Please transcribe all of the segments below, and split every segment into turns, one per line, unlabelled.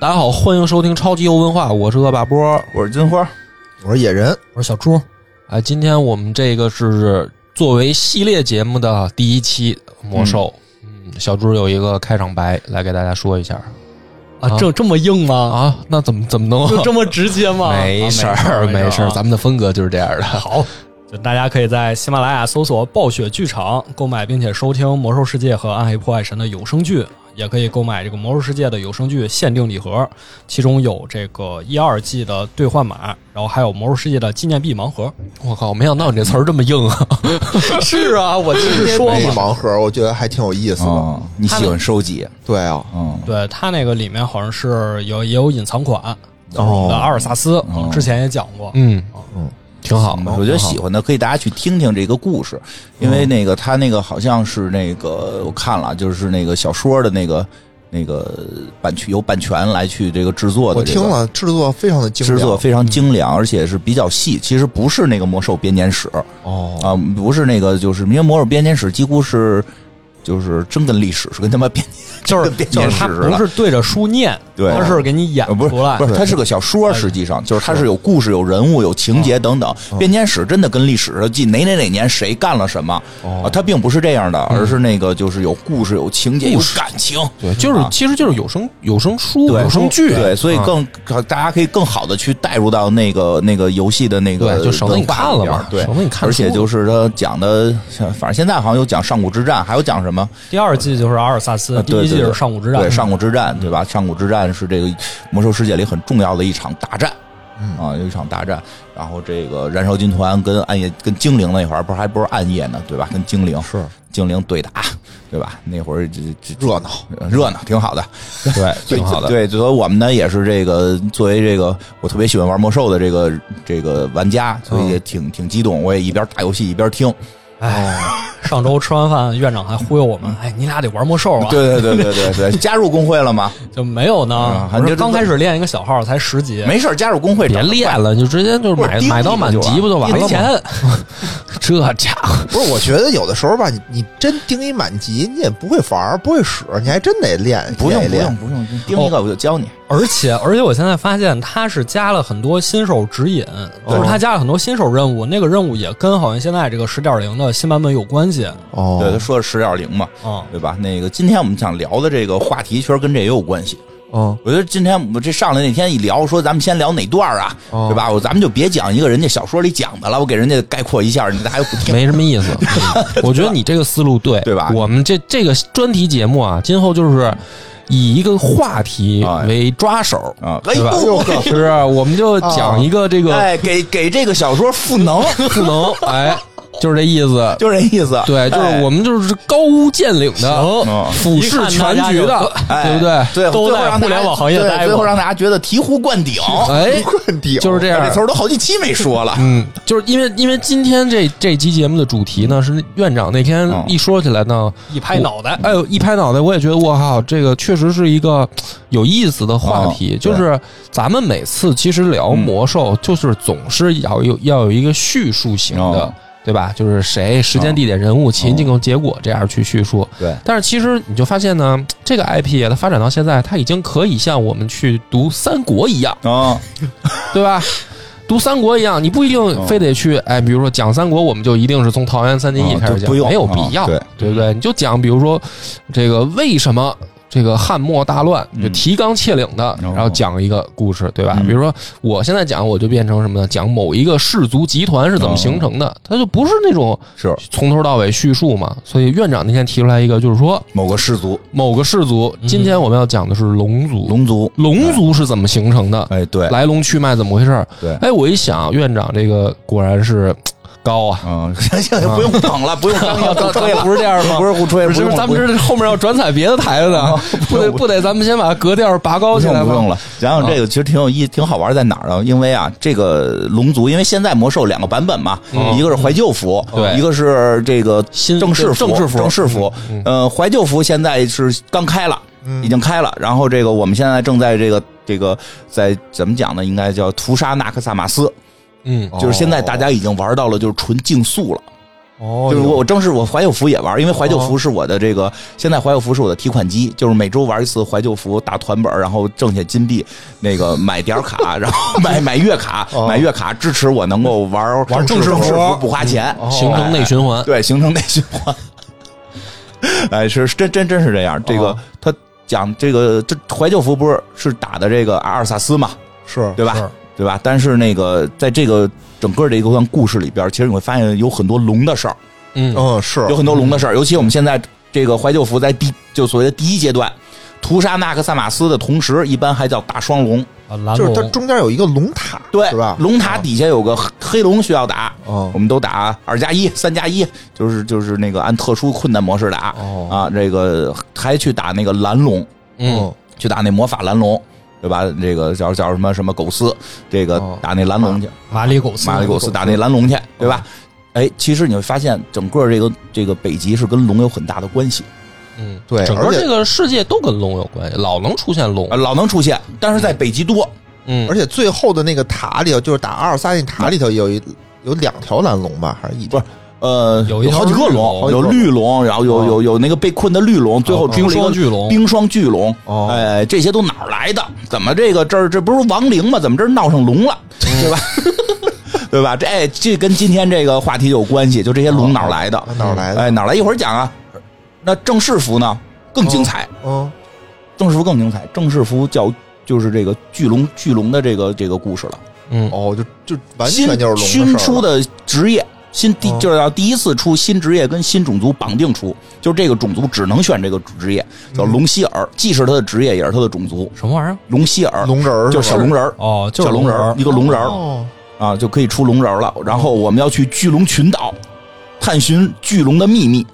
大家好，欢迎收听超级游文化，我是恶霸波。
我是金花，
我是野人，
我说小猪，
哎，今天我们这个是作为系列节目的第一期魔兽。嗯，小猪有一个开场白来给大家说一下啊
啊，这这么硬吗？
啊。那怎么怎么能
就这么直接 吗？
没事儿，
啊没事儿
没事儿，
啊
咱们的风格就是这样的。
好，就大家可以在喜马拉雅搜索“暴雪剧场”购买并且收听《魔兽世界》和《暗黑破坏神》的有声剧，也可以购买这个《魔兽世界》的有声剧限定礼盒，其中有这个一二季的兑换码，然后还有《魔兽世界》的纪念币盲盒。
我靠，没想到你这词儿这么硬啊！
是啊，我就是说
哎一
嘛，
盲盒，我觉得还挺有意思的。
嗯，你喜欢收集，
对啊，
嗯，
对它那个里面好像是有也有隐藏款。
哦
我们的阿尔萨斯
哦
之前也讲过，
嗯嗯，挺好的。
我觉得
挺好
喜欢的可以大家去听听这个故事，因为那个他那个好像是那个我看了，就是那个小说的那个那个版权由版权来去这个制作
我
的、这个，
听了制作非常的精
制
良，
作非常精良，而且是比较细。其实不是那个《魔兽编年史》
哦，
啊，不是那个，就是因为《魔兽编年史》几乎是就是真跟历史是跟他妈编年
就是
跟编
就是
年
它
史似
不
的。
是对着书念，
啊对
它是给你演
呃
哦
不是
出来
不。是，它是个小说，实际上就是它哦是有故事、有人物、有情节等等。编年史真的跟历史记哪哪哪年谁干了什么啊，它并不是这样的，而是那个就是有嗯故事、有情节、有感情。
对，就是
啊
其实就是有声有声书、
对
有声剧，
对，所以更大家可以更好的去带入到那个那个游戏的那个
对就省得你
文化
看了嘛
里边对，
省得你看
而且
书
就是他讲的，像反正现在好像有讲上古之战，还有讲什么？
第二季就是阿尔萨斯，
呃
第
对
一季
对对
是上古之战
嗯
对，。上古之战，对吧？上古之战是这个魔兽世界里很重要的一场大战，
嗯
啊，有一场大战。然后这个燃烧军团跟暗夜跟精灵那会儿不是还不是暗夜呢，对吧？跟精灵
是
精灵对打，对吧？那会儿这这
热闹，
呃热闹，挺 好的，对，
对挺好的
对，所以我们呢也是这个作为这个我特别喜欢玩魔兽的这个这个玩家，所
嗯
以也挺挺激动，我也一边打游戏一边听。
哎，上周吃完饭，院长还忽悠我
嗯
们，哎，你俩得玩魔兽啊？
对对对对对 对，加入工会了吗？
就没有呢
啊。
我
你这
说刚开始练一个小号才十级，
没事儿，加入工会
别
找
练了，你就直接就是
不是
买
盯
买到
你
满
就
级不就完
一
了吗？
分钱。
这家伙，
不是，我觉得有的时候吧，你你真盯一满级，你也不会玩儿，不会使，你还真得练，
不用
练一
不用
练。
不用，盯一个我就教你。
而且而且，我现在发现他是加了很多新手指引，就是他加了很多新手任务，那个任务也跟好像现在这个十点零的新版本有关系。
哦，
对，他说的十点零嘛，
嗯，
对吧？那个今天我们想聊的这个话题，其实跟这也有关系。
嗯，
我觉得今天我们这上来那天一聊，说咱们先聊哪段儿啊，
哦
对吧？我咱们就别讲一个人家小说里讲的了，我给人家概括一下，大家又不 听。
没什么意思。我觉得你这个思路对，
对吧
我们这这个专题节目啊，今后就是以一个话题
哎
为抓手，
啊，哎
对吧？
呦，
是不是？我们就讲一个这个
哎，给给这个小说赋能，
赋 能，哎，就是这意思。
就这意思。
对，
哎
就是我们就是高屋建瓴的，
嗯
俯视全局的，
哎，
对不对？
最后
都
最后
在
让
互
大家
联网行业
对
待过
最后让大家觉得醍醐灌顶。
哎，
困底
就是这样
这词儿都好几期没说了。
嗯，就是因为因为今天这这期节目的主题呢是院长那天
嗯
一说起来呢，
一拍脑袋，
哎呦一拍脑袋，我也觉得我靠，这个确实是一个有意思的话题。
嗯
就是咱们每次其实聊魔兽，就是总是要有要有一个叙述型的，
嗯
对吧？就是谁、时间、
嗯
地点、人物、情境、结果这样去叙述。
对，
但是其实你就发现呢，这个 IP 啊它发展到现在，它已经可以像我们去读三国一样。
啊，
对吧？读三国一样，你不一
嗯
定非得去，哎，比如说讲三国，我们就一定是从桃园三结义
嗯
开始
就
讲，
不用
没有必要，
嗯对
不对？你就讲，比如说这个为什么这个汉末大乱，
嗯
就提纲挈领的，
哦
然后讲一个故事，对吧？
嗯
比如说我现在讲，我就变成什么呢？讲某一个氏族集团是怎么形成
哦
的，它就不是那种
是
从头到尾叙述嘛。所以院长那天提出来一个，就是说
某个氏族，
某个氏族，
嗯
今天我们要讲的是龙族，
龙族。
龙族是怎么形成的？
哎，对，
来龙去脉怎么回事儿？
对
哎，我一想，院长这个果然是高啊，
嗯，行行，行，不用捧 了，不用张扬
咱
互吹了，
不是这样吗？
不是互吹，
不
哎不
是，
用，啊
咱们这后面要转采别的台子呢，不得不得，咱们先把格调拔高
不
起
用
来
不用
吗？啊
了。然后这个其实挺有意，挺好玩在哪儿呢？因为啊，这个龙族，因为现在魔兽两个版本嘛，
嗯
一个是怀旧服，
对
一个是这个
新
正式服，
正式服嗯
正式服。呃，怀旧服现在是刚开了，已经开了。然后这个我们现在正在这个这个在怎么讲呢？应该叫屠杀纳克萨马斯，
嗯，
就是现在大家已经玩到了就是纯竞速了。
哦
就是我我正式我怀旧服也玩，因为怀旧服是我的这个现在怀旧服是我的提款机，就是每周玩一次怀旧服打团本，然后挣下金币，那个买点儿卡，然 后买买月卡，
哦
买月卡支持我能够玩
玩
正式
正式嗯服
服不花钱，
哦
形成内循环。
对，形成内循环。哎，是真真真是这样。这
哦
个他讲这个这怀旧服不是是打的这个阿尔萨斯嘛，
哦是
对吧？对吧？但是那个在这个整个这一段故事里边，其实你会发现有很多龙的事儿，
嗯，
嗯是
有很多龙的事儿。尤其我们现在这个怀旧服在第就所谓的第一阶段。屠杀纳克萨马斯的同时，一般还叫大双龙，
哎
啊，蓝
就是它
龙
中间有一个龙塔，
对
是吧？
龙塔底下有个黑 黑龙需要打，
哦
我们都打二加一、 三加一，就是就是那个按特殊困难模式打。
哦
啊，这个还去打那个蓝龙，
嗯，
去打那魔法蓝龙，对吧？这个叫叫什么什么狗斯，这个
哦
打那蓝龙去，
马里狗斯，
马里狗斯打那蓝龙去，对吧？哎，其实你会发现，整个这个这个北极是跟龙有很大的关系，
嗯，
哦
对
整
而
个
且
这个世界都跟龙有关系，老能出现龙
啊，。老能出现，但是在北极多，
嗯
而，且最后的那个塔里头，就是打阿尔萨那塔里头有一有两条蓝龙吧，还是一条？
呃，有
有一条
好几个
绿
龙，
龙
有绿龙，然后有有有那个被困的绿龙，最后出
冰
了一个
霜巨龙，
冰霜巨龙，
哦
哎，这些都哪儿来的？怎么这个这儿这不是亡灵吗？怎么这儿闹上龙了，对吧？ 对吧？这哎，这跟今天这个话题有关系，就这些龙哪儿来的？
哦哪儿来的
哎，哪儿来？一会儿讲啊。那正式服呢更精彩，
嗯，
正式服更精彩，正式服叫就是这个巨龙巨龙的这个这个故事了，
嗯，
哦，就就完
新
全就是龙的事儿
新出
了
的职业。新第
哦
就是要第一次出新职业跟新种族绑定出，就是这个种族只能选这个职业，
嗯
叫龙希尔，既是他的职业，也是他的种族。
什么玩意儿？
龙希尔，
龙人儿
就是小
吧
龙人儿，
哦，就
小
是
龙人儿，一个龙人儿
哦
啊，就可以出龙人儿了。然后我们要去巨龙群岛，探寻巨龙的秘密。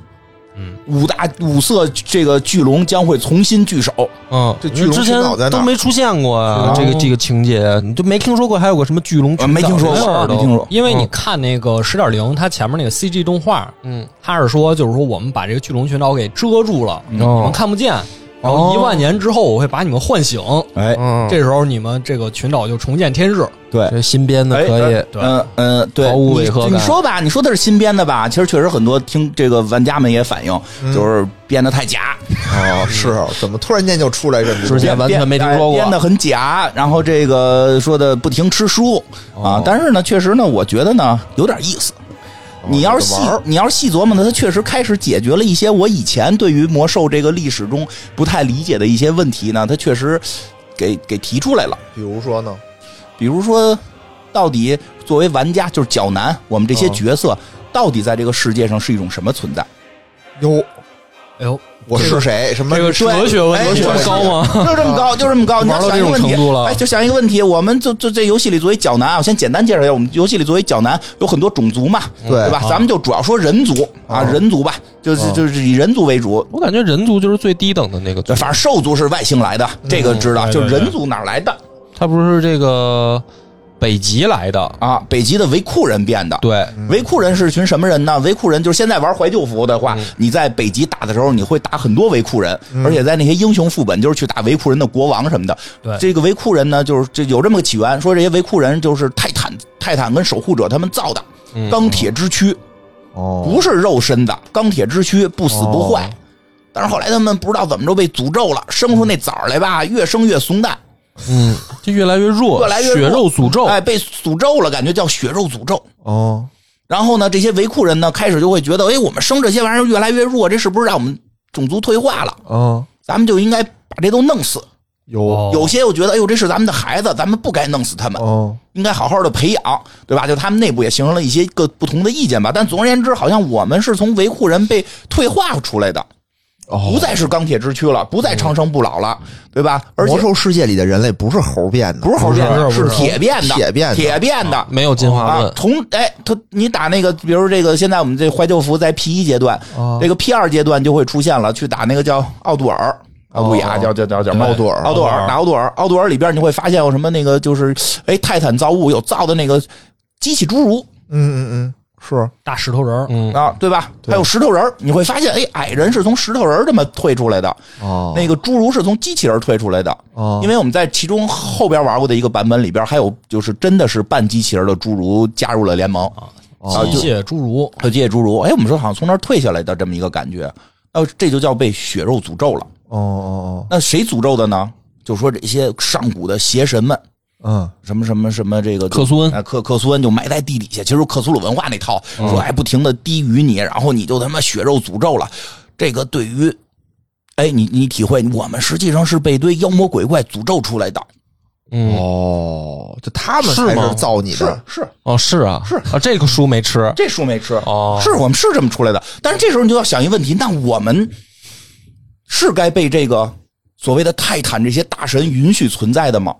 嗯，
五大五色这个巨龙将会重新聚首。
嗯，
这
因
巨
为
龙
之
群
前
岛在哪
都
儿
没出现过啊，
哦
这个这个情节，你就没听说过还有个什么巨龙群岛
呃没听说
这事
过，
儿都
没听。说。
因为你看那个十点零，它前面那个 CG 动画，
嗯，
它是说就是说我们把这个巨龙群岛给遮住了，
嗯
你们
哦，
看不见。然后一万年之后，我会把你们唤醒，
哎，
嗯，
这时候你们这个群岛就重见天日。
对，
这新编的
哎
可以
哎，嗯嗯，对，
毫无
你
违和感
你说吧，你说它是新编的吧？其实确实很多听这个玩家们也反映，
嗯
就是编的太假，
哦，是啊怎么突然间就出来这么一
之
个
前完全没听说过
编的很假，然后这个说的不停吃书
哦
啊，但是呢，确实呢，我觉得呢有点意思。
哦
你要是细
有的玩儿，
你要是细琢磨呢，它确实开始解决了一些我以前对于魔兽这个历史中不太理解的一些问题呢，它确实给给提出来了。
比如说呢，
比如说，到底作为玩家，就是角男，我们这些
哦
角色，到底在这个世界上是一种什么存
啊
在？
哟，
哎呦，
我是谁？什么
这个哲学问
哎
题这么高吗？
就这么高，就这么高。你要
玩到
想
这
一个问
种
题
程，度了
哎，，就想一个问题，我们就就这游戏里作为角男啊，我先简单介绍一下，我们游戏里作为角男有很多种族嘛，
对
对吧？
啊
咱们就主要说人族啊，
哦
人族吧，就是
哦
就是以人族为主。
我感觉人族就是最低等的那个族
对，，反正兽族是外星来的，这个知道。
嗯对
就
对对
人族哪儿来的
他不是这个北极来的，
啊？北极的维库人变的。
对，
维库人是群什么人呢？维库人就是现在玩怀旧服的话，你在北极打的时候，你会打很多维库人，而且在那些英雄副本就是去打维库人的国王什么的。
对
这个维库人呢，就是这有这么个起源，说这些维库人就是泰坦、泰坦跟守护者他们造的
嗯
钢铁之躯，
哦，
不是肉身的钢铁之躯，不死不坏
哦。
但是后来他们不知道怎么着被诅咒了，生出那崽儿来吧，越生越怂蛋，
嗯，
哎
就越来越弱，
越来越弱
血肉诅咒，
哎，被诅咒了，感觉叫血肉诅咒。
哦，
然后呢，这些维库人呢，开始就会觉得，哎，我们生这些玩意儿越来越弱，这是不是让我们种族退化了？
嗯，
咱们就应该把这都弄死。
有，
有些又觉得，哎呦，这是咱们的孩子，咱们不该弄死他们，
哦，
应该好好的培养，对吧？就他们内部也形成了一些个不同的意见吧。但总而言之，好像我们是从维库人被退化出来的，
哦
不再是钢铁之躯了，不再长生不老了，对吧？而且
魔兽世界里的人类不是猴变的，
不是猴变的，
不是不
是
是
铁变的，
铁变的
铁变的，
没有进化
啊
论，，
同哎，他你打那个，比如这个，现在我们这怀旧服在 P 一阶段，
哦
这个 P 二阶段就会出现了，去打那个叫奥杜尔。奥杜亚
哦
叫叫叫叫什么
奥杜尔
奥杜
奥杜
尔，
尔
打奥杜尔，奥杜尔里边你会发现有什么那个就是，哎，泰坦造物有造的那个机器侏儒
嗯嗯嗯，是
大石头人儿，
嗯，
啊，对吧？还有石头人儿，你会发现，哎，矮人是从石头人儿这么退出来的，
哦
那个侏儒是从机器人儿退出来的，
哦
因为我们在其中后边玩过的一个版本里边，还有就是真的是半机器人的侏儒加入了联盟，
哦
啊
机
就
械侏儒，
呃，机械侏儒，哎，我们说好像从那儿退下来的这么一个感觉，那这就叫被血肉诅咒了。
哦哦
那谁诅咒的呢？就说这些上古的邪神们，
哦，嗯，
什么什么什么，这个
克苏恩
哎克克苏恩就埋在地底下。其实克苏鲁文化那套
嗯
说，哎，不停的低语你，然后你就他妈血肉诅咒了。这个对于，哎，你你体会，我们实际上是被一堆妖魔鬼怪诅咒出来的。
嗯，
哦，就他们
是
才
吗
是造你的，
是，
哦，是啊，是啊，这个书没吃，
这书没吃
哦
是我们是这么出来的。但是这时候你就要想一个问题：那我们是该被这个所谓的泰坦这些大神允许存在的吗？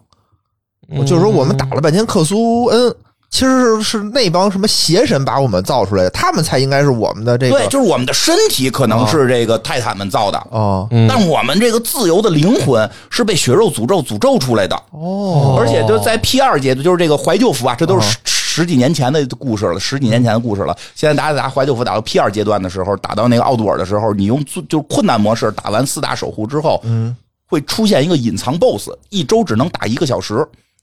嗯
就是说我们打了半天克苏恩，其实是是那帮什么邪神把我们造出来的，他们才应该是我们的这个
对，就是我们的身体可能是这个泰坦们造的，
哦
嗯
但我们这个自由的灵魂是被血肉诅咒诅咒出来的。
哦
而且就在 P 二阶，就是这个怀旧服啊，这都是十十几年前的故事了，十几年前的故事了。现在大家打怀旧服打到 P 二阶段的时候，打到那个奥杜尔的时候，你用最就是困难模式打完四大守护之后，嗯，会出现一个隐藏 BOSS，一周只能打一个小时。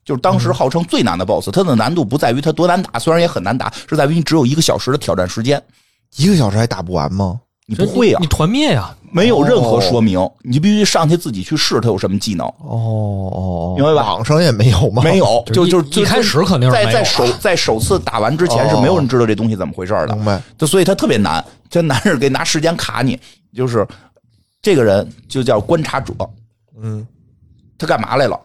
就是当时号称最难的 BOSS，它的难度不在于它多难打，虽然也很难打，是在于你只有一个小时的挑战时间，
一个小时还打不完吗？
你不会啊
你，团灭呀，
没有任何说明，你必须上去自己去试它有什么技能，
哦哦
明白吧？
网上也没有 吗？
没有，就
一
就
一开始肯定是
在
没有
在首在首次打完之前是没有人知道这东西怎么回事儿的，
明白
就所以它特别难，这难是给拿时间卡你，就是这个人就叫观察者，
嗯，
他干嘛来了？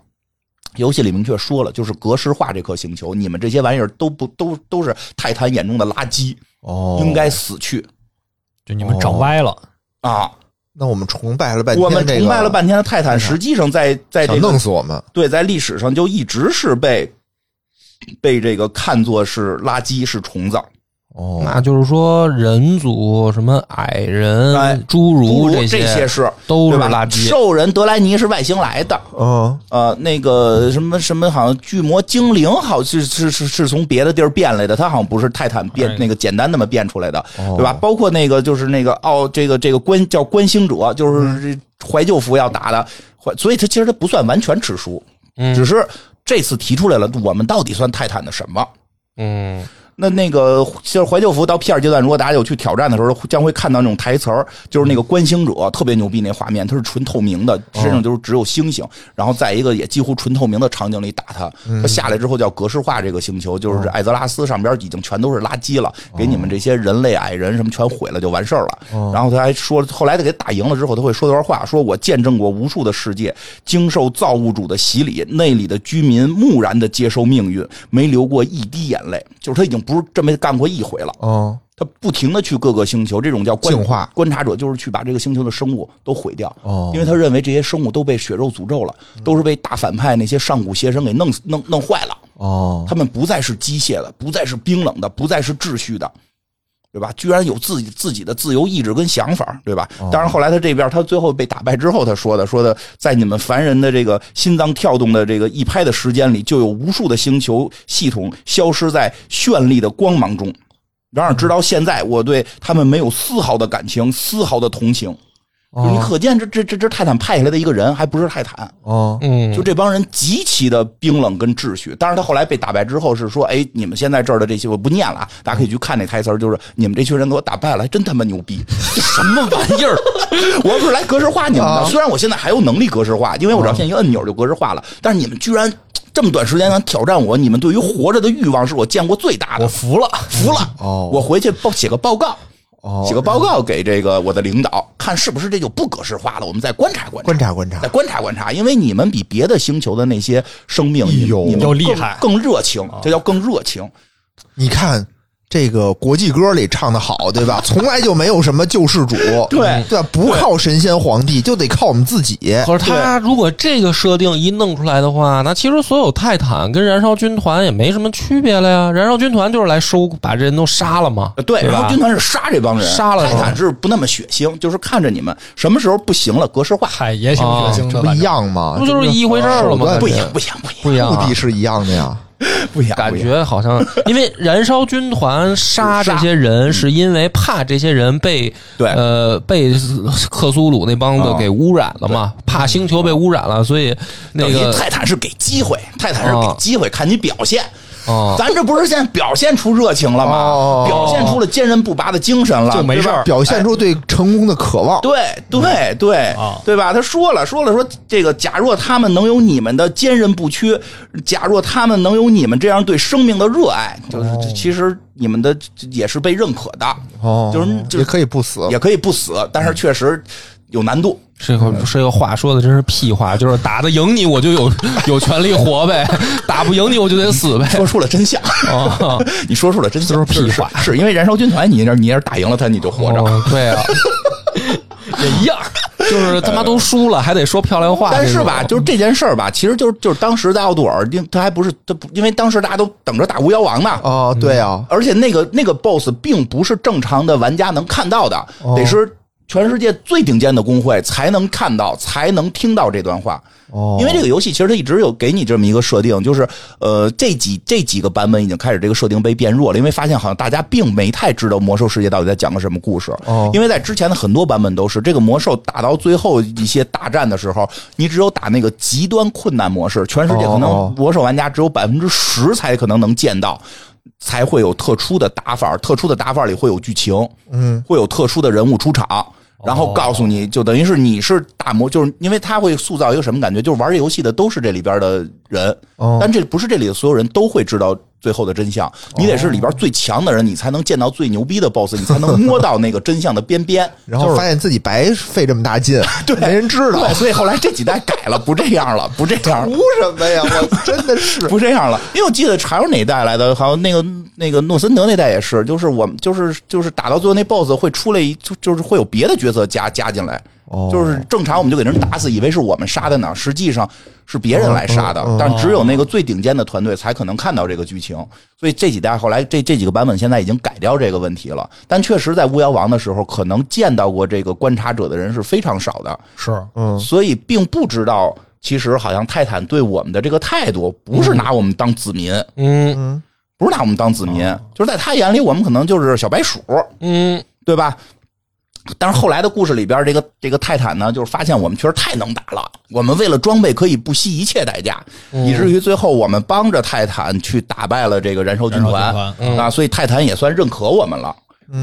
游戏里明确说了，就是格式化这颗星球，你们这些玩意儿都不都都是泰坦眼中的垃圾，
哦，
应该死去
就
哦
你们长歪了，
啊！
那我们崇拜了半天，
我们崇拜了，半天的泰坦，实际上在在
想
这个
弄死我们。
对，在历史上就一直是被被这个看作是垃圾，是虫子。
哦，
那就是说人族什么矮人
哎、
侏
侏
儒
儒
些
些是
都是
对吧
垃圾
兽人德莱尼是外星来的，
嗯，
呃，那个什么什么，好像巨魔精灵好像是是是是从别的地儿变来的，他好像不是泰坦变、
哎
那个简单那么变出来的，
哦
对吧？包括那个就是那个哦，这个这个观叫观星者，
嗯
就是这怀旧服要打的，怀所以他其实他不算完全吃书，
嗯
只是这次提出来了，我们到底算泰坦的什么？
嗯，
那那个就是怀旧服到 P 二阶段，如果大家有去挑战的时候，将会看到那种台词儿，就是那个观星者特别牛逼那画面，它是纯透明的，身上就是只有星星，然后在一个也几乎纯透明的场景里打它，它下来之后叫格式化这个星球，就是艾泽拉斯上边已经全都是垃圾了，
哦
给你们这些人类矮人什么全毁了就完事儿了。然后他还说，后来他给打赢了之后，他会说段话，说我见证过无数的世界，经受造物主的洗礼，那里的居民木然的接受命运，没流过一滴眼泪。就是他已经不是这么干过一回了，
嗯，
他不停的去各个星球，这种叫观
净化
观察者，就是去把这个星球的生物都毁掉，
哦嗯
因为他认为这些生物都被血肉诅咒了，都是被大反派那些上古邪神给弄死弄弄坏了。
哦，
他们不再是机械的，不再是冰冷的，不再是秩序的，对吧？居然有自己自己的自由意志跟想法，对吧？当然，后来他这边他最后被打败之后，他说的说的，在你们凡人的这个心脏跳动的这个一拍的时间里，就有无数的星球系统消失在绚丽的光芒中。然而，直到现在，我对他们没有丝毫的感情，丝毫的同情。就是你可见这这这这泰坦派下来的一个人，还不是泰坦。
哦，
嗯，
就这帮人极其的冰冷跟秩序。当然，他后来被打败之后是说：“哎，你们现在这儿的这些我不念了，啊，大家可以去看那台词儿，就是你们这群人给我打败了，还真他妈牛逼！这什么玩意儿？ 我不是来格式化你们的，虽然我现在还有能力格式化，因为我只要现在一个按钮就格式化了，但是你们居然这么短时间能挑战我，你们对于活着的欲望是我见过最大的，
我服了，
服了。
哦
我回去报写个报告。”
哦
写个报告给这个我的领导，看是不是这就不格式化了，我们再观察观察。
观察观察
再，观察观察，因为你们比别的星球的那些生命，你
呦
你们
要
更
厉害
更热情，这叫更热情。
你看。这个国际歌里唱的好，对吧？从来就没有什么救世主，
对
对吧？不靠神仙皇帝，就得靠我们自己。
可是他如果这个设定一弄出来的话，那其实所有泰坦跟燃烧军团也没什么区别了呀。燃烧军团就是来收把这人都杀了嘛，
呃对，
吧
然后军团是杀这帮人，
杀了
泰坦是不那么血腥，就是看着你们什么时候不行了，格式化，
嗨，也挺
哦
血腥
这
的，
不
反
一
正
样吗？
不就是一回事儿了吗？
手段
不一
感觉
样，不一样，
不
不一样，哎
一样
目
啊
的。是一样的呀。
不一样，
感
不一样
觉好像， 因为燃烧军团杀这些人，是因为怕这些人被
对
呃被克苏鲁那帮子给污染了嘛，怕星球被污染了，所以那
啊等于
个
泰坦是给机会，泰坦是
啊
给机会，看你表现。
哦
咱这不是现在表现出热情了
哦
吗？表现出了坚韧不拔的精神了，
就没
对
事
吧
儿
表现出对成功的渴望。
对对对
啊
对吧？他说了说了说这个，假若他们能有你们的坚韧不屈，假若他们能有你们这样对生命的热爱，就是这其实你们的也是被认可的，
哦，
就是就是
也可以不死，
也可以不死，但是确实有难 度。
这个这个话说的真是屁话，就是打得赢你我就有有权利活呗， 打不赢你我就得死呗。
说出了真相，
哦，
你说出了真相，
都是屁话
是，是是因为燃烧军团，你那你要是打赢了他，你就活着。
哦对 啊，也一样，就是他妈都输了还得说漂亮话。
但
这
是
种
吧，就是这件事儿吧，其实就是就是当时在奥杜尔，因他还不是他不，因为当时大家都等着打巫妖王呢，
哦，对啊，
而且那个那个 BOSS 并不是正常的玩家能看到的，得是全世界最顶尖的工会才能看到，才能听到这段话。
哦，
因为这个游戏其实它一直有给你这么一个设定，就是呃，这几这几个版本已经开始这个设定被变弱了，因为发现好像大家并没太知道魔兽世界到底在讲个什么故事。
哦
因为在之前的很多版本都是这个魔兽打到最后一些大战的时候，你只有打那个极端困难模式，全世界可
哦
能魔兽玩家只有百分之十才可能能见到。才会有特殊的打法，特殊的打法里会有剧情，
嗯，
会有特殊的人物出
哦
场，然后告诉你就等于是你是大魔，就是因为他会塑造一个什么感觉，就是玩这游戏的都是这里边的人，
哦
但这不是这里的所有人都会知道最后的真相，你得是里边最强的人，你才能见到最牛逼的 BOSS，你才能摸到那个真相的边边。
然后发现自己白费这么大劲，对，没人知道
对，，所以后来这几代改了，不这样了，不这样了
图。什么呀？我真的是
不这样了，因为我记得还有哪一代来的，好像那个那个诺森德那代也是，就是我们就是就是打到最后那 BOSS 会出来一就就是会有别的角色加加进来，就是正常我们就给人打死，以为是我们杀的呢，实际上是别人来杀的，但只有那个最顶尖的团队才可能看到这个剧情，所以这几代后来这这几个版本现在已经改掉这个问题了，但确实在巫妖王的时候，可能见到过这个观察者的人是非常少的，
是嗯
所以并不知道，其实好像泰坦对我们的这个态度，不是拿我们当子民，
嗯
不是拿我们当子民，就是在他眼里，我们可能就是小白鼠，
嗯
对吧？但是后来的故事里边，这个这个泰坦呢，就是发现我们确实太能打了，我们为了装备可以不惜一切代价，以至于最后我们帮着泰坦去打败了这个燃烧军
燃
团
烧
啊，所以泰坦也算认可我们了。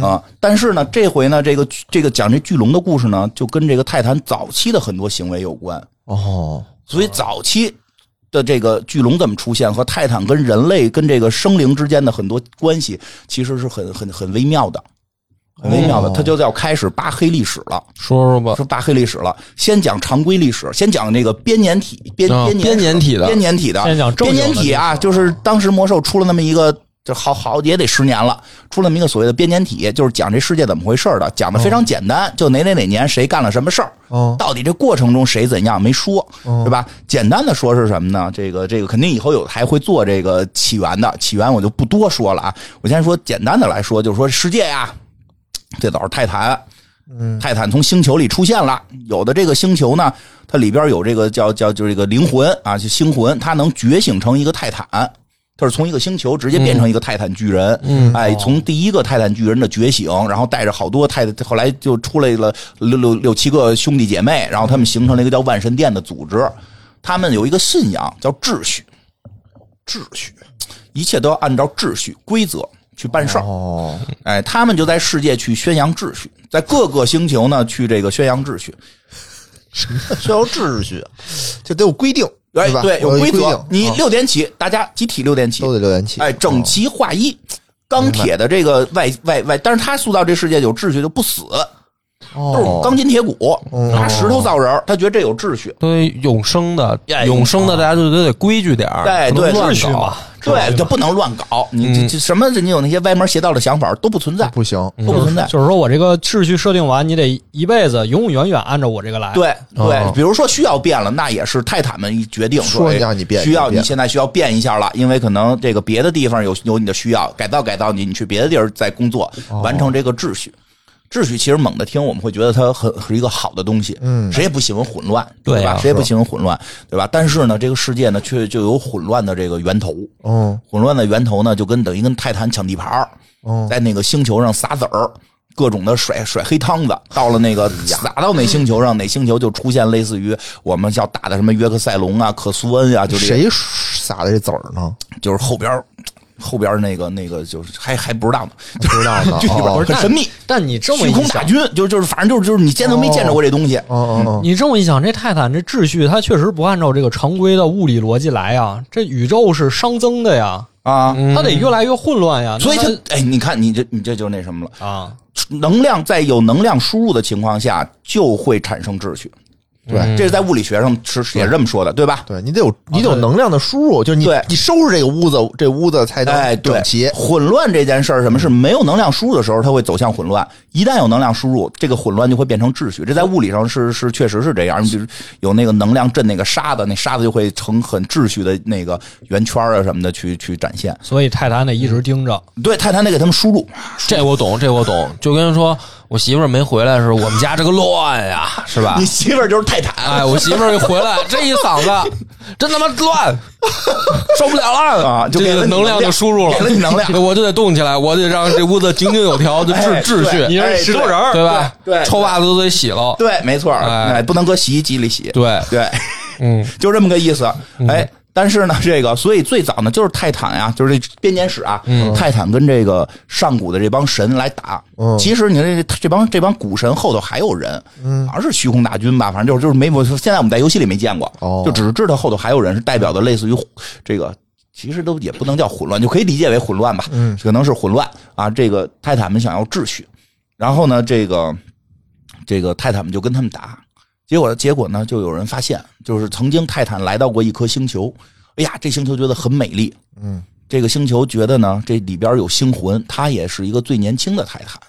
啊！但是呢，这回呢，这个这个讲这巨龙的故事呢，就跟这个泰坦早期的很多行为有关。
哦，
所以早期的这个巨龙怎么出现，和泰坦跟人类跟这个生灵之间的很多关系，其实是很很很微妙的，很微
哦
妙的。他就要开始扒黑历史了，
说说吧，
说扒黑历史了。先讲常规历史，先讲那个编年体编
啊
编
编年体的
编年体的
先讲正
编
经的
年体啊，就是当时魔兽出了那么一个。这好好也得十年了，出了那么一个所谓的编年体，就是讲这世界怎么回事儿的，讲的非常简单，就哪哪哪年谁干了什么事儿，
哦，
到底这过程中谁怎样没说，对吧？简单的说是什么呢？这个这个肯定以后有还会做这个起源的，起源我就不多说了啊。我先说简单的来说，就是说世界呀，最早是泰坦，泰坦从星球里出现了，有的这个星球呢，它里边有这个叫叫就是这个灵魂啊，就星魂，它能觉醒成一个泰坦。它是从一个星球直接变成一个泰坦巨人，嗯，哎，从第一个泰坦巨人的觉醒，然后带着好多泰，后来就出来了六六六七个兄弟姐妹，然后他们形成了一个叫万神殿的组织，他们有一个信仰叫秩序，秩序，一切都要按照秩序规则去办事儿，
哦，
哎，他们就在世界去宣扬秩序，在各个星球呢去这个宣扬秩序。
需要秩序，这得有规定，
哎
对，吧？
对，有
我
规
规
则
定，
你
哦
六点起，大家集体六点起
都，得六元起，
哎，整
哦
齐划一。钢铁的这个外外外，但是他塑造这世界有秩序就不死，
哦
都是钢筋铁骨，拿石头造人儿，他觉得这有秩序。
对永生的
哎
永生的，大家就都得规矩点儿，
对
不能
对
乱
秩序
搞
嘛，
对，就不能乱搞，你这这什么你有那些歪门邪道的想法都不存在，
不行，
都不存在。
就是说我这个秩序设定完，你得一辈子永永远远按照我这个来。，
对
哦
对，比如说需要变了，那也是泰坦们一决定
说
哎
你让你变
需要
你变
你现在需要变一下了，因为可能这个别的地方有有你的需要，改造改造你，你去别的地儿再工作，完成这个秩序。秩序其实猛的听，我们会觉得它很是一个好的东西，嗯，谁也不喜欢混乱，
对啊
对吧？谁也不喜欢混乱，对吧？但是呢，这个世界呢，却就有混乱的这个源头，
嗯
混乱的源头呢，就跟等于跟泰坦抢地盘儿，
嗯
在那个星球上撒子儿。各种的甩甩黑汤子，到了那个
哎
撒到哪星球上，哪星球就出现类似于我们要打的什么约克塞隆啊、克苏恩啊，就这
谁撒的这籽儿呢？
就是后边儿后边儿那个那个就是还还不知道呢，
不知道呢。
就
哦
不是
很神秘。
但你这么
虚
一
空大
想，
军就就是反正就是就是你见都没见着过这东西，
哦哦，
你这么一想，这泰坦这秩序，它确实不按照这个常规的物理逻辑来呀。这宇宙是熵增的呀，
啊，
哦
它得越来越混乱呀。
所以
那
它哎，你看你这你这就那什么了，
它啊，
能量在有能量输入的情况下就会产生秩序，
对
这是在物理学上是是也是这么说啊的，对吧？
对你得有你得有
对
能量的输入，就是你
对
你收拾这个屋子，这屋子才
哎，
能
对
整齐，。
混乱这件事儿，什么是没有能量输入的时候，它会走向混乱；一旦有能量输入，这个混乱就会变成秩序。这在物理上是是确实是这样，你比如有那个能量震那个沙子，那沙子就会成很秩序的那个圆圈啊什么的去去展现。
所以泰坦得一直盯着。
对，泰坦得给他们输入，
这我懂，这我懂。就跟说我媳妇儿没回来的时，候，我们家这个乱呀，是吧
你？媳妇儿就是泰坦
哎，我媳妇儿一回来，这一嗓子，真他妈乱，受不了了
啊就
这
给了
个
你
能量就输入了，
给了你能量
对我就得动起来，我得让这屋子井井有条的秩
哎
秩
对
序，
你是石头人儿
对吧？
对对
臭袜子都得洗了，
对，没错儿，
哎
哎，不能搁洗衣机里洗。
对，
对，
嗯，
就这么个意思。哎，但是呢，这个所以最早呢就是泰坦呀，就是这编年史啊，
嗯
泰坦跟这个上古的这帮神来打。
嗯
其实你看这这帮这帮古神后头还有人，好像是虚空大军吧，反正就是就是没我现在我们在游戏里没见过，
哦
就只是知道后头还有人是代表的类似于这个。其实都也不能叫混乱，就可以理解为混乱吧，
嗯
可能是混乱啊。这个泰坦们想要秩序，然后呢，这个这个泰坦们就跟他们打，结果结果呢，就有人发现，就是曾经泰坦来到过一颗星球，哎呀，这星球觉得很美丽，
嗯，
这个星球觉得呢，这里边有星魂，他也是一个最年轻的泰坦。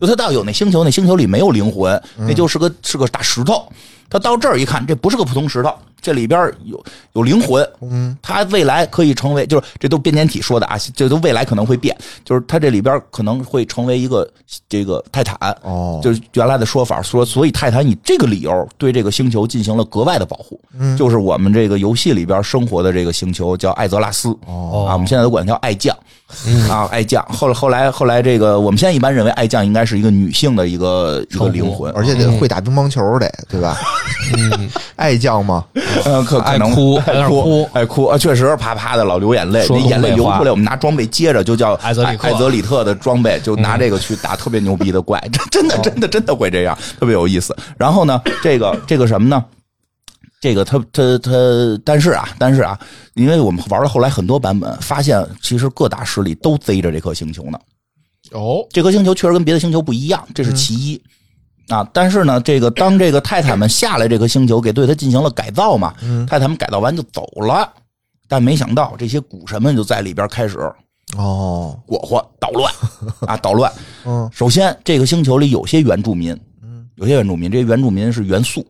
就他到有那星球，那星球里没有灵魂，
嗯
那就是个是个大石头。他到这儿一看，这不是个普通石头，这里边有有灵魂。
嗯，
他未来可以成为，就是这都编年体说的啊，这都未来可能会变，就是他这里边可能会成为一个这个泰坦。
哦，
就是原来的说法说，所以泰坦以这个理由对这个星球进行了格外的保护，
嗯
就是我们这个游戏里边生活的这个星球叫艾泽拉斯。
哦
啊，我们现在都管它叫爱将，啊，爱将。后来后来后来，这个我们现在一般认为爱将应该是一个女性的一个一个灵魂，
而且得会打乒乓球得 对吧？
嗯
爱将嘛，
呃，可可
爱
能
哭，
有点
哭
哭，
哎哭啊，确实啪啪的老流眼泪，
说
那
东北
眼泪流
话
出来，我们拿装备接着就叫
艾泽里克嗯
艾泽里特的装备，就拿这个去打特别牛逼的怪， 真
哦
的真的真的会这样，特别有意思。然后呢，这个这个什么呢？这个他他他，但是啊，但是啊，因为我们玩了后来很多版本，发现其实各大势力都贼着这颗星球呢。
哦，
这颗星球确实跟别的星球不一样，这是
嗯
其一。啊，但是呢，这个当这个泰坦们下来这颗星球，给对它进行了改造嘛，
嗯
泰坦们改造完就走了，但没想到这些古神们就在里边开始
哦，
裹和捣乱啊，捣乱。
嗯，
首先，这个星球里有些原住民，有些原住民，这些原住民是元素，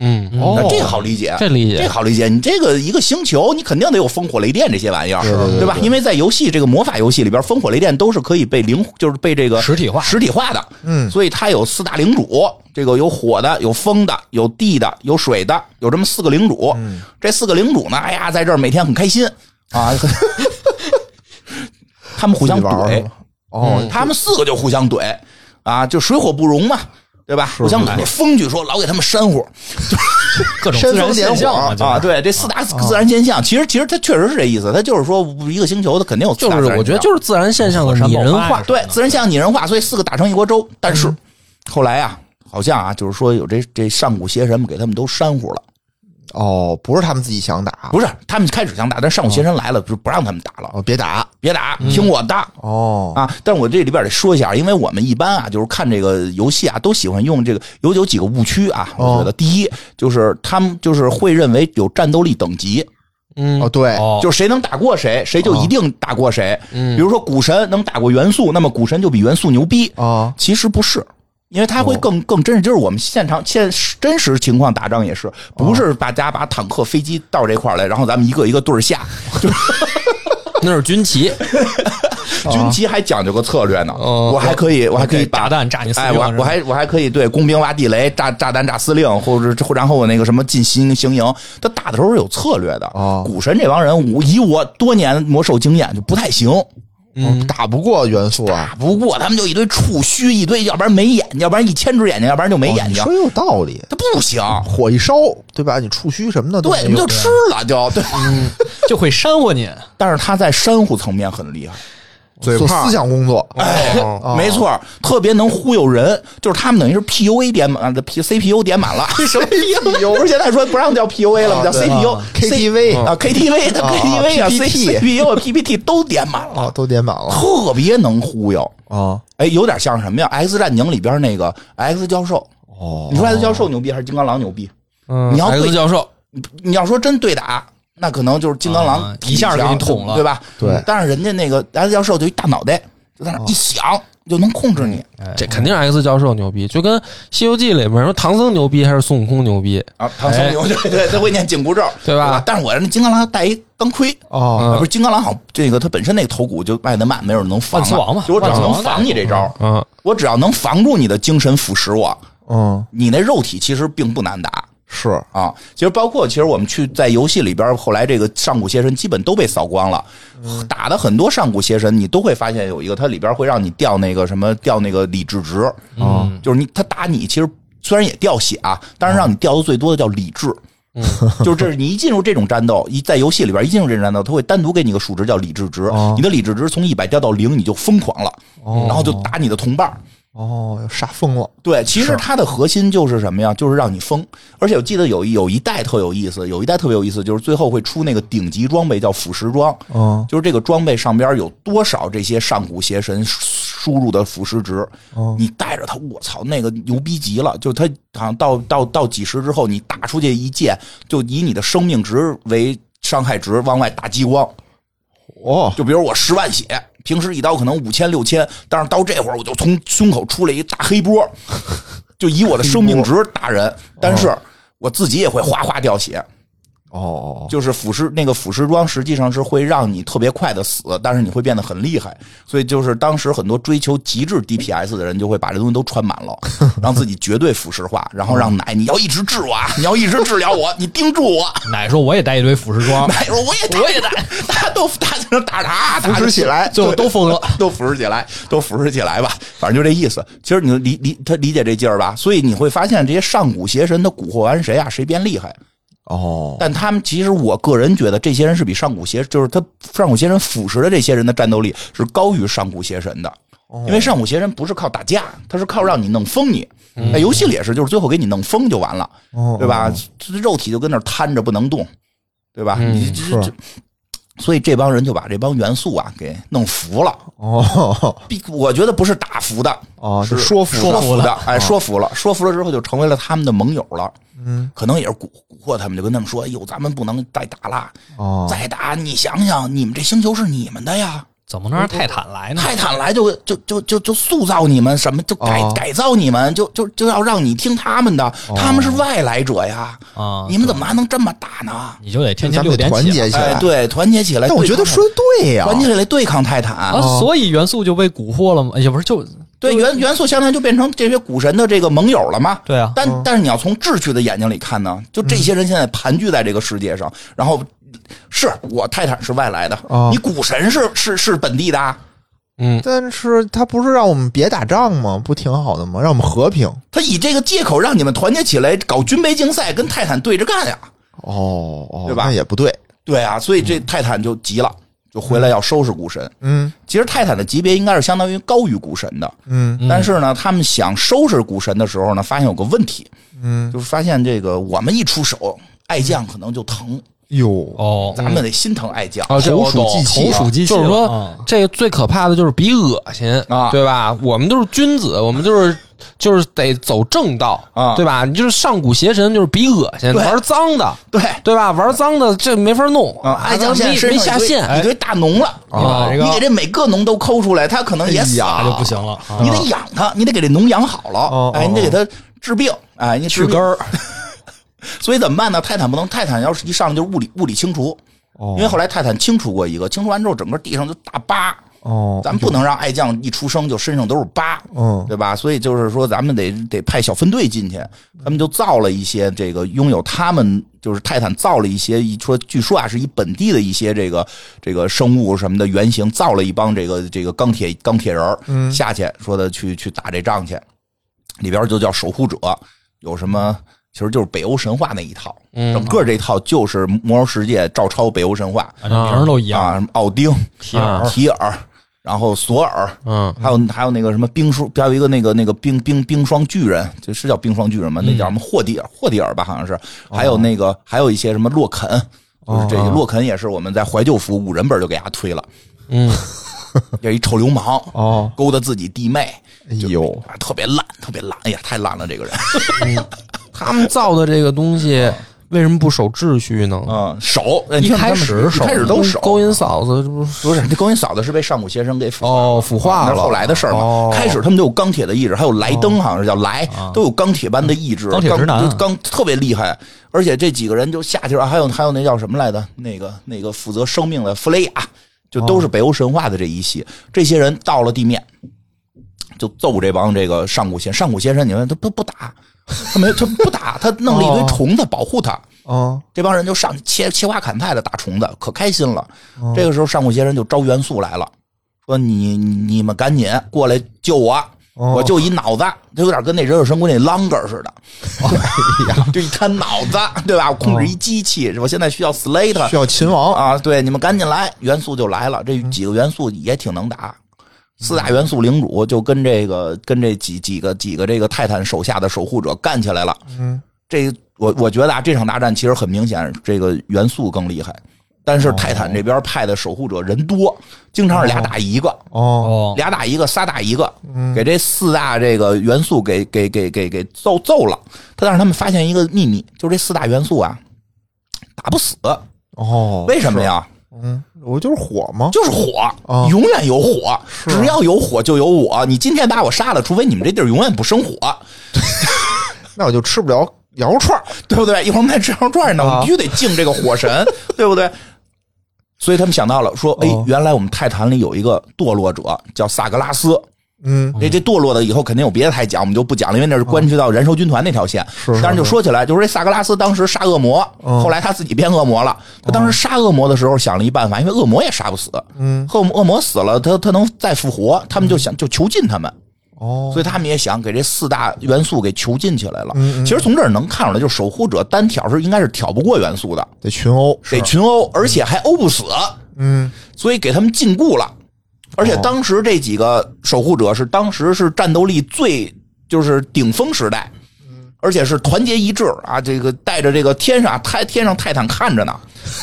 嗯，
哦
那这好理解，啊
这理
这
解，
好理解，你这个一个星球，你肯定得有烽火雷电这些玩意儿，
是对对
吧？因为在游戏这个魔法游戏里边，烽火雷电都是可以被灵，就是被这个
实体化
实体化的。
嗯
所以它有四大领主，这个有火的，有风的，有地的，有水的，有这么四个领主。
嗯
这四个领主呢，哎呀，在这儿每天很开心啊， 他们互相
自己玩儿
怼嗯
是吧，哦，
他们四个就互相怼啊，就水火不容嘛。对吧？互相怼，风据说老给他们煽火，
各种
煽
自然
风
现
点
象
火
嘛，就是
啊，对，这四大自然现象，其实其实它确实是这意思，它就是说一个星球它肯定有四
就
大
是
自然现象，哎
我觉得就是自然现象的拟人化，
对自然现象拟人化，所以四个打成一锅粥。但是、后来啊，好像啊，就是说有这这上古邪神给他们都煽乎了，
哦，不是他们自己想打，
不是他们开始想打，但上古邪神来了就不让他们打了，
哦，别打，
别打，听我的。
哦，
啊，但我这里边得说一下，因为我们一般啊，就是看这个游戏啊，都喜欢用这个有有几个误区啊。我觉得第一就是他们就是会认为有战斗力等级，
嗯
哦，对，
哦，
就是谁能打过谁，谁就一定打过谁。比如说古神能打过元素，那么古神就比元素牛逼。
哦，
其实不是，因为他会更更真实，就是我们现场现实真实情况打仗也是，不是大家把坦克、飞机到这块儿来，然后咱们一个一个对儿下。
那是军旗，
军旗还讲究个策略呢，
哦
我还可以，我还可以
炸
把。
弹炸你死
哎，
地
我
方
还
是
我
吧
还我还可以对工兵挖地雷、炸炸弹、炸司令，或者或然后我那个什么进行行营，他打的时候是有策略的。
哦
古神这帮人，我以我多年魔兽经验就不太行，
嗯，
打不过元素啊
打，不过他们就一堆触须，一堆要不然没眼睛，要不然一千只眼睛，要不然就没眼
哦你
睛
说，有道理。
他不行。
火一烧，对吧？你触须什么的都
对，
没
你
有
就吃了就对。
就会煽乎你。
但是他在珊瑚层面很厉害，
做思想工作，啊
哎，
哦
没错儿，特别能忽悠人，就是他们等于是 PUA 点满的 P CPU 点满了，什么 PU？不是现在说不让叫 PUA 了，叫 CPU、
KTV
啊 KTV 的
啊
KTV 啊 C
PPT
CPU 啊 PPT 都点满了，
啊，都点满了
特别能忽悠。
啊。
哎，有点像什么呀？《X 战警》里边那个 X 教授。
哦
你说 X 教授牛逼还是金刚狼牛逼？
嗯
你要对
X 教授，
你要说真对打，那可能就是金刚狼
啊
挺
一下就给你
强
捅了
对吧？
对
但是人家那个 X 教授就一大脑袋，就在那儿一响就能控制你
哎
这肯定是 X 教授牛逼，就跟《西游记》里面说唐僧牛逼还是孙悟空牛逼，
啊！唐
哎
僧牛对对，他会念紧箍咒，
对吧
但是我让那金刚狼戴一钢盔。
哦，
啊，
嗯
不是金刚狼好像这个，他本身那个头骨就卖的慢，没有人能防
万磁王嘛
嘛。就我只要
万磁
能
王
防你这招，
嗯，
我只要能防住你的精神腐蚀我，
嗯，
你那肉体其实并不难打。
是
啊，其实包括其实我们去在游戏里边儿，后来这个上古邪神基本都被扫光了，打的很多上古邪神，你都会发现有一个，它里边会让你掉那个什么掉那个理智值，
嗯，
就是你他打你，其实虽然也掉血啊，但是让你掉的最多的叫理智。就是这是你一进入这种战斗，一在游戏里边一进入这种战斗，他会单独给你个数值叫理智值，
哦
你的理智值从一百掉到零，你就疯狂了，然后就打你的同伴儿。
哦，杀疯了，
对，其实它的核心就是什么呀？就是让你疯。而且我记得有一有一代特有意思，有一代特别有意思，就是最后会出那个顶级装备叫腐蚀装，
嗯，
就是这个装备上边有多少这些上古邪神输入的腐蚀值，
嗯
你带着它，我操，那个牛逼极了！就它好像到到到几十之后，你打出去一剑，就以你的生命值为伤害值往外打激光。
哦，
就比如我十万血，平时一刀可能五千六千，但是到这会儿我就从胸口出来一大黑波， 就以我的生命值打人，但是我自己也会哗哗掉血。
哦哦，
就是腐蚀那个腐蚀装，实际上是会让你特别快的死，但是你会变得很厉害。所以就是当时很多追求极致 DPS 的人，就会把这东西都穿满了， 让自己绝对腐蚀化，然后让
嗯
奶你要一直治我，啊，你要一直治疗我，你盯住我。
奶说我也带一堆腐蚀 装，
奶说我也打
我也打，
大家都大家都打他，打
扶持起来
最后都疯了。
都扶持起来，都扶持起来吧，反正就这意思。其实你理理他理解这劲儿吧，所以你会发现这些上古邪神他蛊惑完谁啊，谁变厉害。
哦，
但他们其实我个人觉得，这些人是比上古邪，就是他上古邪神腐蚀的这些人的战斗力是高于上古邪神的。因为上古邪神不是靠打架，他是靠让你弄疯你，在游戏里也是，就是最后给你弄疯就完了，哦
哦
对吧？这肉体就跟那儿瘫着不能动，对吧？你这这，所以这帮人就把这帮元素啊给弄服了，
哦，
必我觉得不是打服的，啊
哦，
是
是说服
说
的啊
服的，哎，说服了，说服了之后就成为了他们的盟友了。嗯，可能也是蛊蛊惑他们，就跟他们说：“哎呦，咱们不能再打了，
哦，
再打你想想，你们这星球是你们的呀，
怎么能让泰坦来呢？
泰坦来就就就就就塑造你们，什么就改、
嗯哦
改造你们，就就就要让你听他们的，他们是外来者呀，
啊
你们怎么还能这么打呢？
你就得天天
咱们
六
得
点
团
起
结起
哎，
来。
对，团结起来，
但我觉得
对抗
说的对呀，
团结起来对抗泰坦。
啊，所以元素就被蛊惑了吗？哎也不是，就
对元元素相当于就变成这些股神的这个盟友了嘛？
对啊
嗯
但但是你要从智趣的眼睛里看呢，就这些人现在盘踞在这个世界上，然后是我泰坦是外来的，
哦
你股神是是是本地的啊，
但是他不是让我们别打仗吗？不挺好的吗？让我们和平。
他以这个借口让你们团结起来搞军备竞赛，跟泰坦对着干呀。
哦哦，
对吧
那也不对。
对啊，所以这泰坦就急了，就回来要收拾股神。
嗯
其实泰坦的级别应该是相当于高于股神的，
嗯
但是呢，他们想收拾股神的时候呢，发现有个问题，
嗯，
就是发现这个我们一出手，爱将可能就疼。
哟，
哦，
咱
嗯
们得心疼爱将。
啊，这我懂
投鼠忌器
投鼠忌器
就是说，
嗯
这个最可怕的就是比恶心
啊
对吧？我们都是君子，我们就是就是得走正道
啊
对吧？你就是上古邪神，就是比恶心，
对
玩脏的，
对
对吧？玩脏的这没法弄
啊，爱将现在
没哦
身
哎没
上
下
一堆
线，
一堆大脓了，
哎
啊
你把这
你给
个
这每个脓都抠出来，他可能也死
那
了，
就不行了。啊
你得养它，你得给这脓养好
哦
了，哎，
哦
你得给它治病，哎，你去
去根
儿。
儿，
所以怎么办呢？泰坦不能，泰坦要是一
哦
上来就是物理物理清除，因为后来泰坦清除过一个，清除完之后整个地上就大疤，
哦，
咱们不能让爱将一出生就身上都是疤，
嗯
对吧？所以就是说，咱们得得派小分队进去，他们就造了一些这个拥有他们就是泰坦造了一些，一说据说啊是以本地的一些这个这个生物什么的原型造了一帮这个这个钢铁钢铁人儿
嗯
下去，说的去去打这仗去，里边就叫守护者，有什么？其实就是北欧神话那一套，
嗯
整个这套就是魔兽世界照抄北欧神话
啊，这名儿都一样。
啊，什么奥丁、啊
提尔
提尔，然后索尔，
嗯，
还有还有那个什么冰霜，还有一个那个那个冰冰冰霜巨人，这是叫冰霜巨人
嗯
吗？那叫什么霍迪尔？霍迪尔吧，好像
哦
是。还有那个还有一些什么洛肯，就是这
哦
洛肯也是我们在怀旧服五人本就给他推了，
嗯，
这一臭流氓，
哦，
勾搭自己弟妹，
哎呦，
啊特别烂，特别烂，哎呀，太烂了这个人。
他们造的这个东西为什么不守秩序呢？
嗯，手，哎你
哦一
看他
开
们
始
一开始都手，
勾引嫂子，这不是
不是，这勾引嫂子是被上古邪神给腐
哦腐化
那
了
是后来的事儿嘛。
哦
开始他们都有钢铁的意志，还有莱登好像是叫莱，都有钢铁般的意志，
哦啊钢铁直男啊
钢就钢特别厉害。而且这几个人就下去了，还有还有那叫什么来着？那个那个负责生命的弗雷亚，就都是
哦
北欧神话的这一系。这些人到了地面，就揍这帮这个上古邪上古邪神，你们他不不打，他没他不打，他弄了一堆虫子保护他。
哦
这帮人就上去切切花砍菜的打虫子，可开心了。这个时候，上古邪神就招元素来了，说你你你们赶紧过来救我，
哦
我就一脑子，就有点跟那忍者神龟那啷个似的， 就一摊脑子，对吧？我控制一机器，我现在需要 Slate
需要秦王，
啊，对，你们赶紧来，元素就来了。
嗯
这几个元素也挺能打。四大元素领主就跟这个跟这几几个几个这个泰坦手下的守护者干起来了，
嗯，
这我我觉得啊，这场大战其实很明显，这个元素更厉害，但
哦
是泰坦这边派的守护者人多，经常是俩打一个，
哦嗯
哦，
俩打一个，仨打一个，给这四大这个元素给给给给给揍揍了。他但是他们发现一个秘密，就是这四大元素啊，打不死，
哦，
为什么呀？
嗯，我就是火吗？
就是火，
啊
永远有火，
啊
只要有火就有我。你今天把我杀了，除非你们这地儿永远不生火，
那我就吃不了羊肉串儿，
对不对？一会儿我们再吃羊肉串呢，我
啊
们必须得敬这个火 神，对不对？所以他们想到了，说，哎
哦，
原来我们泰坦里有一个堕落者叫萨格拉斯，
嗯，哦
这这堕落的以后肯定有别的台讲，我们就不讲了，因为那是关系到燃烧军团那条线。
是是
但是就说起来，就是这萨格拉斯当时杀恶魔，
嗯
后来他自己变恶魔了。他当时杀恶魔的时候想了一办法，因为恶魔也杀不死，
哦嗯，
恶恶魔死了，他他能再复活，他们就想就囚禁他们。
哦，
所以他们也想给这四大元素给囚禁起来了。
嗯嗯
其实从这儿能看出来，就是守护者单挑是应该是挑不过元素的，
得群殴，
得群殴，而且还殴不死，
嗯，
所以给他们禁锢了。而且当时这几个守护者是当时是战斗力最就是顶峰时代，而且是团结一致啊！这个带着这个天上泰天上泰坦看着呢，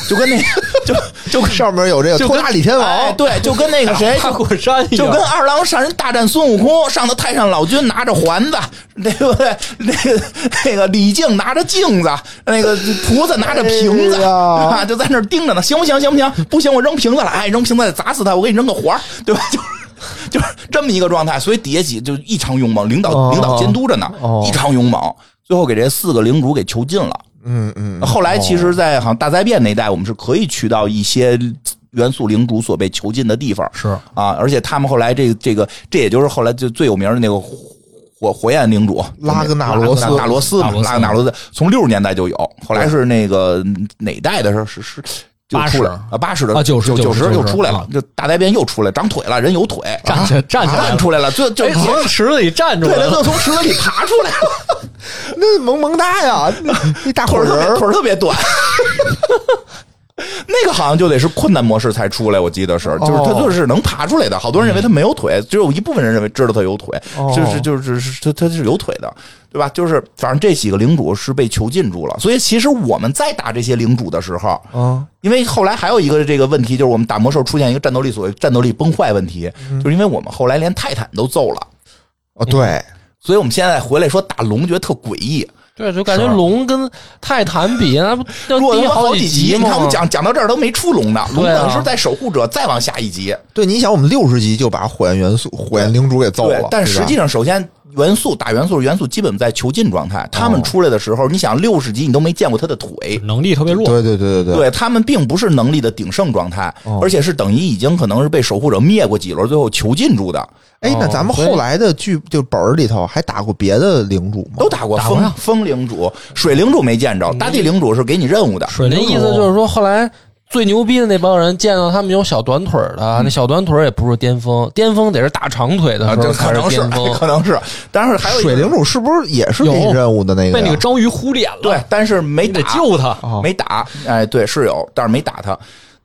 就跟那就就跟
上面有这个
就
托
跟
塔李天
哎
王，
对，就跟那个 谁
跨过山一
就
样
跟二郎神大战孙悟空，上的太上老君拿着环子，对不对？那个那个李靖拿着镜子，那个菩萨拿着瓶子、
哎呀
啊，就在那儿盯着呢，行不行？行不行？不行，我扔瓶子了，哎，扔瓶子了砸死他，我给你扔个环儿，对吧？ 就是。就是这么一个状态，所以底下几就异常勇猛，领导
哦
领导监督着呢，
哦
异常勇猛，最后给这四个领主给囚禁了。
嗯嗯，
后来其实，在好像大灾变那一代，我们是可以去到一些元素领主所被囚禁的地方，
是
啊，而且他们后来这个这个，这也就是后来就最有名的那个火火焰领主
拉格纳罗斯
拉格纳罗斯嘛
纳罗，斯
拉格纳罗斯从六十年代就有，后来是那个哪代的时候是是。就出来
80
啊，八十的
啊90
九
90
又出来了
啊，
就大灾变又出来，长腿了，人有腿，
站起站起来
啊站
了，
出来了，就就
哎，从池子里站出
对
来
了，
了
就。从池子里爬出来了，
那萌萌哒呀，那那大
腿
伙
儿特别
人儿
腿儿特别短。那个好像就得是困难模式才出来，我记得是，就是他就是能爬出来的。好多人认为他没有腿，只有一部分人认为知道他有腿，
哦
就是就是是他他是有腿的，对吧？就是反正这几个领主是被囚禁住了，所以其实我们在打这些领主的时候，
啊，
因为后来还有一个这个问题，就是我们打魔兽出现一个战斗力所谓战斗力崩坏问题，就是因为我们后来连泰坦都揍了，
哦对，
所以我们现在回来说打龙觉得特诡异，
对，就感觉龙跟泰坦比，那不 要
弱
低
啊了好
几
集，你
吗？
看我们讲讲到这儿都没出龙呢，龙
对啊
等于是在守护者再往下一集。
对，你想我们六十集就把火焰元素、火焰领主给揍
对
了，，
但实际上
上
首先元素打元素，元素基本在囚禁状态。他们出来的时候，你想六十级你都没见过他的腿，
能力特别弱，
对对对对对，
对他们并不是能力的鼎盛状态，而且是等于已经可能是被守护者灭过几轮，最后囚禁住的，
哎，那
哦
咱们
所以
后来的剧就本儿里头还打过别的领主吗？
都打过
打过
风
呀
风领主、水领主没见着，大地领主是给你任务的，
水灵
那意思就是说，后来最牛逼的那帮人见到他们有小短腿儿的，啊那小短腿儿也不是巅峰，巅峰得是大长腿的
啊，
时
这
候
可
才
能是
巅峰。
可能是，但是还有一个
水领主是不是也是给你
有
任务的那个
被
呀？
那个章鱼糊脸了，
对，，但是没
你得
打
救他。
哦
没打，哎，对，是有，但是没打他。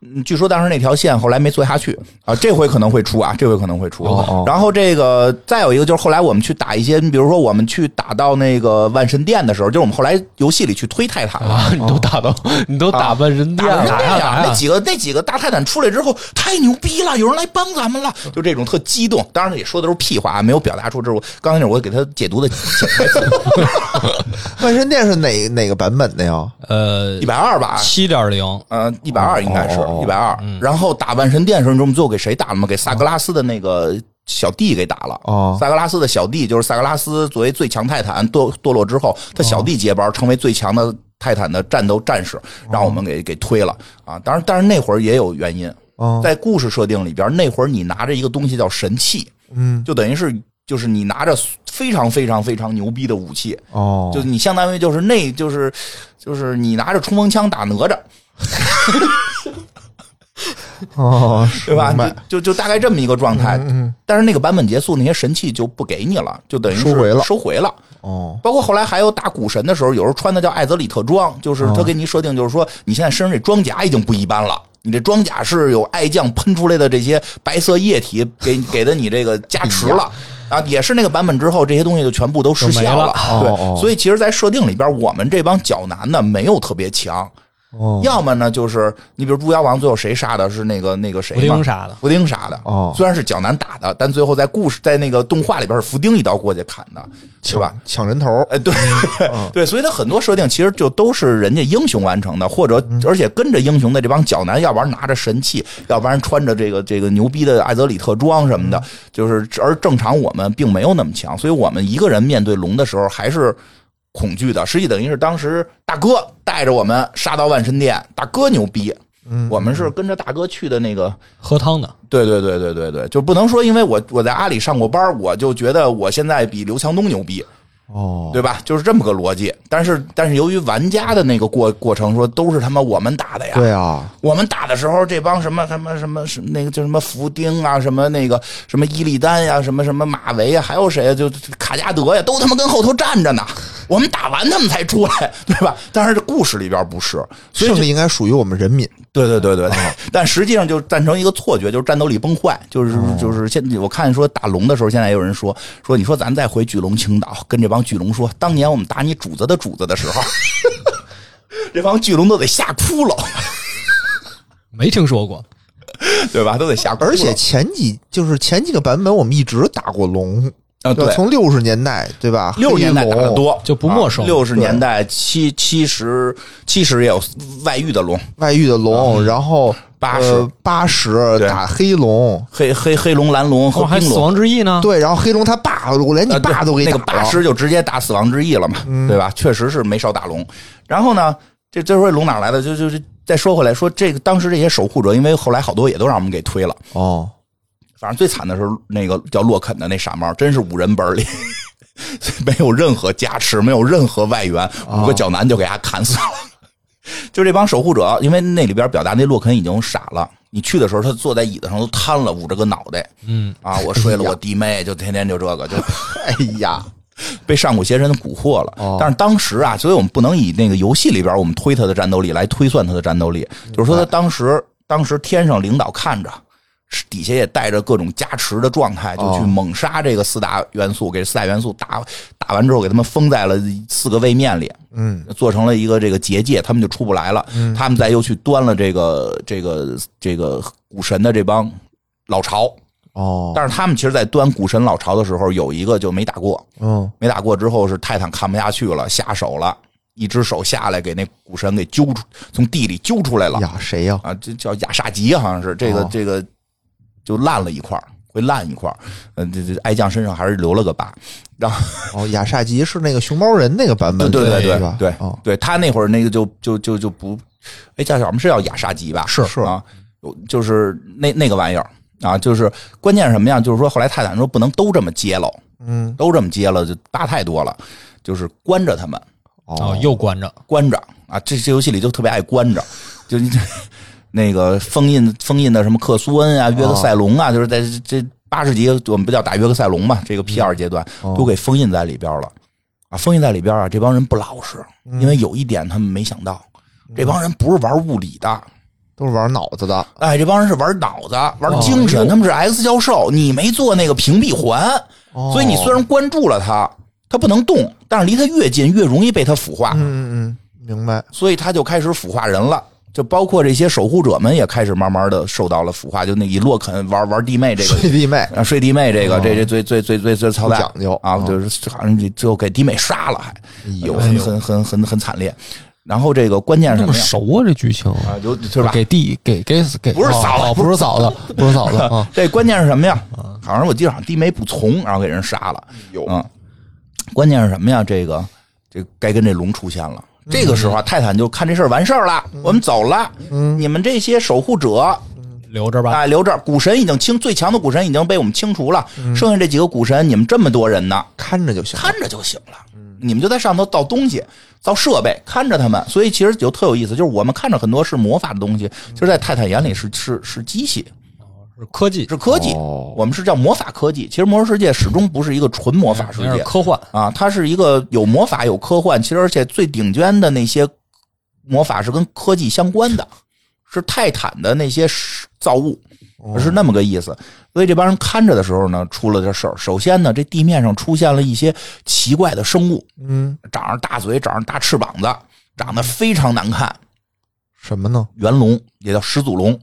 嗯据说当时那条线后来没做下去啊，这回可能会出啊，这回可能会出。
哦哦
然后这个再有一个就是后来我们去打一些，比如说我们去打到那个万神殿的时候，就是我们后来游戏里去推泰坦了。
啊！ 你都打到，你都
啊
打扮人
打
店
完
了，
神殿
呀
呀，那
呀！
几个那几个大泰坦出来之后，太牛逼了，有人来帮咱们了，就这种特激动。当然也说的都是屁话啊，没有表达出这是我刚才那我给他解读的
万神殿是哪哪个版本的呀？
呃
一，百二吧，
七点零，
嗯，一百二应该是
哦哦
一百二。然后打万神殿的时候，你知道我们最后给谁打了吗？给萨格拉斯的那个小弟给打了。
哦
萨格拉斯的小弟就是萨格拉斯作为最强泰坦堕堕落之后，他小弟接班成为最强的泰坦的战斗战
哦
士，让我们给给推了啊！当然，但是那会儿也有原因，
嗯
在故事设定里边，那会儿你拿着一个东西叫神器，
嗯
就等于是就是你拿着非常非常非常牛逼的武器，
哦
就你相当于就是那就是就是你拿着冲锋枪打哪吒。
哦，
对吧
明白？
就就就大概这么一个状态。
嗯
但是那个版本结束，那些神器就不给你了，就等于是
收回了
收回了。
哦
包括后来还有打古神的时候，有时候穿的叫艾泽里特装，就是
哦
他给你设定，就是说你现在身上这装甲已经不一般了。你这装甲是有爱将喷出来的这些白色液体给给的你这个加持
哎
了。啊，也是那个版本之后，这些东西就全部都失效
都没了
对，
哦哦
所以其实，在设定里边，我们这帮脚男呢没有特别强，
哦
要么呢就是你比如猪妖王最后谁杀的是那个那个谁
福
嘛
丁啥的，
福丁杀的。
哦
虽然是蒋楠打的，但最后在故事在那个动画里边是福丁一刀过去砍的，是吧？
抢人头，
哎，对 对，所以他很多设定其实就都是人家英雄完成的，或者而且跟着英雄的这帮脚男，要不然拿着神器，要不然穿着这个这个牛逼的艾泽里特装什么的，就是而正常我们并没有那么强，所以我们一个人面对龙的时候还是。恐惧的，实际等于是当时大哥带着我们杀到万神殿，大哥牛逼，
嗯
我们是跟着大哥去的那个
喝汤的，
对对对对对对，就不能说因为我我在阿里上过班，我就觉得我现在比刘强东牛逼，
哦
对吧？就是这么个逻辑。但是但是由于玩家的那个过过程说都是他妈我们打的呀，
对啊，
我们打的时候这帮什么什么什么什么那个叫什么福丁啊，什么那个什么伊利丹呀、什么什么马维呀、还有谁呀、就卡加德呀、都他妈跟后头站着呢。我们打完他们才出来，对吧？但是这故事里边不是，所以就
胜利应该属于我们人民。
对对对对对， 但实际上就诞生一个错觉，就是战斗力崩坏，就是就是现我看说打龙的时候，现在也有人说说你说咱再回巨龙青岛，跟这帮巨龙说，当年我们打你主子的主子的时候， 这帮巨龙都得吓哭了，
没听说过。
对吧？都得吓哭了。
而且前几就是前几个版本，我们一直打过龙，
啊，
对
对
吧，，呃从六十年代对吧？
六十年代打的
黑龙，
多，啊
就不没收
六十年代七七十七十也有外遇的龙，
外域的龙，然后呃
80
八十
嗯对
打黑龙，
黑黑黑龙、蓝龙和
哦，还
冰
死
龙。
亡之翼呢？
对，然后黑龙他爸，我连你
啊对
爸都给
那个
打了，嗯
八师就直接打死亡之翼了嘛，对吧？确实是没少打龙。然后呢，这这回龙哪来的？就就就再说回来，说这个当时这些守护者，因为后来好多也都让我们给推了。
哦，
反正最惨的时候，那个叫洛肯的那傻帽，真是五人本里。没有任何加持，没有任何外援，五
哦
个脚男就给他砍死了。 就这帮守护者，因为那里边表达那洛肯已经傻了。你去的时候，他坐在椅子上都瘫了，捂着个脑袋。
嗯，
啊，我睡了我弟妹，就天天就这个，就
哎呀，哦
被上古邪神蛊惑了。但是当时啊，所以我们不能以那个游戏里边我们推他的战斗力来推算他的战斗力，就是说他当时当时天上领导看着。是底下也带着各种加持的状态，就去
哦
猛杀这个四大元素，给四大元素打打完之后，给他们封在了四个位面里，
嗯，
做成了一个这个结界，他们就出不来了。他们再又去端了这个这个这个古神的这帮老巢，
哦，
但是他们其实，在端古神老巢的时候，有一个就没打过，
嗯，
没打过之后是泰坦看不下去了，下手了，一只手下来给那古神给揪出，从地里揪出来了
呀，谁呀？
啊，这叫亚沙吉好像是这个、
哦
这呃个就烂了一块儿会烂一块儿嗯、这这爱将身上还是留了个疤，然后
哦，亚萨吉是那个熊猫人那个版本，
对对对
嗯是吧？
对
哦，
对他那会儿那个就就就就不，哎，叫什么是叫雅莎吉吧？
是
是啊，有就是那那个玩意儿啊，就是关键是什么呀？就是说后来泰坦说不能都这么接了，
嗯，
都这么接了就搭太多了，就是关着他们，
啊，又关着，
关着啊，这这游戏里就特别爱关着，就 那个封印封印的什么克苏恩啊、约克塞隆啊，就是在这八十级我们不叫打约克塞隆嘛，这个 P 二阶段都给封印在里边了啊，封印在里边啊，这帮人不老实，因为有一点他们没想到，这帮人不是玩物理的。
都是玩脑子的，
哎，这帮人是玩脑子、玩精神，他们是 X 教授。你没做那个屏蔽环，
哦
所以你虽然关注了他，他不能动，但是离他越近越容易被他腐化。
嗯嗯嗯，明白。
所以他就开始腐化人了。就包括这些守护者们也开始慢慢的受到了腐化，就那以洛肯玩玩弟妹这个
睡弟妹，
啊，睡弟妹这个，
哦
这这最最最最最操蛋
不讲究
啊，
嗯
就是好像最后给弟妹杀了，还有
哎
很
呦
很很很很惨烈。然后这个关键是
那
什
么
么呀？
熟啊，这剧情
啊，就就是吧？
给弟给给给
不是嫂子
哦哦不是嫂
，
子，不是嫂子啊
这关键是什么呀？好像我记得好像弟妹不从，然后给人杀了。
有
嗯，关键是什么呀？这个这该跟这龙出现了。这个时候啊，泰坦就看这事儿完事儿了，我们走了。你们这些守护者
留着吧。
啊，留着古神已经清最强的古神已经被我们清除了，
嗯
剩下这几个古神，你们这么多人呢，
看着就行。
看着就行了。
嗯
你们就在上头造东西、造设备，看着他们。所以其实就特有意思，就是我们看着很多是魔法的东西，
嗯
其实，在泰坦眼里是是是机器，
是科技，
是科技。
哦
我们是叫魔法科技。其实《魔兽世界》始终不是一个纯魔法世
哦那是
界
科幻，
啊，它是一个有魔法、有科幻。其实，而且最顶尖的那些魔法是跟科技相关的，是泰坦的那些造物。是那么个意思。所以这帮人看着的时候呢，出了这事儿。首先呢，这地面上出现了一些奇怪的生物，
嗯，
长着大嘴，长着大翅膀子，长得非常难看。
什么呢？
元龙也叫始祖龙，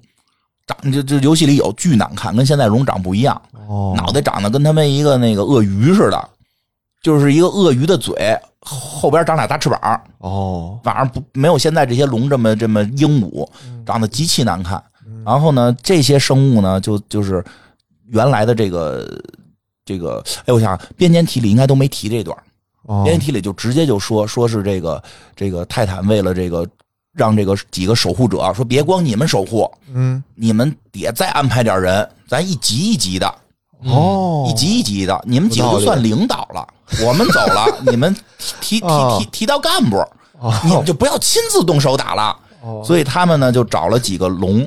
长这这游戏里有巨难看，跟现在龙长不一样，
哦，
脑袋长得跟他们一个那个鳄鱼似的，就是一个鳄鱼的嘴，后边长俩大翅膀。
哦，
反而不没有现在这些龙这么这么英武，
嗯
长得极其难看。然后呢，这些生物呢，就就是原来的这个这个，哎，我想编年体里应该都没提这段，
哦
编年体里就直接就说说是这个这个泰坦为了这个让这个几个守护者说别光你们守护，
嗯，
你们也再安排点人，咱一级一级的，
哦，
嗯一级一级的，你们几个就算领导了，我们走了，你们提提提提提到干部，你们就不要亲自动手打了。所以他们呢就找了几个龙，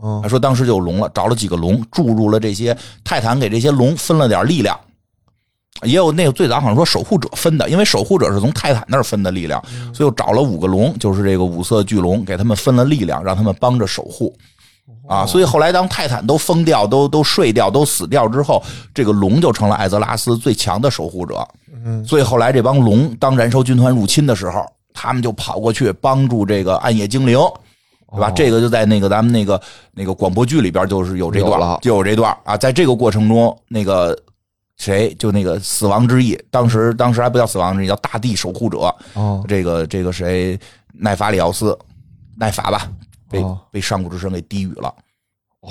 哦
说当时就有龙了，找了几个龙，注入了这些泰坦给这些龙分了点力量。也有那个最早好像说守护者分的，因为守护者是从泰坦那儿分的力量，所以又找了五个龙，就是这个五色巨龙，给他们分了力量，让他们帮着守护。啊，所以后来当泰坦都疯掉、都都睡掉、都死掉之后，这个龙就成了艾泽拉斯最强的守护者。嗯，所以后来这帮龙当燃烧军团入侵的时候，他们就跑过去帮助这个暗夜精灵，对吧？这个就在那个咱们那个那个广播剧里边就是有这段，
有了
就有这段啊。在这个过程中，那个谁就那个死亡之翼，当时当时还不叫死亡之翼，叫大地守护者。
哦，
这个这个谁，奈法里奥斯，奈法吧，被、
哦
被上古之神给低语了。哦，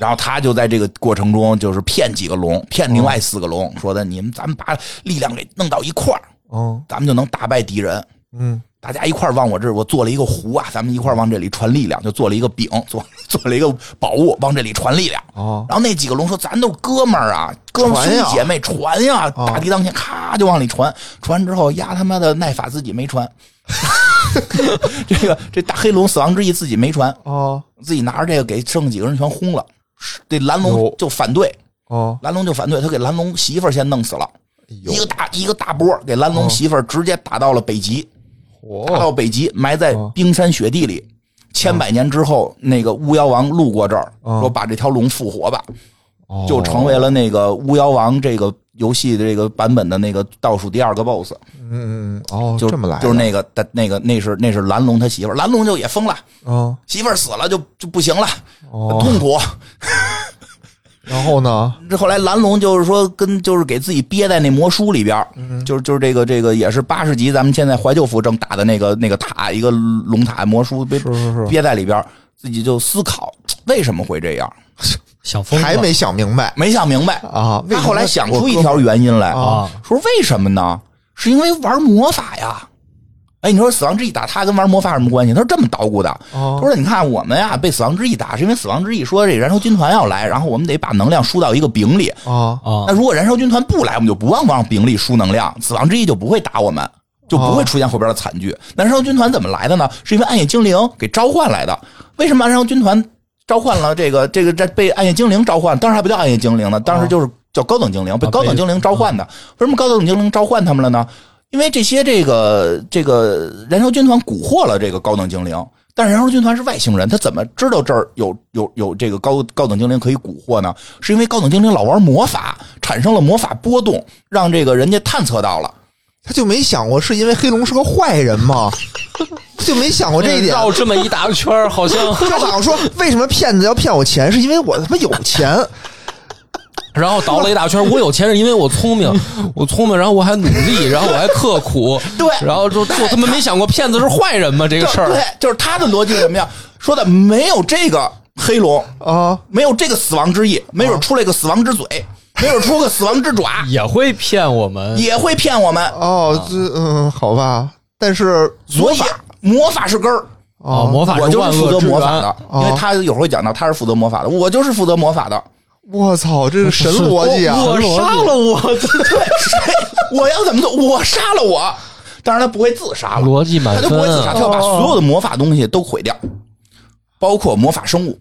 然后他就在这个过程中，就是骗几个龙，骗另外四个龙，说的你们咱们把力量给弄到一块儿，
哦，
咱们就能打败敌人。
嗯，
大家一块儿往我这儿，我做了一个壶啊，咱们一块儿往这里传力量，就做了一个饼，做做了一个宝物，往这里传力量。
哦，
然后那几个龙说：“咱都是哥们儿啊，哥们儿
传呀
兄弟姐妹传呀，
哦
大敌当前，咔就往里传。传之后，丫他妈的奈法自己没传， 这个这大黑龙死亡之翼自己没传，
哦，
自己拿着这个给剩几个人全轰了。这蓝龙
哟
就反对，
哦，
蓝龙就反对，他给蓝龙媳妇儿先弄死了，
有
一个大一个大波儿给蓝
哦
龙媳妇儿直接打到了北极。打
火
到北极，埋在
哦
冰山雪地里。千百年之后，那个巫妖王路过这儿，
哦
说把这条龙复活吧，就成为了那个巫妖王这个游戏的这个版本的那个倒数第二个 BOSS，
嗯嗯嗯，哦，
就
这么来，
就是，那个的那个那是那是蓝龙他媳妇儿，蓝龙就也疯了，
嗯，
媳妇儿死了就就不行了，
哦，
痛苦。
然后呢？
这后来蓝龙就是说跟就是给自己憋在那魔书里边儿，
嗯
就是就是这个这个也是八十级咱们现在怀旧服正打的那个那个塔一个龙塔魔书被
是是是
憋在里边儿，自己就思考为什么会这样。
想疯了，
还没想明白
没想明白。
啊。为
他
什么
后来想
我
出一
哥
条原因来，
啊
说为什么呢？是因为玩魔法呀。哎，你说死亡之翼打他跟玩魔法有什么关系？他是这么捣鼓的，
哦
他说：“你看我们呀，被死亡之翼打，是因为死亡之翼说这燃烧军团要来，然后我们得把能量输到一个饼里。
啊
啊
那如果燃烧军团不来，我们就不往往饼里输能量，死亡之翼就不会打我们，就不会出现后边的惨剧。那燃烧军团怎么来的呢？是因为暗夜精灵给召唤来的。为什么燃烧军团召唤了这个这个这被暗夜精灵召唤？当时还不叫暗夜精灵呢，当时就是叫高等精灵，被
啊
高等
被，
精灵召唤的。为什么高等精灵召唤他们了呢？因为这些这个这个燃烧军团蛊惑了这个高等精灵，但是燃烧军团是外星人，他怎么知道这儿有有有这个高高等精灵可以蛊惑呢？是因为高等精灵老玩魔法，产生了魔法波动，让这个人家探测到了。
他就没想过是因为黑龙是个坏人吗？ 他就没想过这一点。
绕这么一大圈儿，好像
就好像说，为什么骗子要骗我钱？是因为我他妈有钱，
然后倒了一大圈儿。我有钱是因为我聪明，我聪明，然后我还努力，然后我还刻苦，
对
然后就就他妈没想过骗子是坏人吗？这个
就
事儿
对，就是他的逻辑是什么呀？说的没有这个黑龙，
啊
没有这个死亡之翼，没准出来个死亡之嘴，没准出个死亡之爪
也会骗我们，
也会骗我们。
哦，这嗯，好吧，但是
所以啊魔法是根儿。
哦
啊，魔法
我就是
万
负责
恶之
魔
源
法的，因为他一会儿会讲到他是负责魔法的，我就是负责魔法的。
我操，这是神逻辑啊！
我杀了我，
对，谁 我要怎么做？我杀了我，当然他不会自杀
哦
了，
逻辑满
他就
分
不会自杀，
啊
他！要把所有的魔法东西都毁掉，包括魔法生物，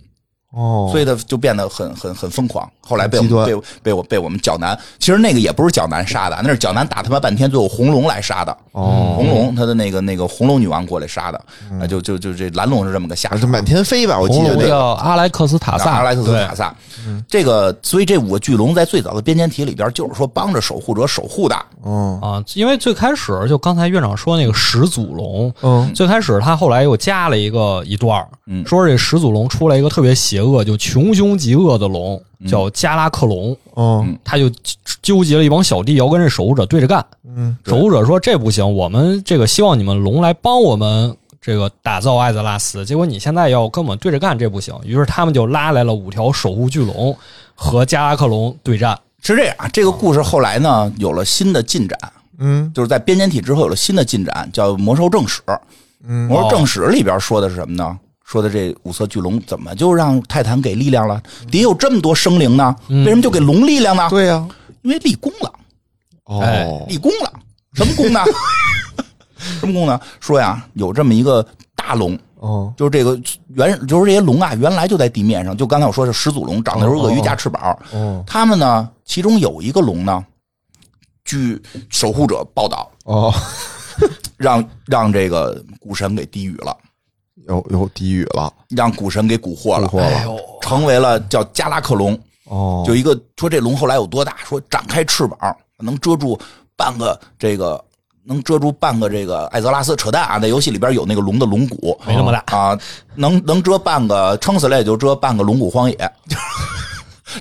哦，
所以他就变得很很很疯狂。后来被我
极
们
端
被我被我被我们角男，其实那个也不是角男杀的，那是角男打他妈半天，最后红龙来杀的。
哦
红龙他的那个那个红龙女王过来杀的，啊，就就就这蓝龙是这么个下场
这。满天飞吧，我记
红
得
龙
这个
叫哦阿莱克斯塔
萨
萨
阿，莱克斯塔萨，
嗯
这个所以这五个巨龙在最早的编年体里边，就是说帮着守护者守护的。
嗯
啊，因为最开始就刚才院长说那个始祖龙，
嗯
最开始他后来又加了一个一段儿
嗯
说这始祖龙出来一个特别邪恶，就穷凶极恶的龙，
嗯
叫加拉克龙，
嗯
他就纠集了一帮小弟要跟这守护者对着干。
嗯，
守护者说这不行，我们这个希望你们龙来帮我们这个打造艾泽拉斯，结果你现在要跟我们对着干，这不行。于是他们就拉来了五条守护巨龙和加拉克龙对战。
是这样啊，这个故事后来呢有了新的进展，
嗯
就是在编年体之后有了新的进展，叫《魔兽正史》。《
嗯
魔兽正史》里边说的是什么呢？说的这五色巨龙怎么就让泰坦给力量了？底下有这么多生灵呢，为什么就给龙力量呢？
嗯对呀，
因为立功了。
哦
立功了，什么 功呢？什么功呢？说呀，有这么一个大龙，
哦
就是这个原，就是这些龙啊，原来就在地面上。就刚才我说是始祖龙，长的是鳄鱼加翅膀。
哦
他们呢，其中有一个龙呢，据守护者报道，
哦，
让让这个古神给低语了，
有有地狱了，
让古神给蛊惑了，
蛊惑了哎
成为了叫加拉克龙。
哦
就一个说这龙后来有多大，说展开翅膀能遮住半个这个。能遮住半个这个艾泽拉斯，扯淡啊！在游戏里边有那个龙的龙骨，
哦
没那么大
啊，能 能遮半个，撑死了也就遮半个龙骨荒野，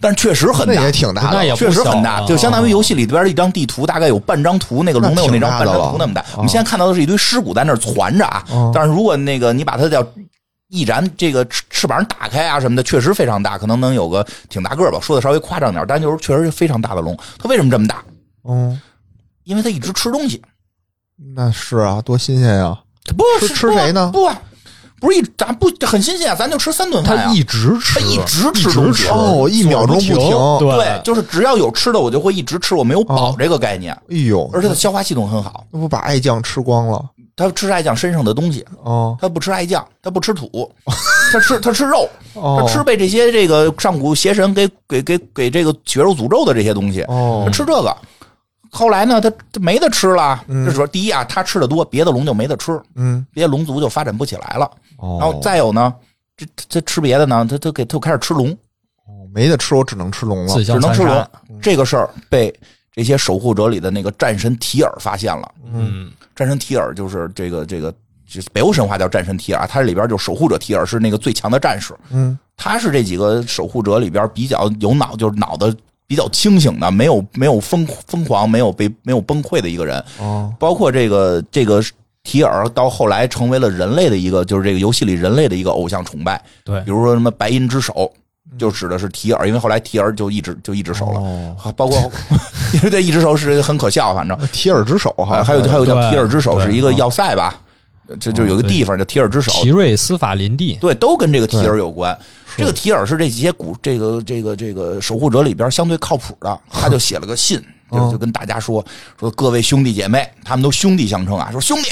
但是确实很
那
大
也，挺大
那
的，
也不
确实很
小
大，
啊
就相当于游戏里边一张地图，大概有半张图，那个龙
那
没有那
挺
张
大
半
的
张
了
图那么大。我们现在看到的是一堆尸骨在那儿攒着啊
哦，
但是如果那个你把它叫翼展这个翅翅膀打开啊什么的，确实非常大，可能能有个挺大个儿吧，说的稍微夸张点儿，但就是确实是非常大的龙。它为什么这么大？
嗯，
因为它一直吃东西，
那是啊，多新鲜呀！
它不
吃吃谁呢
不啊，不是一咱不很新鲜啊，咱就吃三顿饭啊
他。一直吃，
它一直吃
一直
东西
吃，
哦一秒钟不停
对
对，就是只要有吃的，我就会一直吃，我没有饱
哦
这个概念，
哎呦，
而且它消化系统很好，
那不把爱酱吃光了
它吃爱酱身上的东西。
哦
他不吃艾酱，他不吃土，他吃他吃肉，
哦
他吃被这些这个上古邪神给给给给这个血肉诅咒的这些东西，
哦
他吃这个。后来呢，他他没得吃了。
嗯
这时候第一啊，他吃的多，别的龙就没得吃，
嗯
别的龙族就发展不起来了。
哦，
然后再有呢，这他他吃别的呢，他他给他就开始吃龙，
哦没得吃，我只能吃龙了
自。
只
相
能
残
吃龙
杀。。
嗯
这个事儿被这些守护者里的那个战神提尔发现了。
嗯，
战神提尔就是这个这个，就是北欧神话叫战神提尔，他里边就守护者提尔是那个最强的战士。
嗯
他是这几个守护者里边比较有脑，就是脑子比较清醒的，没有没有疯疯狂，没有被没有崩溃的一个人。
哦
包括这个这个提尔，到后来成为了人类的一个，就是这个游戏里人类的一个偶像崇拜，
对
比如说什么白银之手，
嗯
就指的是提尔，因为后来提尔就一只就一只手了，
哦
啊包 括因为这一只手是很可笑，反正
提尔之手哈，
啊还有还有叫
对
提尔之手
对嗯哦
是一个要塞吧，就就有一个地方叫提尔之手，
奇瑞斯法林地，
对，都跟这个提尔有关。这个提尔是这些古这个这个这个守护者里边相对靠谱的，他就写了个信，就就跟大家说说各位兄弟姐妹，他们都兄弟相称啊，说兄弟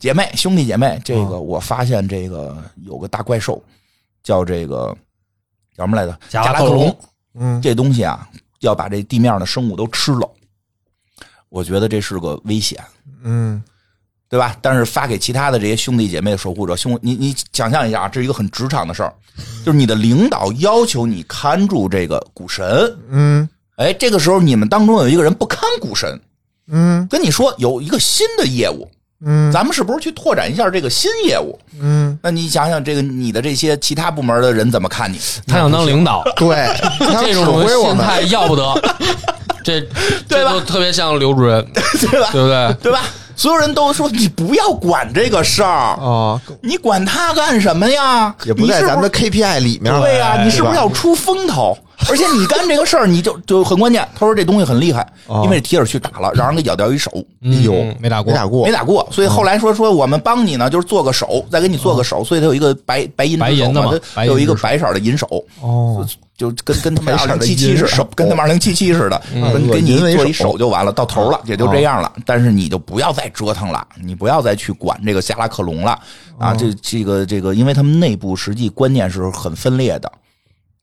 姐妹兄弟姐妹，这个我发现这个有个大怪兽叫这个叫什么来着？
加
拉
拉
克
克
隆
隆，
嗯，
这东西啊，要把这地面上的生物都吃了，我觉得这是个啊危险。
嗯
对吧？但是发给其他的这些兄弟姐妹的守护者，兄你你想象一下啊，这是一个很职场的事儿，就是你的领导要求你看住这个股神，
嗯
哎，这个时候你们当中有一个人不看股神，
嗯
跟你说有一个新的业务，
嗯
咱们是不是去拓展一下这个新业务？
嗯，
那你想想，这个你的这些其他部门的人怎么看你？
他想当领导，
对，他
这
指
种
挥我
心
们，
态要不得，这这都特别像刘主任，
对吧？
对不对？
对吧？所有人都说你不要管这个事儿，
啊，
你管他干什么呀？
也不
你
在
是
咱们
是
的 KPI 里面。
对呀、你是不是
哎吧
要出风头？ 而且你干这个事儿，你就就很关键。他说这东西很厉害，因为提尔去打了，让人给咬掉一手，
有没打
没
过，嗯
打
嗯
过
没？打过，所以后来说说我们帮你呢，就是做个手，再给你做个手，所以他有一个白白银之手
白银的嘛
它
白银
有一个
之手
白色儿的银手，
哦，
就跟跟他们
白
二
色儿
零
的
七七
银
似
手
的，跟他们二零七七似的，
嗯
跟跟你
银为
做一
手
手就完了，到头
啊
了，也就这样了。但是你就不要再折腾了，你不要再去管这个夏拉克隆了
哦
啊！这这个这个，因为他们内部实际观念是很分裂的，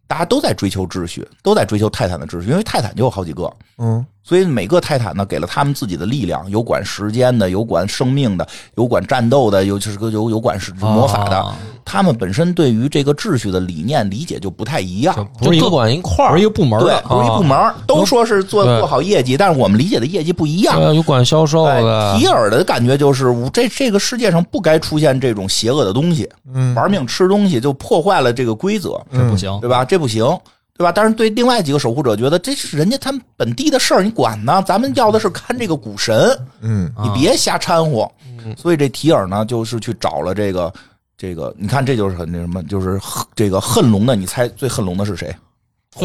大家都在追求秩序，都在追求泰坦的秩序，因为泰坦就有好几个，
嗯
所以每个泰坦呢，给了他们自己的力量，有管时间的，有管生命的，有管战斗的，有就是个有有管是魔法的。
啊
他们本身对于这个秩序的理念理解就不太一样，
不是一
就
个
各管一块
不
儿啊
是一，个部门
对
的，，
不是一部门儿，啊都说是做
对
做好业绩，但是我们理解的业绩不一样。
对有管销售
哎
的
提，尔的感觉就是，我这这个世界上不该出现这种邪恶的东西，
嗯，
玩命吃东西就破坏了这个规则，
这不行，
对吧？这不行，对吧？但是对另外几个守护者觉得，这是人家他们本地的事儿，你管呢？咱们要的是看这个股神，
嗯
你别瞎掺和。所以这提尔呢，就是去找了这个这个，你看这就是很那什么，就是恨这个恨龙的。你猜最恨龙的是谁？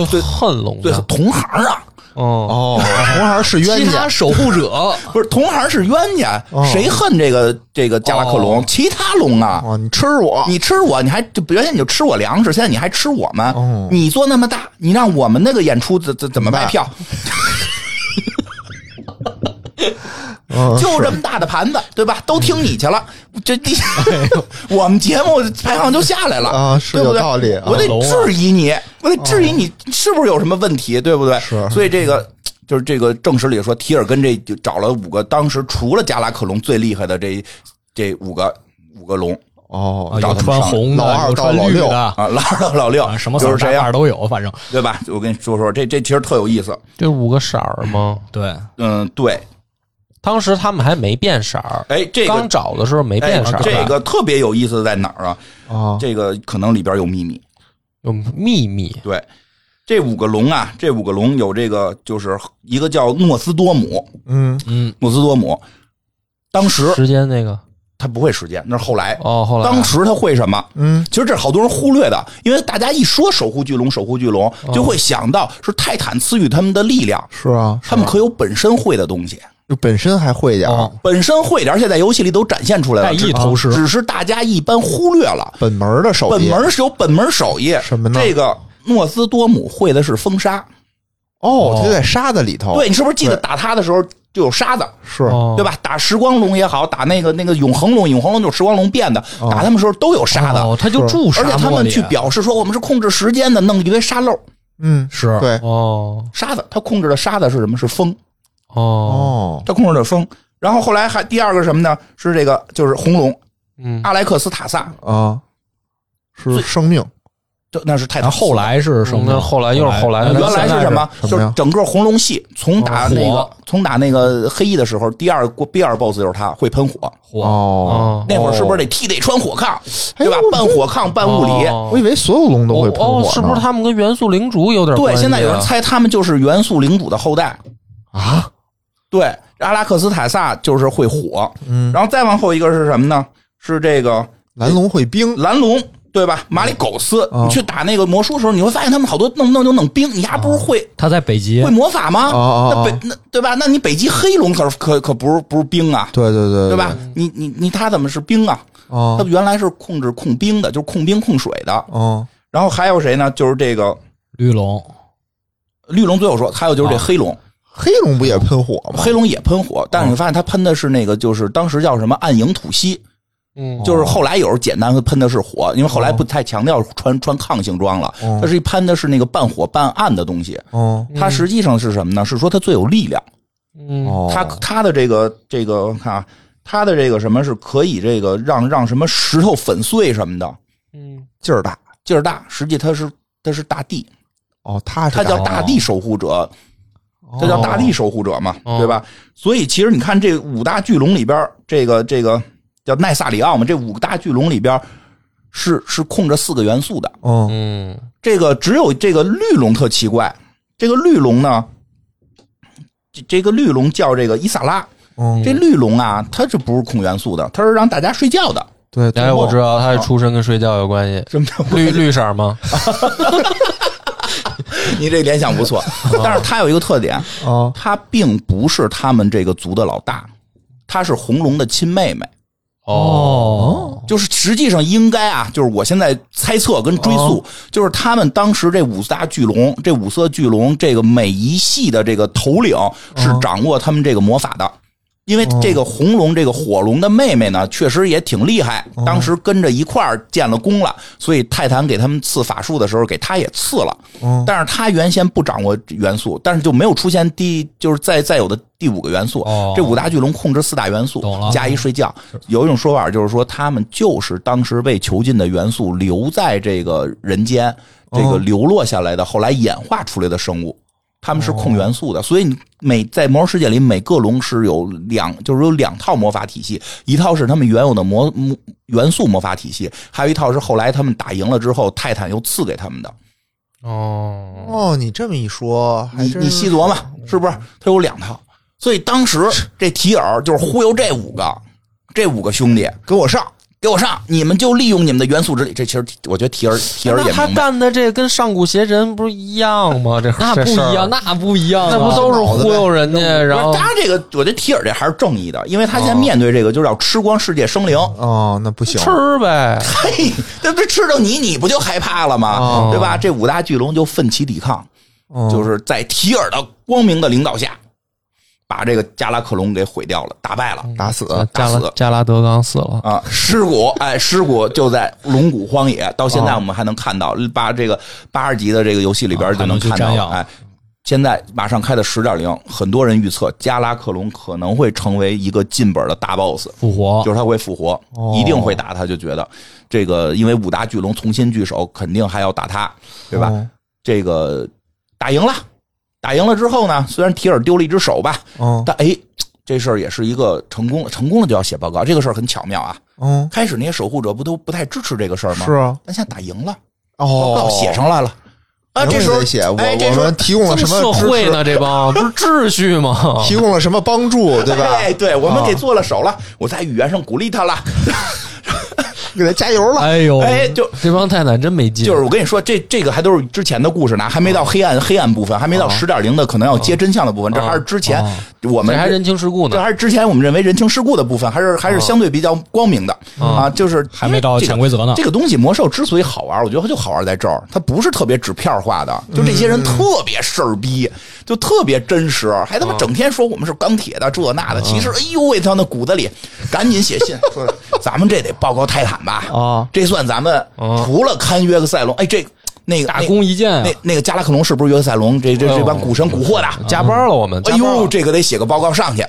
最恨龙
对，
的，
同行啊。
哦，
哦，同行是冤
其
家
他，守护者，
不是同行是冤家，谁恨这个这个加拉克龙？其他龙啊，
哦，你吃我，
你吃我，你还就原先你就吃我粮食，现在你还吃我们，
哦
你做那么大，你让我们那个演出怎怎怎么卖票？
嗯
就这么大的盘子，对吧？都听你去了，这第我们节目排行就下来了
哎啊是
对不对
有道理
我得
啊
质疑你，我得质疑你是不是有什么问题，对不对？
是
所以这个就是这个正史里说，提尔跟这就找了五个当时除了加拉克隆最厉害的这这五个五个龙
啊
哦，
找他
有
们
穿
商量
红
老
的，
二
有
到
穿
老
绿
六
的，
啊，老二到老六
啊，什么
就
色
是
儿
这
大
样，
褂都有，反正
对吧？我跟你说说，这这其实特有意思。
这五个色儿吗？
对，
嗯，对，
当时他们还没变色儿，
哎，这个
刚找的时候没
哎
变色儿，
这个特别有意思在哪儿啊？
啊，
这个可能里边有秘密。
有秘密，
对，这五个龙啊，这五个龙有这个，就是一个叫诺斯多姆，
嗯
嗯，
诺斯多姆，当时
时间那个
他不会时间，那是后来。
哦，后来
当时他会什么？
嗯，
其实这是好多人忽略的，因为大家一说守护巨龙，守护巨龙就会想到是泰坦赐予他们的力量，
是啊，
他们可有本身会的东西，
就本身还会点儿
哦
本身会点，而且在游戏里都展现出来了，
带
只
一头狮
只是大家一般忽略了。
本门儿的手
本
艺，
门是有本门手艺，
什么呢
这个诺斯多姆会的是风沙，
哦，就在沙子里头，
对，你是不是记得打他的时候就有沙子，
是
哦
对吧？打时光龙也好，打那个那个永恒龙，永恒龙就是时光龙变的，打他们时候都有沙子，
哦，他就住
而且
沙
他
漠
们
里啊
去，表示说我们是控制时间的，弄一堆沙漏，
嗯，
是
对，
哦
沙子，他控制的沙子是什么？是风，
哦，
哦，
他控制的风。然后后来还第二个是什么呢？是这个就是红龙
嗯，
阿莱克斯塔萨，
啊，是生命，
这那是泰
然
坦。
后后来是什么
嗯那
呢？
后来又是后来
原来
现
是
在
什么？
什么
就是
呀啊
整个红龙系从打那个
火
从打那个黑衣的时候，第二个第二 BOSS 就是他会喷火，
火？
哦，
哦，
那会儿是不是得替得穿火炕，
哎
对吧
我？
半火炕半物理，
哦
我以为所有龙都会喷火
哦
呢，
是不是他们跟元素领主有点
对，
关系啊
现在有人猜他们就是元素领主的后代。
啊？
对，阿拉克斯塔萨就是会火，
嗯，
然后再往后一个是什么呢？是这个
蓝龙会冰，
蓝龙，对吧？马里狗斯，
哦
你去打那个魔术的时候，你会发现他们好多弄不弄就弄冰，你还不是会
他在北极
会，魔法吗？
哦哦
那
哦
北那对吧？那你北极黑龙可可可不是不是冰啊，
对对对
对吧？？你你你他怎么是冰啊？
哦
他原来是控制控冰的，就是控冰控水的。
哦
然后还有谁呢？就是这个
绿龙
绿龙最后说，还有就是这黑龙，
黑龙不也喷火吗？
黑龙也喷火，但是你发现它喷的是那个，就是当时叫什么暗影吐息，
嗯，
就是后来有时候简单会喷的是火，因为后来不太强调穿穿抗性装了，
哦
它是一喷的是那个半火半暗的东西。
哦
它实际上是什么呢？是说它最有力量，
嗯
哦，
它它的这个这个看啊，它的这个什么是可以这个让让什么石头粉碎什么的，
嗯
劲儿大
劲儿大。实际它是它是大地，
哦，他是
它叫
大
大地守护者，它叫大地守护者嘛，
哦
对吧？所以其实你看这五大巨龙里边儿，这个这个叫奈萨里奥嘛，这五大巨龙里边儿是是控着四个元素的。
嗯
嗯
这个只有这个绿龙特奇怪，这个绿龙呢，这这个绿龙叫这个伊萨拉，
嗯，
这绿龙啊，它这不是控元素的，它是让大家睡觉的。
对，对
哎，我知道他的出身跟睡觉有关 系，
什么叫
绿绿色吗？
你这联想不错，但是它有一个特点，
啊
它并不是他们这个族的老大，它是红龙的亲妹妹。
哦，
就是实际上应该啊，就是我现在猜测跟追溯，就是他们当时这五大巨龙，这五色巨龙，这个每一系的这个头领是掌握他们这个魔法的。因为这个红龙，这个火龙的妹妹呢，确实也挺厉害。当时跟着一块儿建了功了，所以泰坦给他们赐法术的时候，给他也赐了。
嗯
但是他原先不掌握元素，但是就没有出现第，就是再再有的第五个元素。
哦
这五大巨龙控制四大元素，
懂了
加一睡觉。有一种说法就是说，他们就是当时被囚禁的元素留在这个人间，这个
哦
流落下来的，后来演化出来的生物。他们是控元素的，所以你每在魔兽世界里，每个龙是有两，就是有两套魔法体系，一套是他们原有的魔魔元素魔法体系，还有一套是后来他们打赢了之后，泰坦又赐给他们的。
哦，
哦，你这么一说，还
你
真
你细琢磨，是不是？他有两套，所以当时这提尔就是忽悠这五个，这五个兄弟
跟我上，
给我上，你们就利用你们的元素之力。这其实我觉得提尔提尔也
哎那他
明白，
干的这跟上古邪神不是一样吗？这
那不
这事儿
一样，那不一样啊，
那不都是忽悠人家，然
不
后
是他这个，我觉得提尔这还是正义的，因为他现在面对这个就是要吃光世界生灵。
哦，那不行，
吃呗？
嘿，这不吃到你，你不就害怕了吗？
哦
对吧？这五大巨龙就奋起抵抗，
嗯
就是在提尔的光明的领导下，把这个加拉克龙给毁掉了，打败了。
打死，
加
打
拉
死
加拉德刚死了，
啊，尸骨，哎，尸骨就在龙骨荒野，到现在我们还能看到，八这个八十级的这个游戏里边
啊
就能看
还能去瞻
到，
仰
哎，现在马上开的十点零，很多人预测加拉克隆可能会成为一个进本的大 boss，
复活
就，是他会复活，
哦
一定会打他，就觉得这个因为五大巨龙重新聚首，肯定还要打他，对吧？
哦
这个打赢了，打赢了之后呢，虽然提尔丢了一只手吧，
嗯
但哎，这事儿也是一个成功了，成功了就要写报告，这个事儿很巧妙啊。
嗯，
开始那些守护者不都不太支持这个事儿吗？
是啊，
但现在打赢了，报告
哦，
写上来了。啊，
明
这时候
明得写我
哎，这时候
我们提供了
这
什么
社
支
会
持，
呢？这 帮不是秩序吗？
提供了什么帮 助，对吧？
哎，对我们
啊
给做了手了，我在语言上鼓励他了。
给他加油了，
哎呦，
哎，就
这帮泰坦真没
嗯
劲，
就是我跟你说，这这个还都是之前的故事呢，还没到黑暗黑暗部分，还
嗯
没到十点零的可能要接真相的部分，这还是之前嗯我
这
们
还人情世故
这
呢。
还是之前我们认为人情世故的部分，还是还是相对比较光明的啊，就是
嗯还没到
因为这个
潜规则呢
这个东西魔兽之所以好玩，我觉得它就好玩在这儿，它不是特别纸片化的，就这些人特别事儿逼，就特别真实，还他妈整天说我们是钢铁的这那的，其实哎呦喂，他那骨子里赶紧写信说咱们这得报告泰坦吧，
啊
这算咱们除了堪约克塞隆，哎这那个
大功一件啊
那那那个加拉克隆是不是约克塞隆这这这帮古神蛊惑的？
嗯加班了，我们
哎
加班啊
呦，
了
这个得写个报告上去，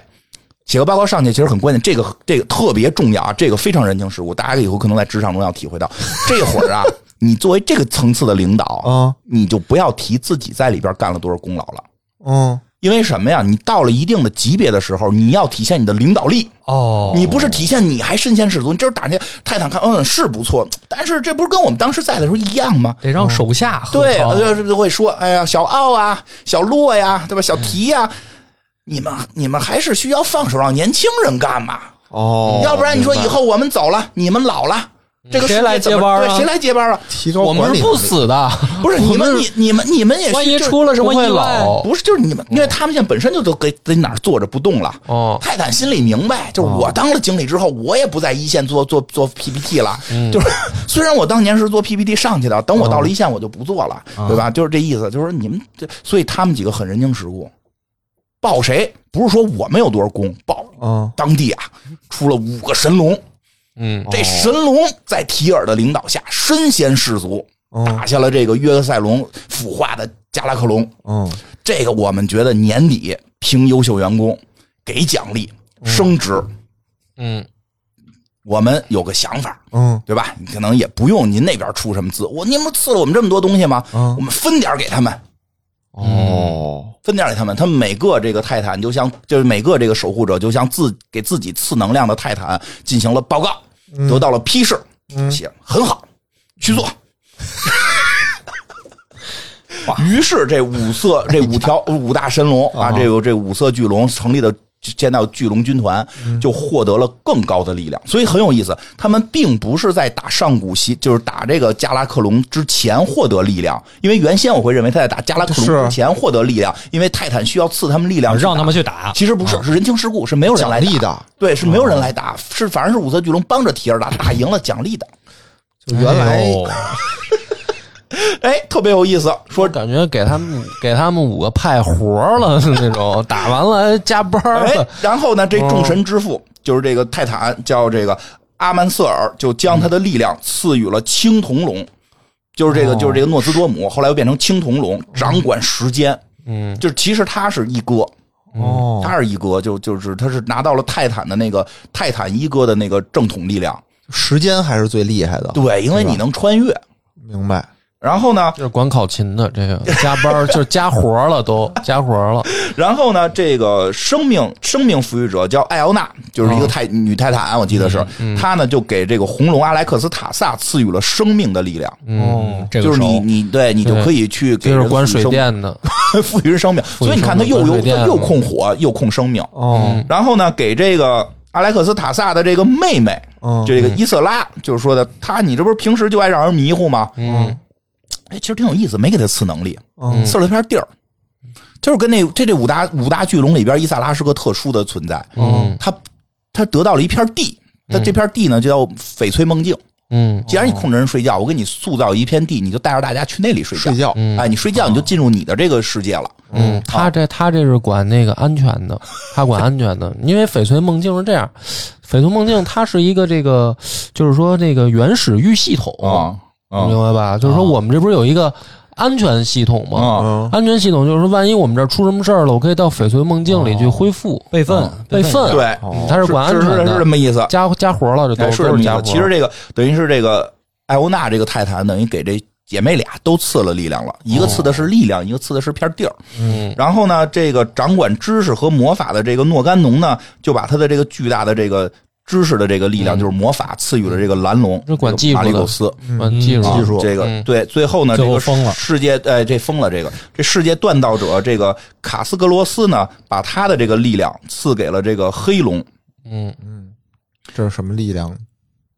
写个报告上去其实很关键，这个这个特别重要啊，这个非常人情世故，大家以后可能在职场中要体会到。这会儿啊，你作为这个层次的领导
啊，
你就不要提自己在里边干了多少功劳了，
嗯，
因为什么呀？你到了一定的级别的时候，你要体现你的领导力。
哦，
你不是体现你还身先士卒，你就是打那泰坦看，嗯，是不错，但是这不是跟我们当时在的时候一样吗？
得让手下喝
对，
汤
就是就会说，哎呀，小奥啊，小洛呀、对吧？小提呀、
嗯
你们你们还是需要放手让年轻人干嘛，
哦，
要不然你说以后我们走了，你们老了，这个世界
谁来接班啊哦
怎么对谁来接班啊？
提高
我
管
们
理
是
能
不
力
死的，
不是你们，你你们你们也
万
是
一
这
出了什么
不会
意外，
老
不是就是你们，因为他们现在本身就都给在哪儿坐着不动了。
哦，
泰坦心里明白，就是我当了经理之后，我也不在一线做做做 PPT 了。就是 虽然我当年是做 PPT 上去的，等我到了一线，我就不做了，对吧？就是这意思，就是说你们这，所以他们几个很人情世故，报谁不是说我们有多少功，报
啊，
当地啊出了五个神龙，
嗯，
这神龙在提尔的领导下身先士卒，打下了这个约克塞龙腐化的加拉克龙。
嗯，
这个我们觉得年底评优秀员工，给奖励升职，
嗯，
我们有个想法，
嗯，
对吧？你可能也不用您那边出什么资，我您不是赐了我们这么多东西吗？
嗯
我们分点给他们，
哦，
分点给他们。他们每个这个泰坦就像就是每个这个守护者就像自给自己赐能量的泰坦进行了报告，得到了批示，写很好，去做。 于是这五色这五条五大神龙啊，这个这五色巨龙成立的。现在有巨龙军团就获得了更高的力量，所以很有意思。他们并不是在打上古西，就是打这个加拉克龙之前获得力量，因为原先我会认为他在打加拉克龙
是
之前获得力量，因为泰坦需要赐他们力量，
啊让他们去打。
其实不是，是人情世故，是没有人来
啊奖励
打
的，啊
对，是没有人来打，是反正是五色巨龙帮着提尔打，打赢了奖励的，
就原来
哎呦
哎，特别有意思。说
我感觉给他们给他们五个派活了那种，打完了还加班
哎
了，，
然后呢，这众神之父、
嗯
就是这个泰坦，叫这个阿曼瑟尔，就将他的力量赐予了青铜龙，就是
哦
这个、就是这个诺兹多姆，后来又变成青铜龙，
嗯
掌管时间。
嗯，
就是其实他是一哥，
哦
他是一哥，就就是他是拿到了泰坦的那个泰坦一哥的那个正统力量。
时间还是最厉害的，
对，因为你能穿越。
明白？
然后呢，
这是管考勤的，这个加 班就是加活了都，加活了，
然后呢，这个生命生命赋予者叫艾奥娜，就是一
哦
个泰、女泰坦，我记得是、
嗯
她呢，就给这个红龙阿莱克斯塔萨赐予了生命的力量，
哦，这个
就是
手
你你对你就可以去
嗯
给
就
人
是管水
赋予生
电的，
赋予人生命，
予
所以你看
生
它
命
又
管
有
水电
它又控火又控生命。
哦，
然后呢，给这个阿莱克斯塔萨的这个妹妹，
嗯
就这个伊瑟拉，就是说的她，你这不是平时就爱让人迷糊吗？
嗯，
哎，其实挺有意思，没给他赐能力，
嗯
赐了他片地儿，就是跟那这这五大五大巨龙里边，伊萨拉是个特殊的存在，
嗯
他他得到了一片地，他这片地呢就叫翡翠梦境。
嗯
既然你控制人睡觉，我给你塑造一片地，你就带着大家去那里睡觉。
睡觉
哎，你睡觉你就进入你的这个世界了。
嗯，他这他这是管那个安全的，他管安全的，因为翡翠梦境是这样，翡翠梦境它是一个这个，就是说这个原始域系统，
啊
你哦明白吧？就是说我们这不是有一个安全系统吗？
啊！
嗯，
安全系统就是说，万一我们这儿出什么事儿了，我可以到翟绥梦境里去恢复
备份
备份。
对，
嗯，它是管安
哦是
全
是是这
的，
么意思，
加加活了，这
哎
都
是这
都
么
是
意
加
思。
活。
其实这个等于是这个艾欧娜这个泰坦等于给这姐妹俩都赐了力量了，一
哦
个赐的是力量，一个赐的是片地儿。
嗯
然后呢，这个掌管知识和魔法的这个诺甘农呢，就把他的这个巨大的这个知识的这个力量，
嗯
就是魔法，赐予了这个蓝龙，
这管技术
马
的
里苟斯。
嗯，技术
啊
技术
这个
嗯
对，最后呢，这
最后
个
疯了
世界，哎，这疯了，这个这世界锻造者，这个卡斯格罗斯呢，把他的这个力量赐给了这个黑龙，
嗯，
这是什么力量？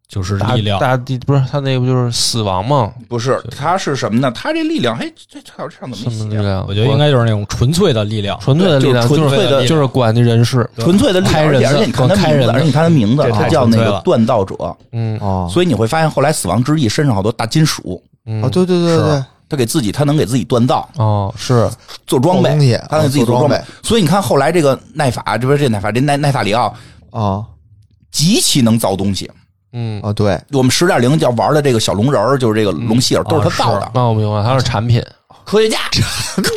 就是
大
力量，
大地不是他那个不就是死亡吗？
不是，他是什么呢？他这力量，哎，这这好像怎
什
么
么
没
力
写啊？
量？
我觉得应该就是那种纯粹的力量。
纯粹的力量，
就是
就
纯粹的
是就是管那人事。
纯粹的力量，
开人
而且
的
而且你看他
管开
名
人
字，
的
而且你看他名字，
这太
他叫那
纯粹
个
了
锻造者，
嗯
哦，
所以你会发现后来死亡之翼身上好多大金属，
嗯
啊，对对对对，
他给自己，他能给自己锻造、
哦是
做装
做东西
备，他能给自己做装
啊做
备
装。
所以你看，后来这个奈法，这不是这奈法，这奈奈法里奥
啊
极其能造东西。
嗯，
啊，对，
我们十点零叫玩的这个小龙人儿，就是这个龙希尔，都是他造的。
那我明白，嗯啊他是产品
科学家，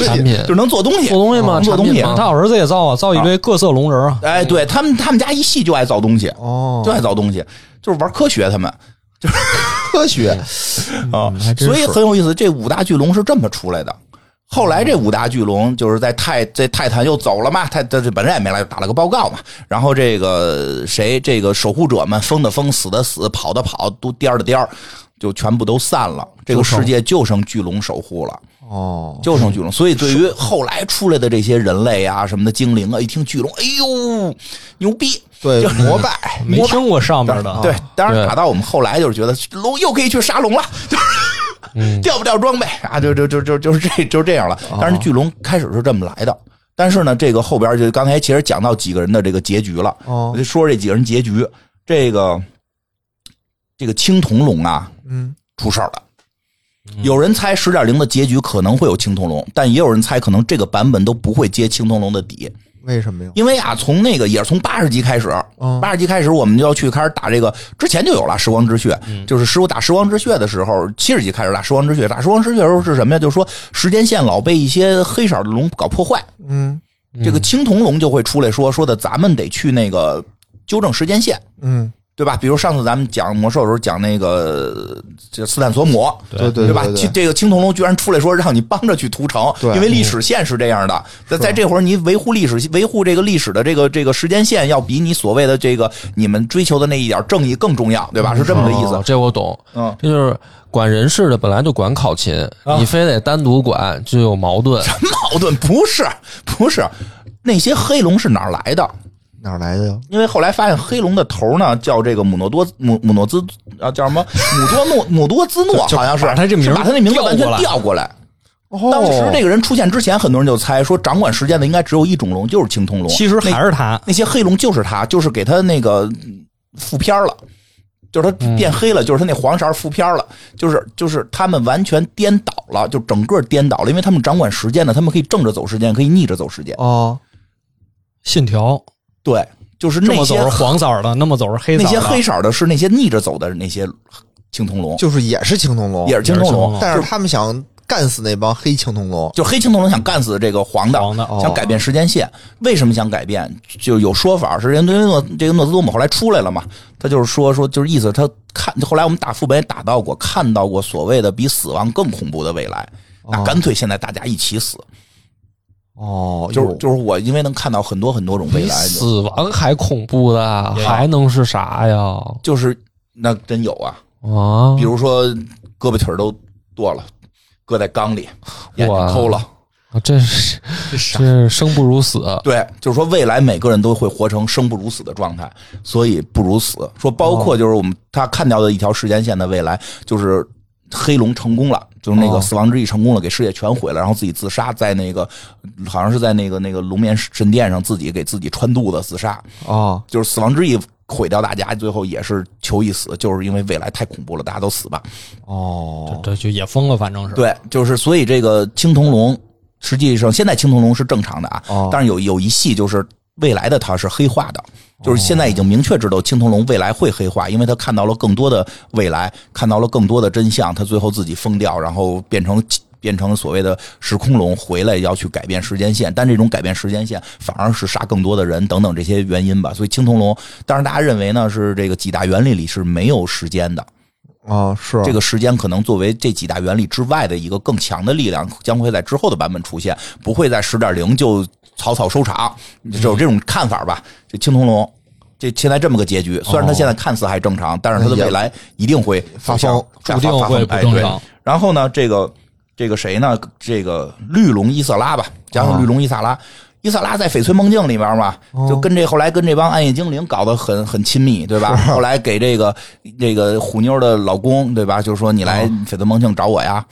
产品
就是能做东西，
做东西吗？
能做东西
产品吗
他儿子也造啊，造一堆各色龙人啊，
哎，对他们，他们家一系就爱造东西，
哦
就，爱造东西，就是玩科学。他们
科学
啊
哎嗯还，真
所以
是
很有意思。这五大巨龙是这么出来的。后
哦
来这五大巨龙就是在泰这泰坦又走了嘛，泰这这本来也没来，打了个报告嘛。然后这个谁这个守护者们疯的疯，死的死，跑的跑，都颠儿的颠儿，就全部都散了。这个世界就剩巨龙守护了。
哦，
就剩巨龙。所以对于后来出来的这些人类啊什么的精灵啊，一听巨龙，哎呦，牛逼！
对
就是
膜拜，
没听过上面的，
对，当然
对
打到我们后来就是觉得龙又可以去杀龙了，就是 掉不掉装备啊，就就就就就是这就是这样了。但是巨龙开始是这么来的。但是呢，这个后边就刚才其实讲到几个人的这个结局了，
哦
我就说这几个人结局，这个这个青铜龙啊
嗯，
出事儿了。有人猜十点零的结局可能会有青铜龙，但也有人猜可能这个版本都不会接青铜龙的底，
为什么呀？
因为啊，从那个也是从八十集开始，
嗯
八十集开始我们就要去开始打这个，之前就有了时光之血，
嗯
就是师傅打时光之血的时候，七十集开始打时光之血，打时光之血的时候是什么呀？就是说时间线老被一些黑色的龙搞破坏，
嗯
这个青铜龙就会出来说说的，咱们得去那个纠正时间线。
嗯，
对吧？比如上次咱们讲魔兽的时候，讲那个呃这斯坦索姆，
对对
对吧？
对
这这个青铜龙居然出来说让你帮着去屠城，
对
因为历史线是这样的。在在这会儿，你维护历史、维护这个历史的这个这个时间线，要比你所谓的这个你们追求的那一点正义更重要，对吧？是这么个意
哦
思。
这我懂，
嗯，啊
这就是管人事的本来就管考勤，你非得单独管就有矛盾。
矛盾不是不是，那些黑龙是哪儿来的？
哪儿来的呀？
因为后来发现黑龙的头呢叫这个姆诺多姆姆诺兹啊叫什么姆多诺姆多兹诺，好像是
把他这名
是
儿
把他那名字
调
完全
过来
调过来。
哦
当时这个人出现之前，很多人就猜说掌管时间的应该只有一种龙，就是青铜龙。
其实还是他，
那些黑龙就是他，就是给他那个嗯附片儿了，就是他变黑了，就是他那黄色儿附片儿了，就是就是他们完全颠倒了，就整个颠倒了，因为他们掌管时间的，他们可以正着走时间，可以逆着走时间。
哦，
信条
对，就是
这
那
么走
些
是黄色儿的，那么走是黑色
那
儿的，
些黑色儿的是那些逆着走的那些青铜龙，
就是也是青铜龙，
也是青铜
也是青铜
龙
龙，
但是他们想干死那帮黑青铜龙。
就黑青铜龙想干死这个黄的，
黄的哦
想改变时间线。为什么想改变？就有说法是因为诺这个诺兹多姆后来出来了嘛，他就是说说就是意思他看后来我们打副本也打到过，看到过所谓的比死亡更恐怖的未来。
哦
那干脆现在大家一起死，
哦，
就是
哟
就是我因为能看到很多很多种未
哎比
来，啊就
死亡还恐怖的，
也有
还能是啥呀？
就是那真有啊，
啊
比，如说胳膊腿儿都剁了，搁在缸里，眼睛
哇
抠了。
这是
这
这
傻
是生不如死。
对，就是说未来每个人都会活成生不如死的状态，所以不如死。说包括就是我们他看到的一条时间线的未来，就是黑龙成功了，就是那个
哦
死亡之翼成功了，给世界全毁了，然后自己自杀，在那个好像是在那个那个龙眠神殿上自己给自己穿肚子自杀，
哦，
就是死亡之翼毁掉大家，最后也是求一死，就是因为未来太恐怖了，大家都死吧。
哦，
这就也疯了，反正是。
对，就是所以这个青铜龙，实际上现在青铜龙是正常的啊，
哦
但是有有一系就是未来的它是黑化的，就是现在已经明确知道青铜龙未来会黑化，因为他看到了更多的未来，看到了更多的真相，他最后自己疯掉，然后变成。变成所谓的时空龙回来要去改变时间线，但这种改变时间线反而是杀更多的人等等这些原因吧。所以青铜龙，当然大家认为呢是这个几大原理里是没有时间的，
哦，是
这个时间可能作为这几大原理之外的一个更强的力量，将会在之后的版本出现，不会在十点零就草草收场，只有这种看法吧。这青铜龙，这现在这么个结局，虽然它现在看似还正常，但
哦
是它的未来一定会
发
向
疯
发
注定
发
会
疯
不
哎
正
对
常
然后呢，这个这个谁呢？这个绿龙伊瑟拉吧，讲讲绿龙伊瑟拉。伊瑟拉在《翡翠梦境》里边嘛，就跟这后来跟这帮暗夜精灵搞得很很亲密，对吧？后来给这个这个虎妞的老公，对吧？就说你来翡翠梦境找我呀，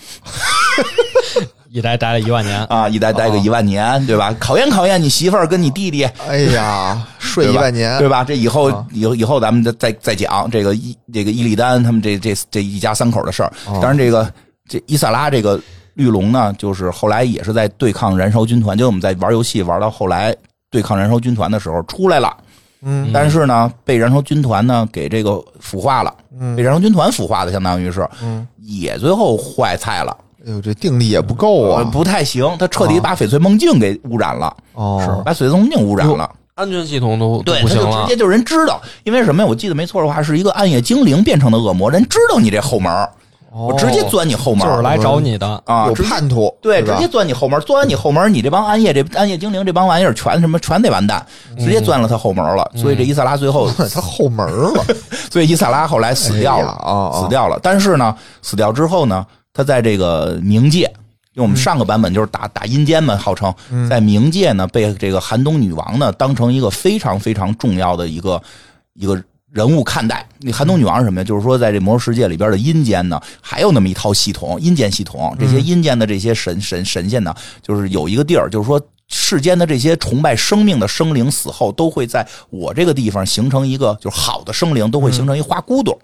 一待待了一万年，
啊，一待待个一万年，对吧？考验考验你媳妇儿跟你弟弟，
哎呀， 睡
对
一
吧
万年，
对吧？这以后
啊
以后以后咱们再再再讲这个伊这个伊利丹他们这这这一家三口的事儿。
哦
当然，这个这伊萨拉这个绿龙呢，就是后来也是在对抗燃烧军团，就是我们在玩游戏玩到后来对抗燃烧军团的时候出来了。
嗯，
但是呢，被燃烧军团呢给这个腐化了，被燃烧军团腐化的，相当于是，
嗯
也最后坏菜了，
哎呦，这定力也不够
呃
啊！
不太行，他彻底把翡翠梦境给污染了，
哦，
把翡翠梦境污染了。
安全系统都都
对，
不
他
行
就
了
直接，就人知道，因为什么呀？我记得没错的话，是一个暗夜精灵变成的恶魔，人知道你这后门儿，我直接钻你后门
哦就
儿，
是来找你的。
啊，
有
直接
叛徒，
对，
是
直
吧
接钻你后门儿，钻完你后门儿，你这帮暗夜这暗夜精灵这帮玩意儿全什么全得完蛋，直
嗯
接钻了他后门儿了。所以这伊萨拉最后，
他后门 了，
所以伊萨拉后来死掉
哎呀
了，
哦哦
死掉了。但是呢，死掉之后呢，他在这个冥界。因为我们上个版本就是打打阴间嘛，号称
嗯
在冥界呢被这个寒冬女王呢当成一个非常非常重要的一个一个人物看待。那寒冬女王是什么呀？就是说在这魔兽世界里边的阴间呢，还有那么一套系统，阴间系统。这
嗯
些阴间的这些神神神仙呢，就是有一个地儿，就是说。世间的这些崇拜生命的生灵，死后都会在我这个地方形成一个，就是好的生灵都会形成一花骨朵儿，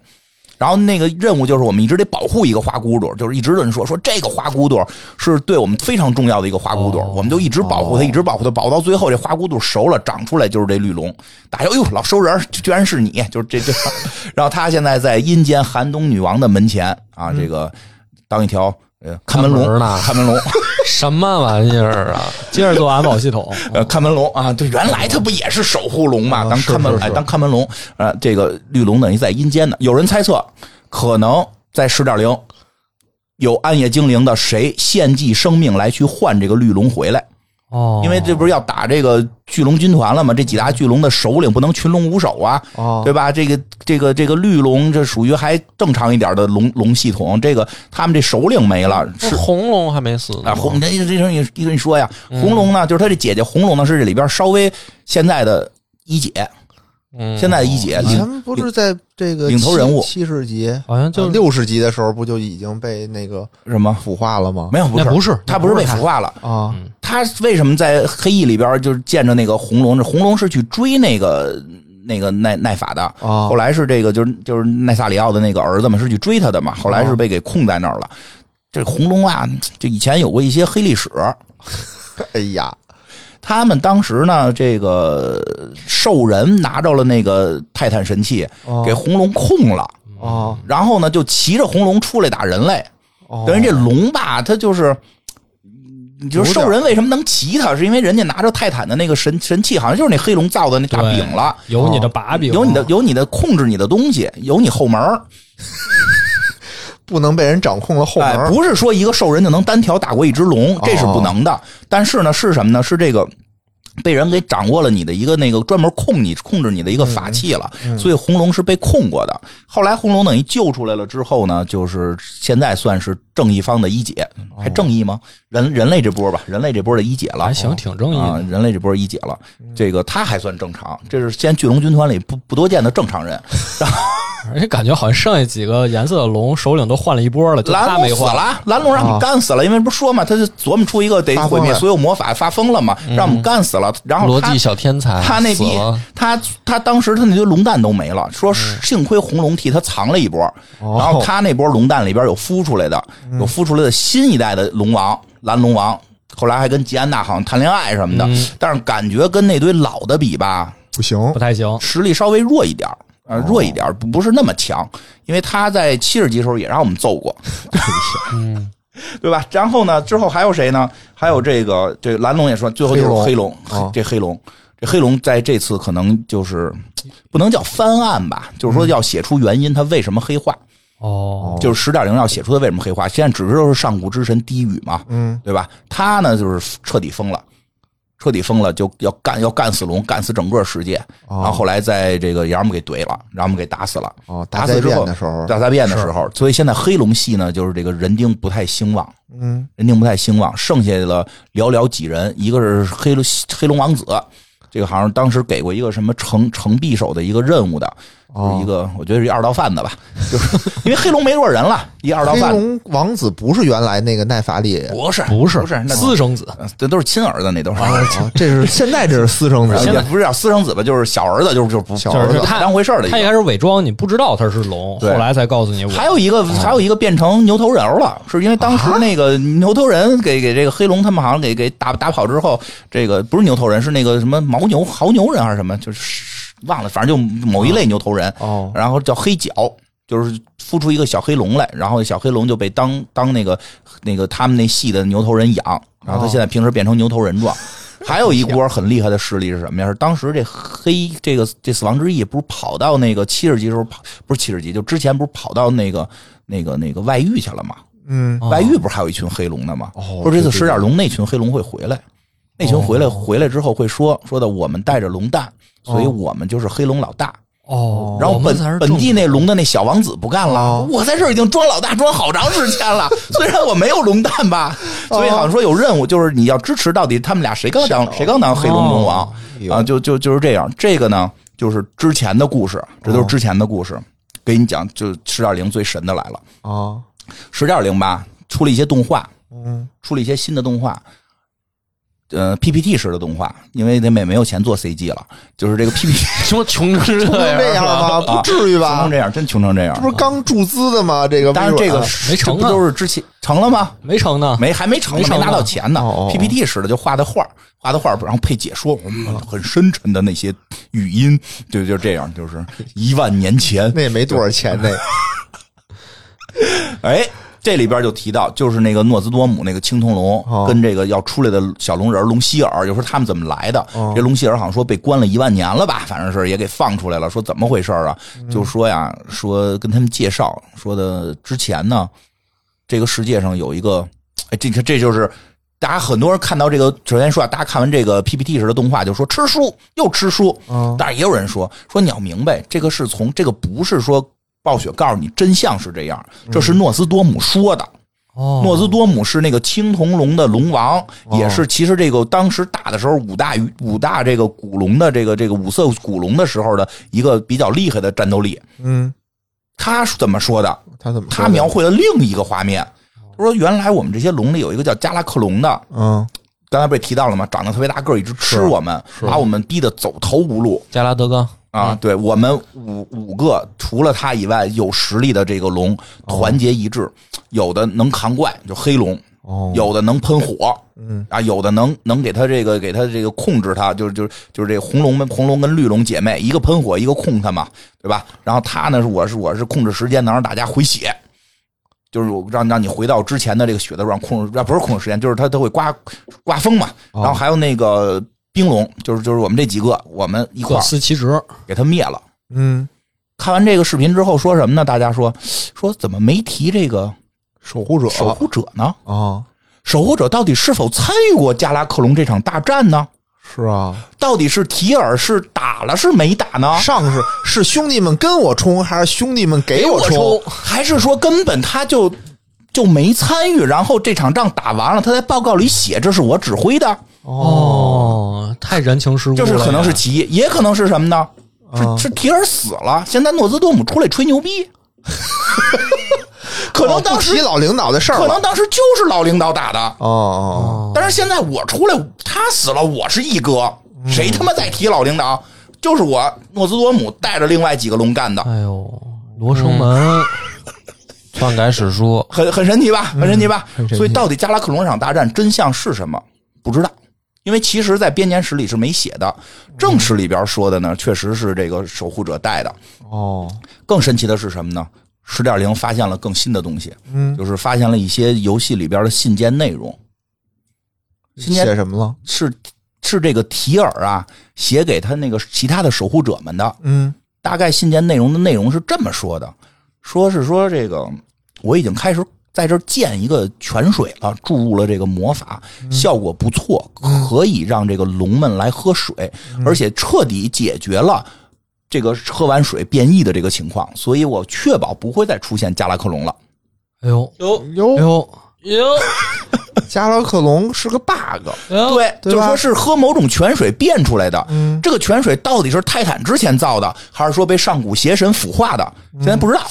然后那个任务就是我们一直得保护一个花骨朵儿，就是一直有人说说这个花骨朵儿是对我们非常重要的一个花骨朵
哦
儿，我们就一直保护它，一直保护它，保护到最后这花骨朵儿熟了长出来就是这绿龙，大家说哎呦老熟人儿居然是你，就是这这， 然后他现在在阴间寒冬女王的门前啊，这个当一条呃看
看门
门龙
儿呢
看门龙。
什么玩意儿啊？
接着做安保系 统，
呃，看门龙啊，对，原来它不也是守护龙嘛，当看门哎，当看门龙，呃，这个绿龙等于在阴间呢。有人猜测，可能在十点零有暗夜精灵的谁献祭生命来去换这个绿龙回来，
哦
因为这不是要打这个巨龙军团了吗？这几大巨龙的首领不能群龙无首啊，
哦
对吧？这个这个这个绿龙这属于还正常一点的龙龙系统，这个他们这首领没了，是
红龙还没死呢
啊，红这这这你跟你说呀，红龙呢，就是他这姐姐红龙呢，是这里边稍微现在的一姐，
嗯
现在的一姐
以
领
前不是在这个
领头
七
人物
七十级，啊
好像
哦
就是
六十级的时候，不就已经被那个
什么？
腐化了吗？
没有，不
那
是，
不是
他不是被腐化了。
啊，
他为什么在黑翼里边就是见着那个红龙？这红龙是去追那个那个奈奈法的，
哦
后来是这个就是就是奈萨里奥的那个儿子嘛，是去追他的嘛，后来是被给控在那儿了。这红龙啊，就以前有过一些黑历史，
哎呀，
他们当时呢，这个兽人拿着了那个泰坦神器，给红龙控了，
哦
然后呢就骑着红龙出来打人类。
哦
等于这龙吧，它就是，你就是兽人为什么能骑它，是因为人家拿着泰坦的那个神神器，好像就是那黑龙造的那大
对
饼了，
有你的把柄，
哦
哦
有你的有你的控制你的东西，有你后门儿
不能被人掌控了后门
哎，
儿，
不是说一个兽人就能单挑打过一只龙，这
哦
是不能的。但是呢，是什么呢？是这个。被人给掌握了你的一个那个专门控你控制你的一
嗯
个法器了，所以红龙是被控过的。后来红龙等于救出来了之后呢，就是现在算是正义方的一姐，还正义吗？人人类这波吧，人类这波的一姐了，
哦还行，挺正义嗯
啊
的，，
人类这波一姐了，这个他还算正常，这是先巨龙军团里不不多见的正常人。
而且感觉好像剩下几个颜色的龙首领都换了一波了，就
蓝
他
龙
没
死
换。
啊
了，蓝龙让你干死了，因为不是说嘛，他就琢磨出一个得
啊发疯
毁灭
了
所有魔法，发疯了嘛，让我们干死了。然
嗯
后
逻
他
辑小天才，
他那
死
逼
了，嗯
他他当时他那堆龙蛋都没了，说幸亏红龙替他藏了一波，
哦
然后他那波龙蛋里边有孵出来的，
嗯
有孵出来的新一代的龙王蓝龙王，后来还跟吉安娜好像谈恋爱什么的，
嗯
但是感觉跟那堆老的比吧，
不行，
啊
不太行，
实力稍微弱一点儿呃，弱一点儿不不是那么强，因为他在七十级时候也让我们揍过， 对吧？然后呢，之后还有谁呢？还有这个这蓝龙也说，最后就是黑
黑
龙，
哦
这黑龙，这黑龙在这次可能就是不能叫翻案吧，就是说要写出原因，他为什么黑化，
哦，
就是十点零要写出他为什么黑化。现在只知道是上古之神低语嘛，
嗯，
对吧？他呢就是彻底疯了，彻底疯了，就要干要干死龙，干死整个世界。
哦
然后后来在这个杨姆给怼了，杨姆给打死了。
哦，
打
大
死
灾
之
变
后
的时候，
大灾变的时候，所以现在黑龙系呢，就是这个人丁不太兴旺，
嗯，
人丁不太兴旺，剩下了寥寥几人，一个是黑龙黑龙王子。这个好像当时给过一个什么城城匕首的一个任务的，
哦
就是一个我觉得是一二道贩子吧，就是因为黑龙没多少人 了，一二道哦
黑
贩子
龙王子不是原来那个奈法里，
不是
不是
不是，那
私生子，
这都是亲儿子，那都是。呃
啊，这 是现在这是私生子，
也不是叫私生子吧，就是小儿子，就是就是不
小儿子
不太当回事儿的一
他一
个。
开始伪装，你不知道他是龙，后
对
来才告诉你我。
还有一个，还有一个变成牛头人了，是因为当时那个牛头人给给这个黑龙他们好像给给打打跑之后，这个不是牛头人，是那个什么牦牛、牦牛人还是什么，就是忘了，反正就某一类牛头人，
哦
然后叫黑角，就是孵出一个小黑龙来，然后小黑龙就被当当那个那个他们那系的牛头人养，然后他现在平时变成牛头人状。还有一波很厉害的势力是什么呀？是当时这黑这个这死亡之翼不是跑到那个七十级时候跑，不是七十级，就之前不是跑到那个那个那个外域去了吗？
嗯，
哦
外域不是还有一群黑龙的吗？
哦
说这次
对对对
十点龙那群黑龙会回来，
哦
那群回来回来之后会说说的，我们带着龙蛋，所以我们就是黑龙老大。
哦，
然后
我们
本
才是
本
正哦
地那龙的那小王子不干了，我在这儿已经装老大装好长时间 了，虽然我没有龙蛋吧，
哦
所以好像说有任务，就是你要支持到底他们俩谁刚当谁刚当黑龙中王
哦
哎呦
啊，就就就是这样。这个呢，就是之前的故事，这
哦
都是之前的故事。给你讲，就十点零最神的来了，
啊，
十点零吧，出了一些动画，
嗯，
出了一些新的动画，呃，PPT 式的动画，因为他们也没有钱做 CG 了，就是这个 PPT
穷 穷成
不能
这
这
样
样
是吧，
了吗？
啊
不至于
穷
吧
成？这样，真穷成这样
这。不是刚注资的吗？这个微
当然，
软
这个
没
这
成
不
啊
都是之前成了吗？
没成呢，
没，还没成呢，
没成
没
呢
拿到钱呢
哦哦哦。
PPT 似的，就画的画，画的画，然后配解说，嗯，很深沉的那些语音，就就这样，就是一万年前
那也没多少钱，那
哎，这里边就提到，就是那个诺兹多姆那个青铜龙、
哦
跟这个要出来的小龙人龙希尔，就说他们怎么来的。
哦
这龙希尔好像说被关了一万年了吧，反正是也给放出来了。说怎么回事啊？
嗯
就说呀，说跟他们介绍说的之前呢，这个世界上有一个，哎，这这这就是。大家很多人看到这个，首先说啊，大家看完这个 PPT 式的动画就说吃书又吃书，
嗯
但是也有人说说你要明白，这个是从这个不是说暴雪告诉你真相是这样，这
嗯
是诺斯多姆说的。
哦，
诺斯多姆是那个青铜龙的龙王，
哦
也是其实这个当时打的时候五大鱼五大这个古龙的这个这个五色古龙的时候的一个比较厉害的战斗力。
嗯，
他是怎么说的？
他怎么说的哦
他描绘了另一个画面。他说：“原来我们这些龙里有一个叫加拉克龙的，
嗯
刚才不也提到了吗？长得特别大个儿，一直吃
是
我们，把我们逼得走投无路。
加拉德冈，
嗯
啊，对我们五五个除了他以外有实力的这个龙团结一致，有的能扛怪，就黑龙；
哦
有的能喷火，
嗯
啊，有的能能给他这个给他这个控制他，就是就是就是这红龙红龙跟绿龙姐妹，一个喷火，一个控他嘛，对吧？然后他呢是我是我是控制时间，能让大家回血，就是我让让你回到之前的这个血的状控制，啊不是控制时间，就是他他会刮刮风嘛，
哦
然后还有那个冰龙，就是就是我们这几个，我们一块
各
儿
司其职，
给他灭了。
嗯，
看完这个视频之后说什么呢？大家说说怎么没提这个
守护者
守护者呢？
啊，
守护者到底是否参与过加拉克隆这场大战呢？
是啊，
到底是提尔是打了是没打呢？
上是是兄弟们跟我冲，还是兄弟们给我
我
冲？
还是说根本他就就没参与？然后这场仗打完了，他在报告里写这是我指挥的，
哦，太人情世故了
这
呀，
是可能是其一，也可能是什么呢？
嗯
是是提尔死了，现在诺兹多姆出来吹牛 逼，可能
哦
当
不
时
提老领导的事儿
可能
了。
当时就是老领导打的。
哦哦，
但是现在我出来，他死了，我是一哥，
嗯
谁他妈再提老领导？就是我诺兹多姆带着另外几个龙干
嗯
的，
哎呦，
罗生门，
嗯
篡改史书，
很很神奇吧？很神奇吧？
嗯很神奇
所以到底加拉克隆这场大战真相是什么？不知道，因为其实，在编年史里是没写的，
嗯
正史里边说的呢，确实是这个守护者带的。
哦，
更神奇的是什么呢？十点零发现了更新的东西，
嗯，
就是发现了一些游戏里边的信件内容。信件
写什么了？
是是这个提尔啊写给他那个其他的守护者们的。
嗯，
大概信件内容的内容是这么说的：说是说这个我已经开始在这儿建一个泉水了，注入了这个魔法，效果不错，可以让这个龙们来喝水，而且彻底解决了。这个喝完水变异的这个情况，所以我确保不会再出现加拉克龙了。
哎呦
哟，
哎
哟，
呦哟
加拉克隆是个 bug，
哟，
对，
嗯对
就
吧
说是喝某种泉水变出来的。
嗯，
这个泉水到底是泰坦之前造的，还是说被上古邪神腐化的？
嗯
现在不知道。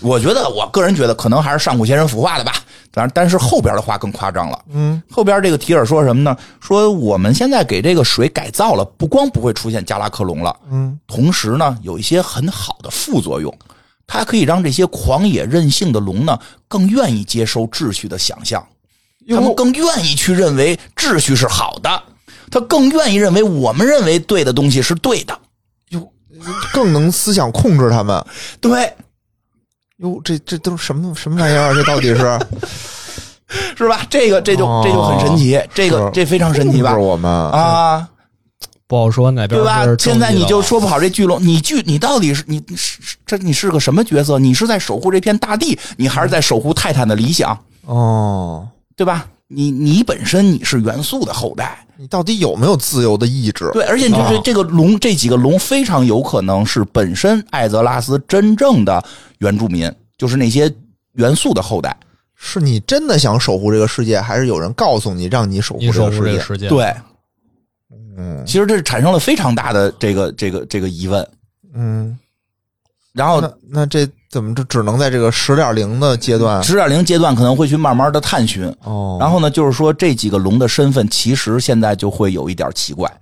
我觉得，我个人觉得，可能还是上古邪神腐化的吧。但但是后边的话更夸张了。
嗯，
后边这个提尔说什么呢？说我们现在给这个水改造了，不光不会出现加拉克隆了，
嗯，
同时呢，有一些很好的副作用。它可以让这些狂野任性的龙呢，更愿意接受秩序的想象。他们更愿意去认为秩序是好的，他更愿意认为我们认为对的东西是对的。
更能思想控制他们。
对，
哟，这这都是什么什么玩意儿？这到底是
是吧？这个这就
哦
这就很神奇，这个
是
这非常神奇吧
控制？我们啊，
啊，
不好说哪边
对吧
是？正
现
义
在你
的
就
了
说不好这巨龙，你巨你到底是你你是这你是个什么角色？你是在守护这片大地，你还是在守护泰坦的理想，
哦，
对吧？你你本身你是元素的后代，
你到底有没有自由的意志？
对，而且就是
啊
这个龙，这几个龙非常有可能是本身艾泽拉斯真正的原住民，就是那些元素的后代。
是你真的想守护这个世界，还是有人告诉你让你守护
你
这
守
个
护
世
这个
界？
世界，，
对，
嗯
其实这产生了非常大的这个这个这个疑问。
嗯，
然后
那那这怎么就只能在这个十点零的阶段？
十点零阶段可能会去慢慢的探寻。
啊哦
然后呢，就是说这几个龙的身份其实现在就会有一点奇怪，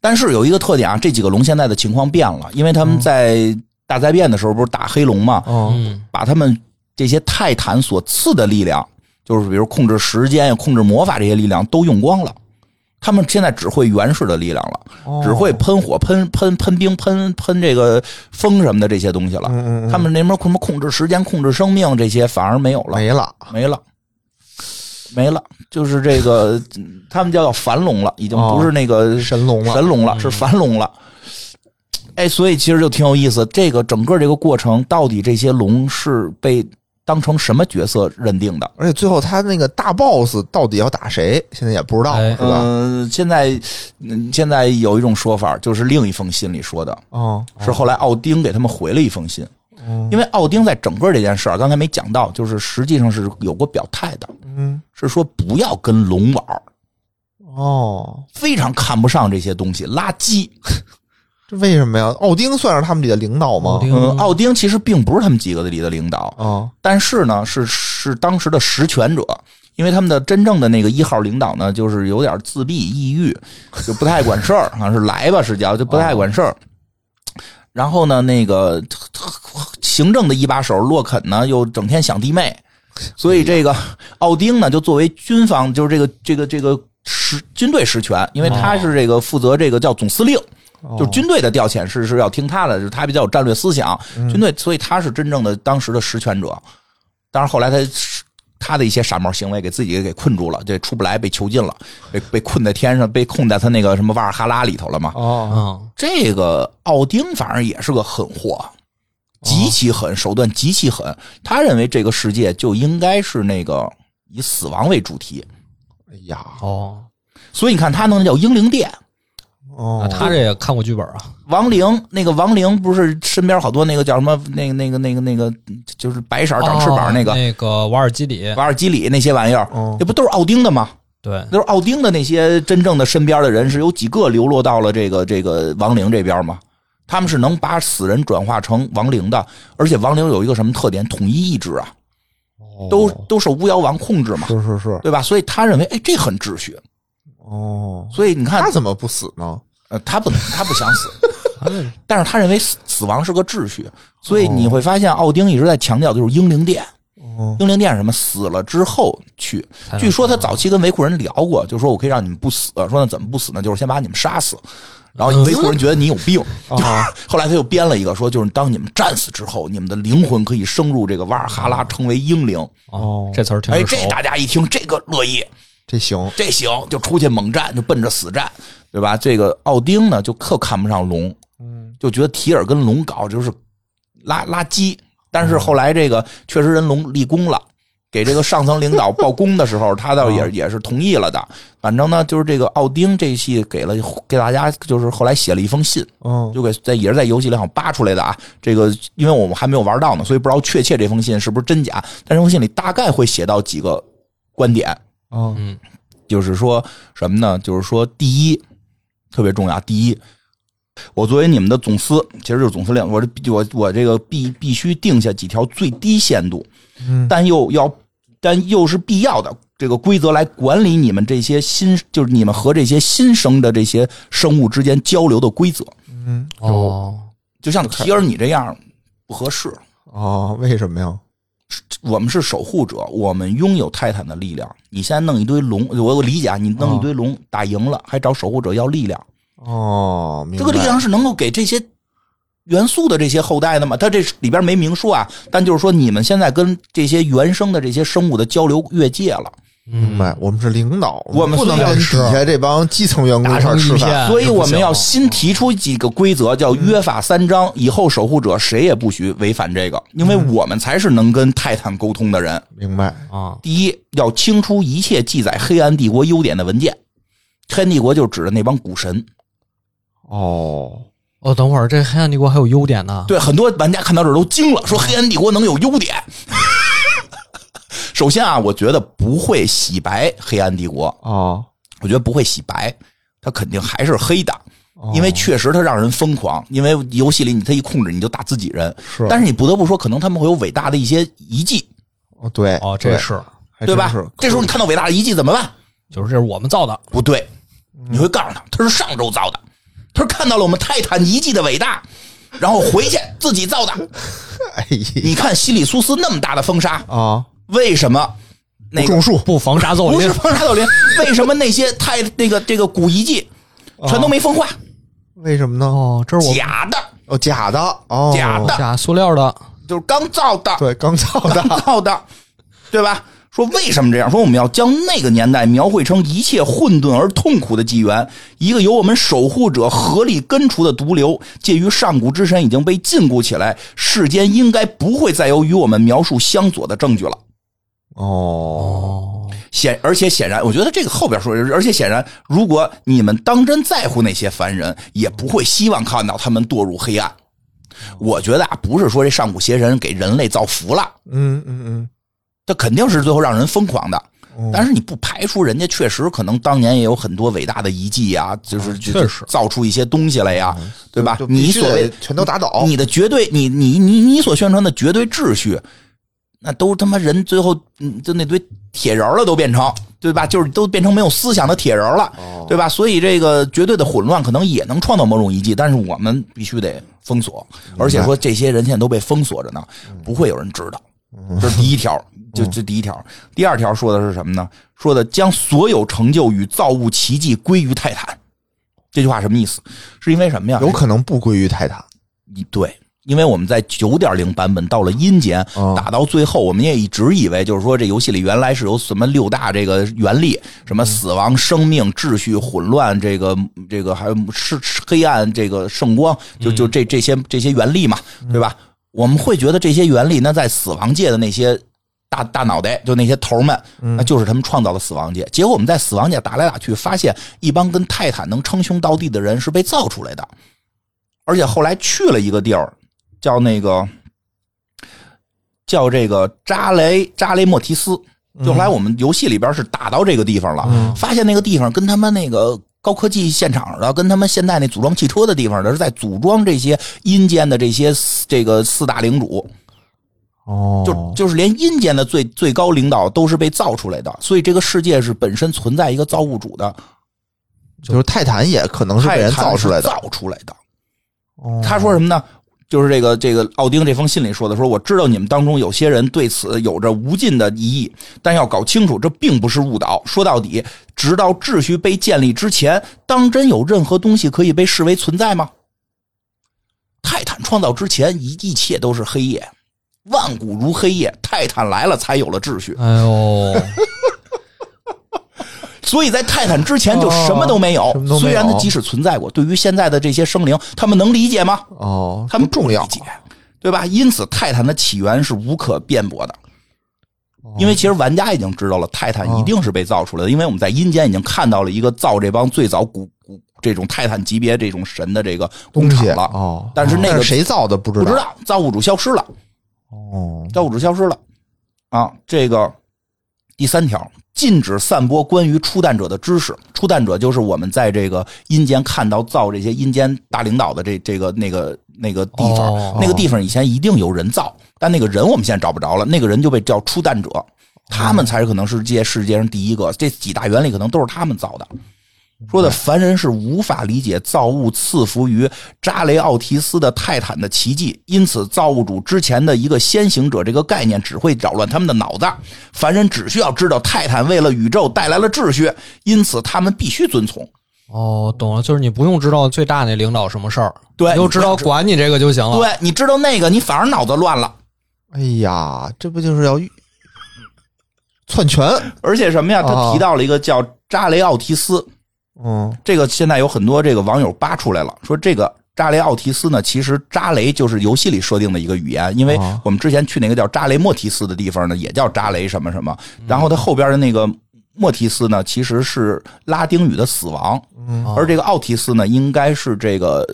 但是有一个特点啊，这几个龙现在的情况变了，因为他们
嗯
在大灾变的时候不是打黑龙嘛，
哦，
嗯，
把他们这些泰坦所赐的力量，就是比如控制时间呀、控制魔法这些力量都用光了。他们现在只会原始的力量了，
哦
只会喷火、喷喷喷冰、喷喷这个风什么的这些东西了。
嗯嗯嗯
他们那边什么控制时间、控制生命这些反而没有了，
没了，
没了，没了，就是这个，嗯他们叫凡龙了，已经
哦
不是那个
神龙了
神龙了，嗯是凡龙了。哎，所以其实就挺有意思，这个整个这个过程，到底这些龙是被当成什么角色认定的？
而且最后他那个大 boss 到底要打谁，现在也不知道，
哎
是吧？
嗯、现在嗯现在有一种说法，就是另一封信里说的，
哦，
是后来奥丁给他们回了一封信，因为奥丁在整个这件事儿，刚才没讲到，就是实际上是有过表态的，
嗯，
是说不要跟龙玩儿，
哦，
非常看不上这些东西，垃圾。
这为什么呀？奥丁算是他们里的领导吗？
奥丁
嗯，奥丁其实并不是他们几个里的领导，
哦，
但是呢，是是当时的实权者。因为他们的真正的那个一号领导呢，就是有点自闭、抑郁，就不太管事儿，好像是来吧是叫，就不太管事儿。然后呢，那个行政的一把手洛肯呢，又整天想弟妹，所以这个奥丁呢，就作为军方，就是这个这个这个实军队实权，因为他是这个负责这个叫总司令，就是军队的调遣是是要听他的，就是他比较有战略思想，军队，所以他是真正的当时的实权者。当然后来他是他的一些傻帽行为给自己给困住了，这出不来，被囚禁了，被被困在天上，被困在他那个什么瓦尔哈拉里头了嘛。
哦，
嗯，
这个奥丁反正也是个狠货，极其狠，手段极其狠。他认为这个世界就应该是那个以死亡为主题，
哎呀，
哦，
所以你看他弄的叫英灵殿。
那，
哦
啊他这也看过剧本啊，
亡灵，那个亡灵不是身边好多那个叫什么那个那个那个那个，就是白色儿长翅膀那个
哦那个瓦尔基里，
瓦尔基里那些玩意儿，
哦
那不都是奥丁的吗？
对，
都是奥丁的那些真正的身边的人，是有几个流落到了这个这个亡灵这边吗？他们是能把死人转化成亡灵的，而且亡灵有一个什么特点？统一意志啊，都都受巫妖王控制嘛，
是是是，
对吧？所以他认为，哎，这很秩序。
哦，
所以你看
他，怎么不死呢？
呃，他不能，他不想死，但是他认为死死亡是个秩序，所以你会发现奥丁一直在强调就是英灵殿。
哦，
英灵殿是什么死了之后去，据说他早期跟维库人聊过，就说我可以让你们不死，说那怎么不死呢？就是先把你们杀死，然后维库人觉得你有病， 后来他又编了一个说，就是当你们战死之后，你们的灵魂可以升入这个瓦尔哈拉，成为英灵。
哦，这词儿听
哎，
着熟
这，大家一听这个乐意，
这行，
这行就出去猛战，就奔着死战，对吧？这个奥丁呢就特看不上龙，
嗯，
就觉得提尔跟龙搞就是垃垃圾。但是后来这个确实人龙立功了，给这个上层领导报功的时候，他倒也
啊
也是同意了的。反正呢，就是这个奥丁这一系给了给大家，就是后来写了一封信，
嗯，
就给在也是在游戏里好像扒出来的啊。这个因为我们还没有玩到呢，所以不知道确切这封信是不是真假。但这封信里大概会写到几个观点，
嗯
哦，
就是说什么呢？就是说，第一，特别重要。第一，我作为你们的总司，其实就是总司令，我这我我这个必必须定下几条最低限度，但又要但又是必要的这个规则来管理你们这些新，就是你们和这些新生的这些生物之间交流的规则。
嗯，
哦，
就像提尔你这样不合适，
哦，为什么呀？
我们是守护者，我们拥有泰坦的力量。你现在弄一堆龙，我我理解啊，你弄一堆龙打赢了，还找守护者要力量。
哦，明
这
白
个力量是能够给这些元素的这些后代的吗？它这里边没明说啊，但就是说你们现在跟这些原生的这些生物的交流越界了，
明
嗯
白？我们是领导，
我们
不能
虽然
跟底
是
下这帮基层员工一块儿吃
啊
饭。
所以我们要新提出几个规则，叫约法三章。以后守护者谁也不许违反这个，因为我们才是能跟泰坦沟通的人。
明白？
啊，
第一，要清除一切记载黑暗帝国优点的文件。黑暗帝国就指的那帮股神，
哦，
哦，等会儿这黑暗帝国还有优点呢，
对很多玩家看到这儿都惊了，说黑暗帝国能有优点。 首先啊，我觉得不会洗白黑暗帝国，
哦，
我觉得不会洗白，它肯定还是黑的，
哦
因为确实它让人疯狂。因为游戏里你它一控制你就打自己人，
是
但是你不得不说，可能他们会有伟大的一些遗迹，
哦，对，
哦，这
对
是
还
对
真
吧
哎是？
这时候你看到伟大的遗迹怎么办？
就是这是我们造的，
不对，你会告诉他，他是上周造的，他是看到了我们泰坦遗迹的伟大，然后回去自己造的。
哎
你看西里苏斯那么大的风沙，
啊，
为什么那个
种树
不防沙造
不
林
是，风沙斗林？ 为什么那些泰那个这个古遗迹
哦
全都没风化？
为什么呢？
哦，这是我
假的，
哦，假的，哦，
假的
假塑料的，
就是刚造的，
对，刚造 的，
刚造 的，对吧？说为什么这样？说我们要将那个年代描绘成一切混沌而痛苦的纪元，一个由我们守护者合力根除的毒瘤，介于上古之神已经被禁锢起来，世间应该不会再有与我们描述相左的证据了。
哦，
显而且显然，我觉得这个后边说，而且显然，如果你们当真在乎那些凡人，也不会希望看到他们堕入黑暗。我觉得啊，不是说这上古邪神给人类造福了，
嗯嗯
这肯定是最后让人疯狂的。
嗯，
但是你不排除人家确实可能当年也有很多伟大的遗迹呀、
啊
就是就
确实
造出一些东西来呀，对吧
嗯就？必
你
须得
所谓
全都打倒，
你的绝对，你你你你所宣传的绝对秩序，那都他妈人最后嗯就那堆铁人了，都变成对吧？就是都变成没有思想的铁人了，
哦
对吧？所以这个绝对的混乱可能也能创造某种遗迹，但是我们必须得封锁，而且说这些人现在都被封锁着呢，
嗯
不会有人知道。这是第一条，就这第一条。第二条说的是什么呢？说的将所有成就与造物奇迹归于泰坦。这句话什么意思？是因为什么呀？
有可能不归于泰坦。
一对，因为我们在九点零版本到了阴间，
嗯
打到最后，我们也一直以为就是说这游戏里原来是有什么六大这个原力，什么死亡、生命、秩序、混乱，这个这个还有是是黑暗、这个圣光，就就这这些这些原力嘛，对吧？我们会觉得这些原力，那在死亡界的那些。大大脑袋就那些头儿们，那就是他们创造的死亡界。结果我们在死亡界打来打去，发现一帮跟泰坦能称兄道弟的人是被造出来的。而且后来去了一个地儿，叫那个叫这个扎雷扎雷莫提斯。就后来我们游戏里边是打到这个地方了，发现那个地方跟他们那个高科技现场的，跟他们现在那组装汽车的地方的，是在组装这些阴间的这些四这个四大领主。
哦
就就是连阴间的最最高领导都是被造出来的，所以这个世界是本身存在一个造物主的，
就是泰坦也可能是被
泰
人
坦
造出来
是
的。
造出来的。
哦
他说什么呢？就是这个这个奥丁这封信里说的，说我知道你们当中有些人对此有着无尽的疑义，但要搞清楚，这并不是误导。说到底，直到秩序被建立之前，当真有任何东西可以被视为存在吗？泰坦创造之前，一一切都是黑夜，万古如黑夜。泰坦来了，才有了秩序。
哎呦，
所以在泰坦之前就什么都没有。
哦什么都没有
虽然它即使存在过，对于现在的这些生灵，他们能理解吗？
哦，
他们
不重要
理解，对吧？因此，泰坦的起源是无可辩驳的，
哦
因为其实玩家已经知道了，泰坦一定是被造出来的，因为我们在阴间已经看到了一个造这帮最早古古这种泰坦级别这种神的这个工
东
厂
西
了。
哦，
但是那个
谁造的不知
不知道造物主消失了，
哦，
造物主消失了啊！这个第三条，禁止散播关于出蛋者的知识。出蛋者就是我们在这个阴间看到造这些阴间大领导的这这个那个那个地方，
哦
那个地方以前一定有人造，但那个人我们现在找不着了，那个人就被叫出蛋者。他们才是可能世界世界上第一个，这几大原理可能都是他们造的。说的凡人是无法理解造物赐福于扎雷奥提斯的泰坦的奇迹，因此造物主之前的一个先行者这个概念只会扰乱他们的脑子。凡人只需要知道泰坦为了宇宙带来了秩序，因此他们必须遵从。
哦，懂了，就是你不用知道最大那领导什么事儿，
对
你就知道管你这个就行了。
对，你知
哎
道那个，你反而脑子乱了。
哎呀，这不就是要篡权，
而且什么呀？他
哦
提到了一个叫扎雷奥提斯，
嗯，
这个现在有很多这个网友扒出来了，说这个扎雷奥提斯呢，其实扎雷就是游戏里设定的一个语言，因为
哦
我们之前去那个叫扎雷莫提斯的地方呢，也叫扎雷什么什么，然后它后边的那个。莫提斯呢，其实是拉丁语的死亡，
哦
而这个奥提斯呢，应该是这个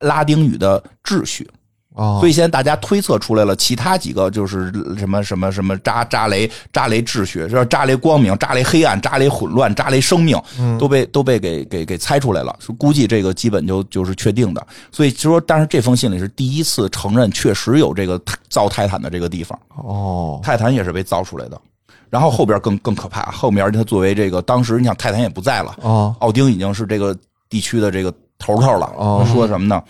拉丁语的秩序。
哦
所以现在大家推测出来了，其他几个就是什么什么什么扎扎雷扎雷秩序，是吧？扎雷光明、扎雷黑暗、扎雷混乱、扎雷生命，
嗯
都被都被给给给猜出来了。说估计这个基本就就是确定的。所以说，但是这封信里是第一次承认确实有这个造泰坦的这个地方，
哦，
泰坦也是被造出来的。然后后边更更可怕，后面他作为这个当时你想泰坦也不在了，
哦，
奥丁已经是这个地区的这个头头了。嗯
哦
他说什么呢？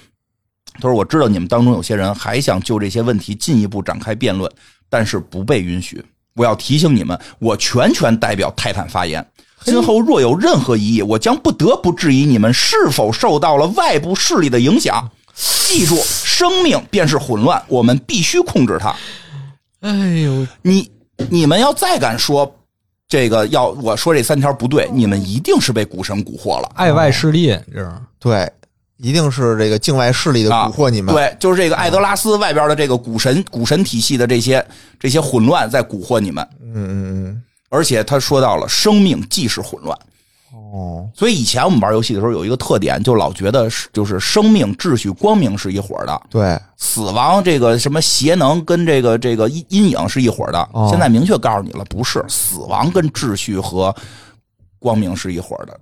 他说：“我知道你们当中有些人还想就这些问题进一步展开辩论，但是不被允许。我要提醒你们，我全权代表泰坦发言。今后若有任何疑义，我将不得不质疑你们是否受到了外部势力的影响。记住，生命便是混乱，我们必须控制它。
哎呦，
你你们要再敢说这个要我说这三条不对，你们一定是被股神蛊惑了。”
爱外势力这是
对，一定是这个境外势力的蛊惑你们，
啊。对，就是这个艾德拉斯外边的这个股神股神体系的这些这些混乱在蛊惑你们。
嗯嗯
而且他说到了，生命既是混乱，
嗯，哦，
所以以前我们玩游戏的时候有一个特点，就老觉得是就是生命、秩序、光明是一伙儿的，
对，
死亡这个什么邪能跟这个这个阴阴影是一伙儿的。
哦
现在明确告诉你了，不是死亡跟秩序和光明是一伙儿的，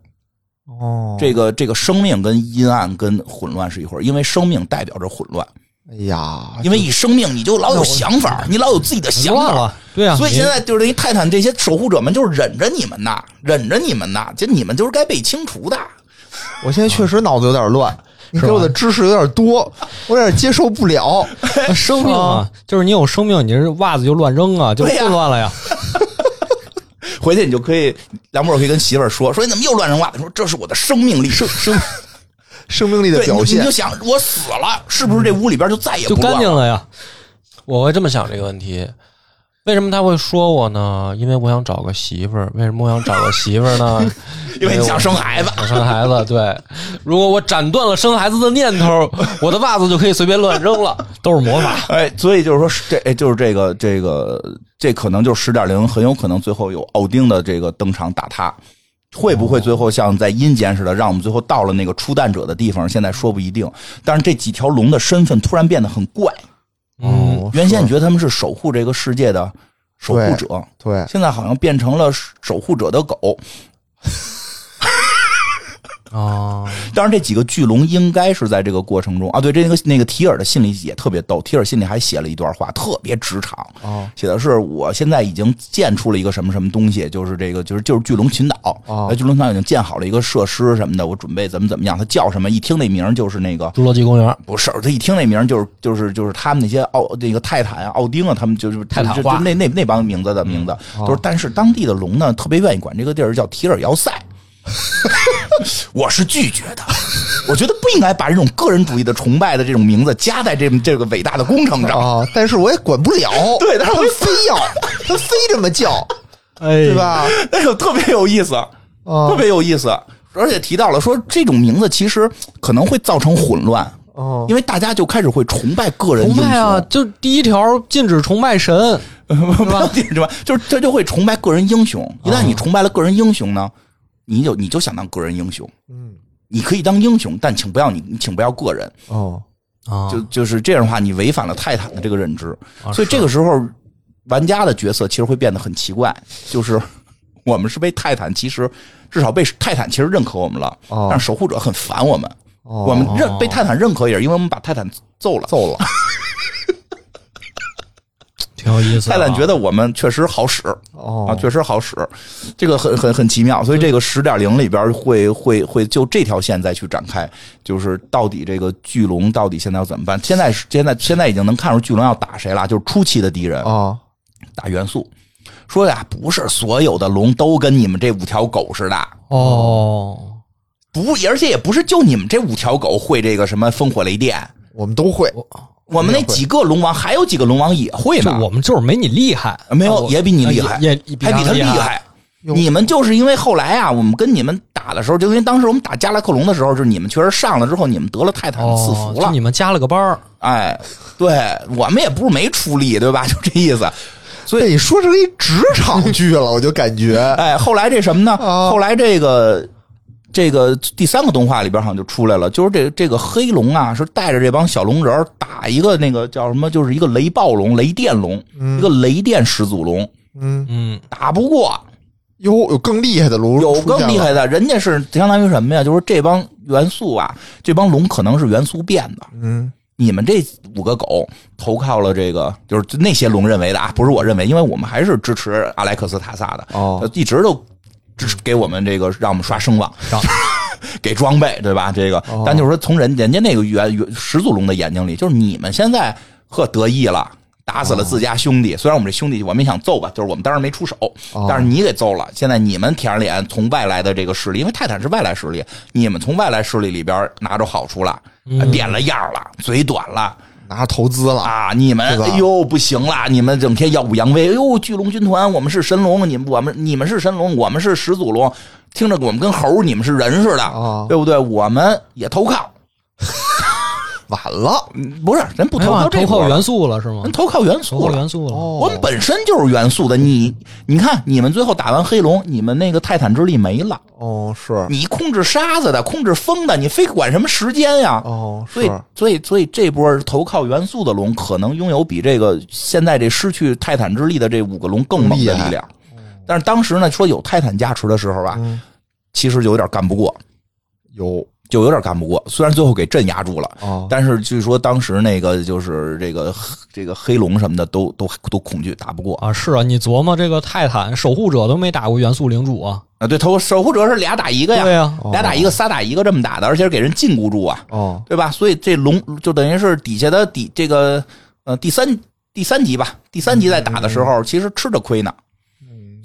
哦，
这个这个生命跟阴暗跟混乱是一伙儿，因为生命代表着混乱。
哎呀，
啊因为一生命你就嗯老有想法，你老有自己的想
乱
法。
了，对啊，
所以
你
现在就是那泰坦这些守护者们，就是忍着你们呐，忍着你们呐，就你们就是该被清除的。
我现在确实脑子有点乱，
嗯
你
是
给我
吧
的知识有点多，我有点接受不了。
啊生命啊，就是你有生命，你这袜子就乱扔啊，就
对呀
混乱了 呀。
回去你就可以，梁博可以跟媳妇儿说，说你怎么又乱扔袜子？说这是我的生命力，生生
生命力的
对，
表
你你
现
就，想我死了，是不是这屋里边就再也
就
不
干
乱
净
了？
了呀。
我会这么想这个问题。为什么他会说我呢？因为我想找个媳妇儿。为什么我想找个媳妇儿 呢？
因为你想生孩子。
我生孩子。对，如果我斩断了生孩子的念头，我的袜子就可以随便乱扔了。
都是魔法，
哎，所以就是说，这哎就是这个这个这可能就十点零，很有可能最后有奥丁的这个登场打塌，会不会最后像在阴间似的，让我们最后到了那个出蛋者的地方？现在说不一定。但是这几条龙的身份突然变得很怪，
嗯
原先你觉得他们是守护这个世界的守护者，
对，
现在好像变成了守护者的狗。
哦，
当然，这几个巨龙应该是在这个过程中啊。对，这那个那个提尔的信里也特别逗，提尔信里还写了一段话，特别职场。
哦，
写的是我现在已经建出了一个什么什么东西，就是这个就是就是巨龙群岛，
哦
呃巨龙群岛已经建好了一个设施什么的，我准备怎么怎么样，它叫什么？一听那名儿就是那个
侏罗纪公园，
不是，他一听那名儿就是就是就是他们那些奥那个泰坦啊、奥丁啊，他们就是
泰坦嗯哦
就就
化
就那那那帮名字的名字，都是但是当地的龙呢，特别愿意管这个地儿叫提尔要塞。 我是拒绝的，我觉得不应该把这种个人主义的崇拜的这种名字加在这这个伟大的工程
哦
上。
啊，但是我也管不了，
对但是
他
我也
非 要，他非这么叫，
哎，
对？吧？
哎呦，特别有意思，
哦
啊
特别有意思。而且提到了说，这种名字其实可能会造成混乱，
哦
因为大家就开始会崇拜个人英
崇
雄，
拜啊，就第一条禁止崇拜神，
不要紧是吧？就是他就会崇拜个人英雄。一旦你崇拜了个人英雄呢，你就你就想当个人英雄，
嗯，
你可以当英雄，但请不要你，你请不要个人。
哦，
啊
就就是这样的话，你违反了泰坦的这个认知。
啊
所以这个时候，玩家的角色其实会变得很奇怪，就是 我们是被泰坦，其实至少被泰坦其实认可我们了，
哦
但是守护者很烦我们。
哦
我们认被泰坦认可也是因为我们把泰坦揍了， 揍了。
挺有意思的
泰
啊。
坦觉得我们确实好使啊，
哦，
确实好使，这个很很很奇妙。所以这个十点零里边会会会就这条线再去展开，就是到底这个巨龙到底现在要怎么办？现在是现在现在已经能看出巨龙要打谁了，就是初期的敌人
啊，
打元素。说呀，不是所有的龙都跟你们这五条狗似的，
哦，
不，而且也不是就你们这五条狗会这个什么烽火雷电，
我们都会，
我们那几个龙王，还有几个龙王也会
就
呢，
我们就是没你厉害，
没有
啊我
也比你厉害
啊也也比
还比他
厉
厉。害。你们就是因为后来啊，我们跟你们打的时候，就因为当时我们打加拉克隆的时候，就是你们确实上了之后，你们得了泰坦的赐
哦，
福了
就。你们加了个班儿，
哎，对我们也不是没出力，对吧？ 就这意思。所以
对，你说成一职场剧了，我就感 觉
哎，后来这什么呢？
哦
后来这个这个第三个动画里边好像就出来了，就是这这个黑龙啊，是带着这帮小龙人儿打一个那个叫什么，就是一个雷暴龙、雷电龙，一个雷电始祖龙，
嗯，
打不过。
哟，有更厉害的龙，
有更厉，害的，人家是相当于什么呀？就是这帮元素啊，这帮龙可能是元素变的。
嗯，
你们这五个狗投靠了这个，就是那些龙认为的啊，不是我认为，因为我们还是支持阿莱克斯塔萨的，
哦
呃一直都支持给我们这个让我们刷声望，
让
给装备，对吧？这个，但就是说从人人家那个原原始祖龙的眼睛里，就是你们现在呵得意了。打死了自家兄弟，虽然我们这兄弟我们也想揍吧，就是我们当时没出手，但是你给揍了。现在你们舔着脸从外来的这个势力，因为泰坦是外来势力，你们从外来势力里边拿着好处了，变了样了，嘴短了，
拿投资了，
啊，你们
是吧
哎呦不行啦，你们整天耀武扬威，哎呦巨龙军团，我们是神龙，你们我们你们是神龙，我们是始祖龙，听着我们跟猴儿，你们是人似的，
啊
哦
对不对？我们也投靠，
晚了，
嗯不是咱不
没
投靠
有
这
哎投
波
靠
儿，
元素了是吗
咱？投靠元
投
素
靠
了。
元素了，
哦
我们本身就是元素的，你你看，你们最后打完黑龙，你们那个泰坦之力没了，
哦是，
你控制沙子的，控制风的，你非管什么时间呀？
哦
所以
是，，
所以，所以这波投靠元素的龙，可能拥有比这个现在这失去泰坦之力的这五个龙更猛的力量。但是当时呢，说有泰坦加持的时候吧，啊
嗯
其实就有点干不过，
有
就有点干不过。虽然最后给镇压住了，
哦
但是据说当时那个就是这个这个黑龙什么的都都都恐惧，打不过
啊，是啊，你琢磨这个泰坦守护者都没打过元素领主啊，
啊。对，头守护者是俩打一个呀，
啊
对呀，
俩打一个，仨打一个这么打的，而且是给人禁锢住啊。
哦
对吧？所以这龙就等于是底下的底这个呃第三第三集吧，第三集在打的时
嗯
候，其实吃着亏呢。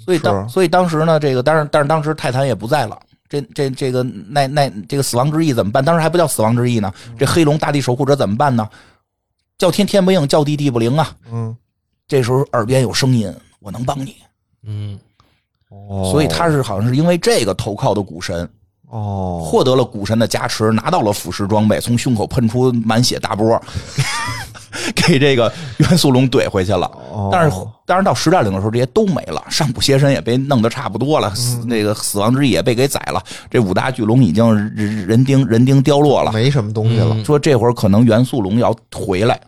所以当
是
所以当时呢，这个但是但是当时泰坦也不在了。这这这个那那这个死亡之翼怎么办？当时还不叫死亡之翼呢。
嗯
这黑龙大地守护者怎么办呢？叫天天不应，叫地地不灵啊！
嗯
这时候耳边有声音，我能帮你。
嗯，
哦，
所以他是好像是因为这个投靠的古神，
哦
获得了古神的加持，拿到了腐蚀装备，从胸口喷出满血大波， 给这个元素龙怼回去了。
哦，
但是，当然到实战领的时候，这些都没了。上古邪神也被弄得差不多了，死
嗯
那个死亡之翼也被给宰了。这五大巨龙已经人人丁人丁凋落了。
没什么东西了，
嗯
说这会儿可能元素龙要回来，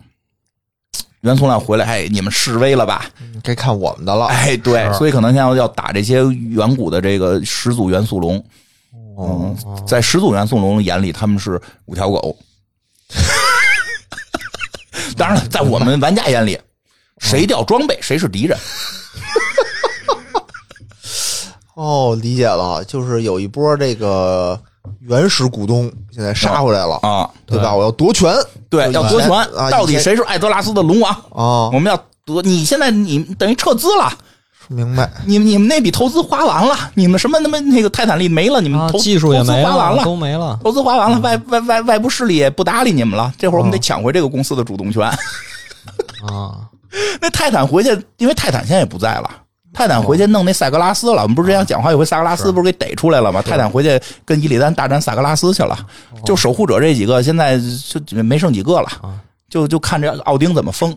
元素龙要回来，哎，你们示威了吧？
该看我们的了，
嗯哎，对，所以可能现在要打这些远古的这个始祖元素龙。
哦
嗯，在始祖元素龙眼里，他们是五条狗。 当然了，在我们玩家眼
哦
里，谁掉装备谁是敌人。
哦，理解了，就是有一波这个原始股东现在杀回来了
啊
对吧？我要夺权，
对，要夺权
啊，，
到底
以前
谁是艾德拉斯的龙王？
哦
啊
我？们要夺。你现在你等于撤资了，
明白，
你们你们那笔投资花完了，你们什么他妈那个泰坦力没了，你们
啊，
嗯投
技术也
投资
没
花完了，
都没了，
投资花完了，外外外外部势力也不搭理你们了。这会儿我们得抢回这个公司的主动权。
啊，
那泰坦回去，因为泰坦现在也不在了。泰坦回去弄那塞格拉斯了，我们不是之前讲话有回塞格拉斯不是给逮出来了吗？泰坦回去跟伊利丹大战塞格拉斯去了，就守护者这几个现在就没剩几个了，就就看这奥丁怎么封，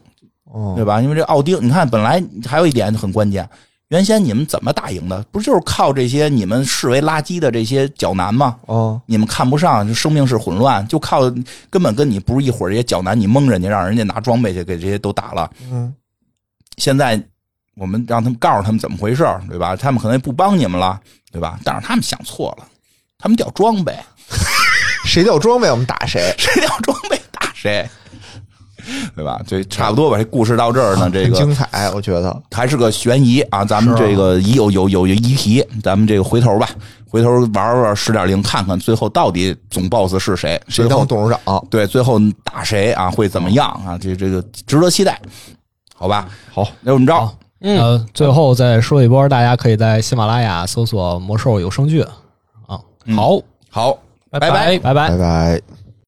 对
哦，
吧？因为这奥丁，你看本来还有一点很关键，原先你们怎么打赢的？不就是靠这些你们视为垃圾的这些角男吗？
哦，
你们看不上，就生命是混乱，就靠根本跟你不是一伙儿。这些角男，你蒙人家，让人家拿装备去给这些都打了。
嗯，
现在我们让他们告诉他们怎么回事儿，对吧？他们可能也不帮你们了，对吧？但是他们想错了，他们掉装备，
谁掉装备我们打谁，
谁掉装备打谁，对吧？这差不多吧。这故事到这儿呢，这
很
个
精彩，我觉得。
还是个悬疑啊。咱们这个一有有有有一题，咱们这个回头吧，回头玩玩十点零，看看最后到底总 boss 是谁，
谁
最后
当董事长？
对，最后打谁啊，会怎么样啊？这这个值得期待，好吧？
好，
那我们着
好。
嗯
呃，最后再说一波，大家可以在喜马拉雅搜索“魔兽有声剧”啊。好，
嗯好，拜
拜拜。
拜拜。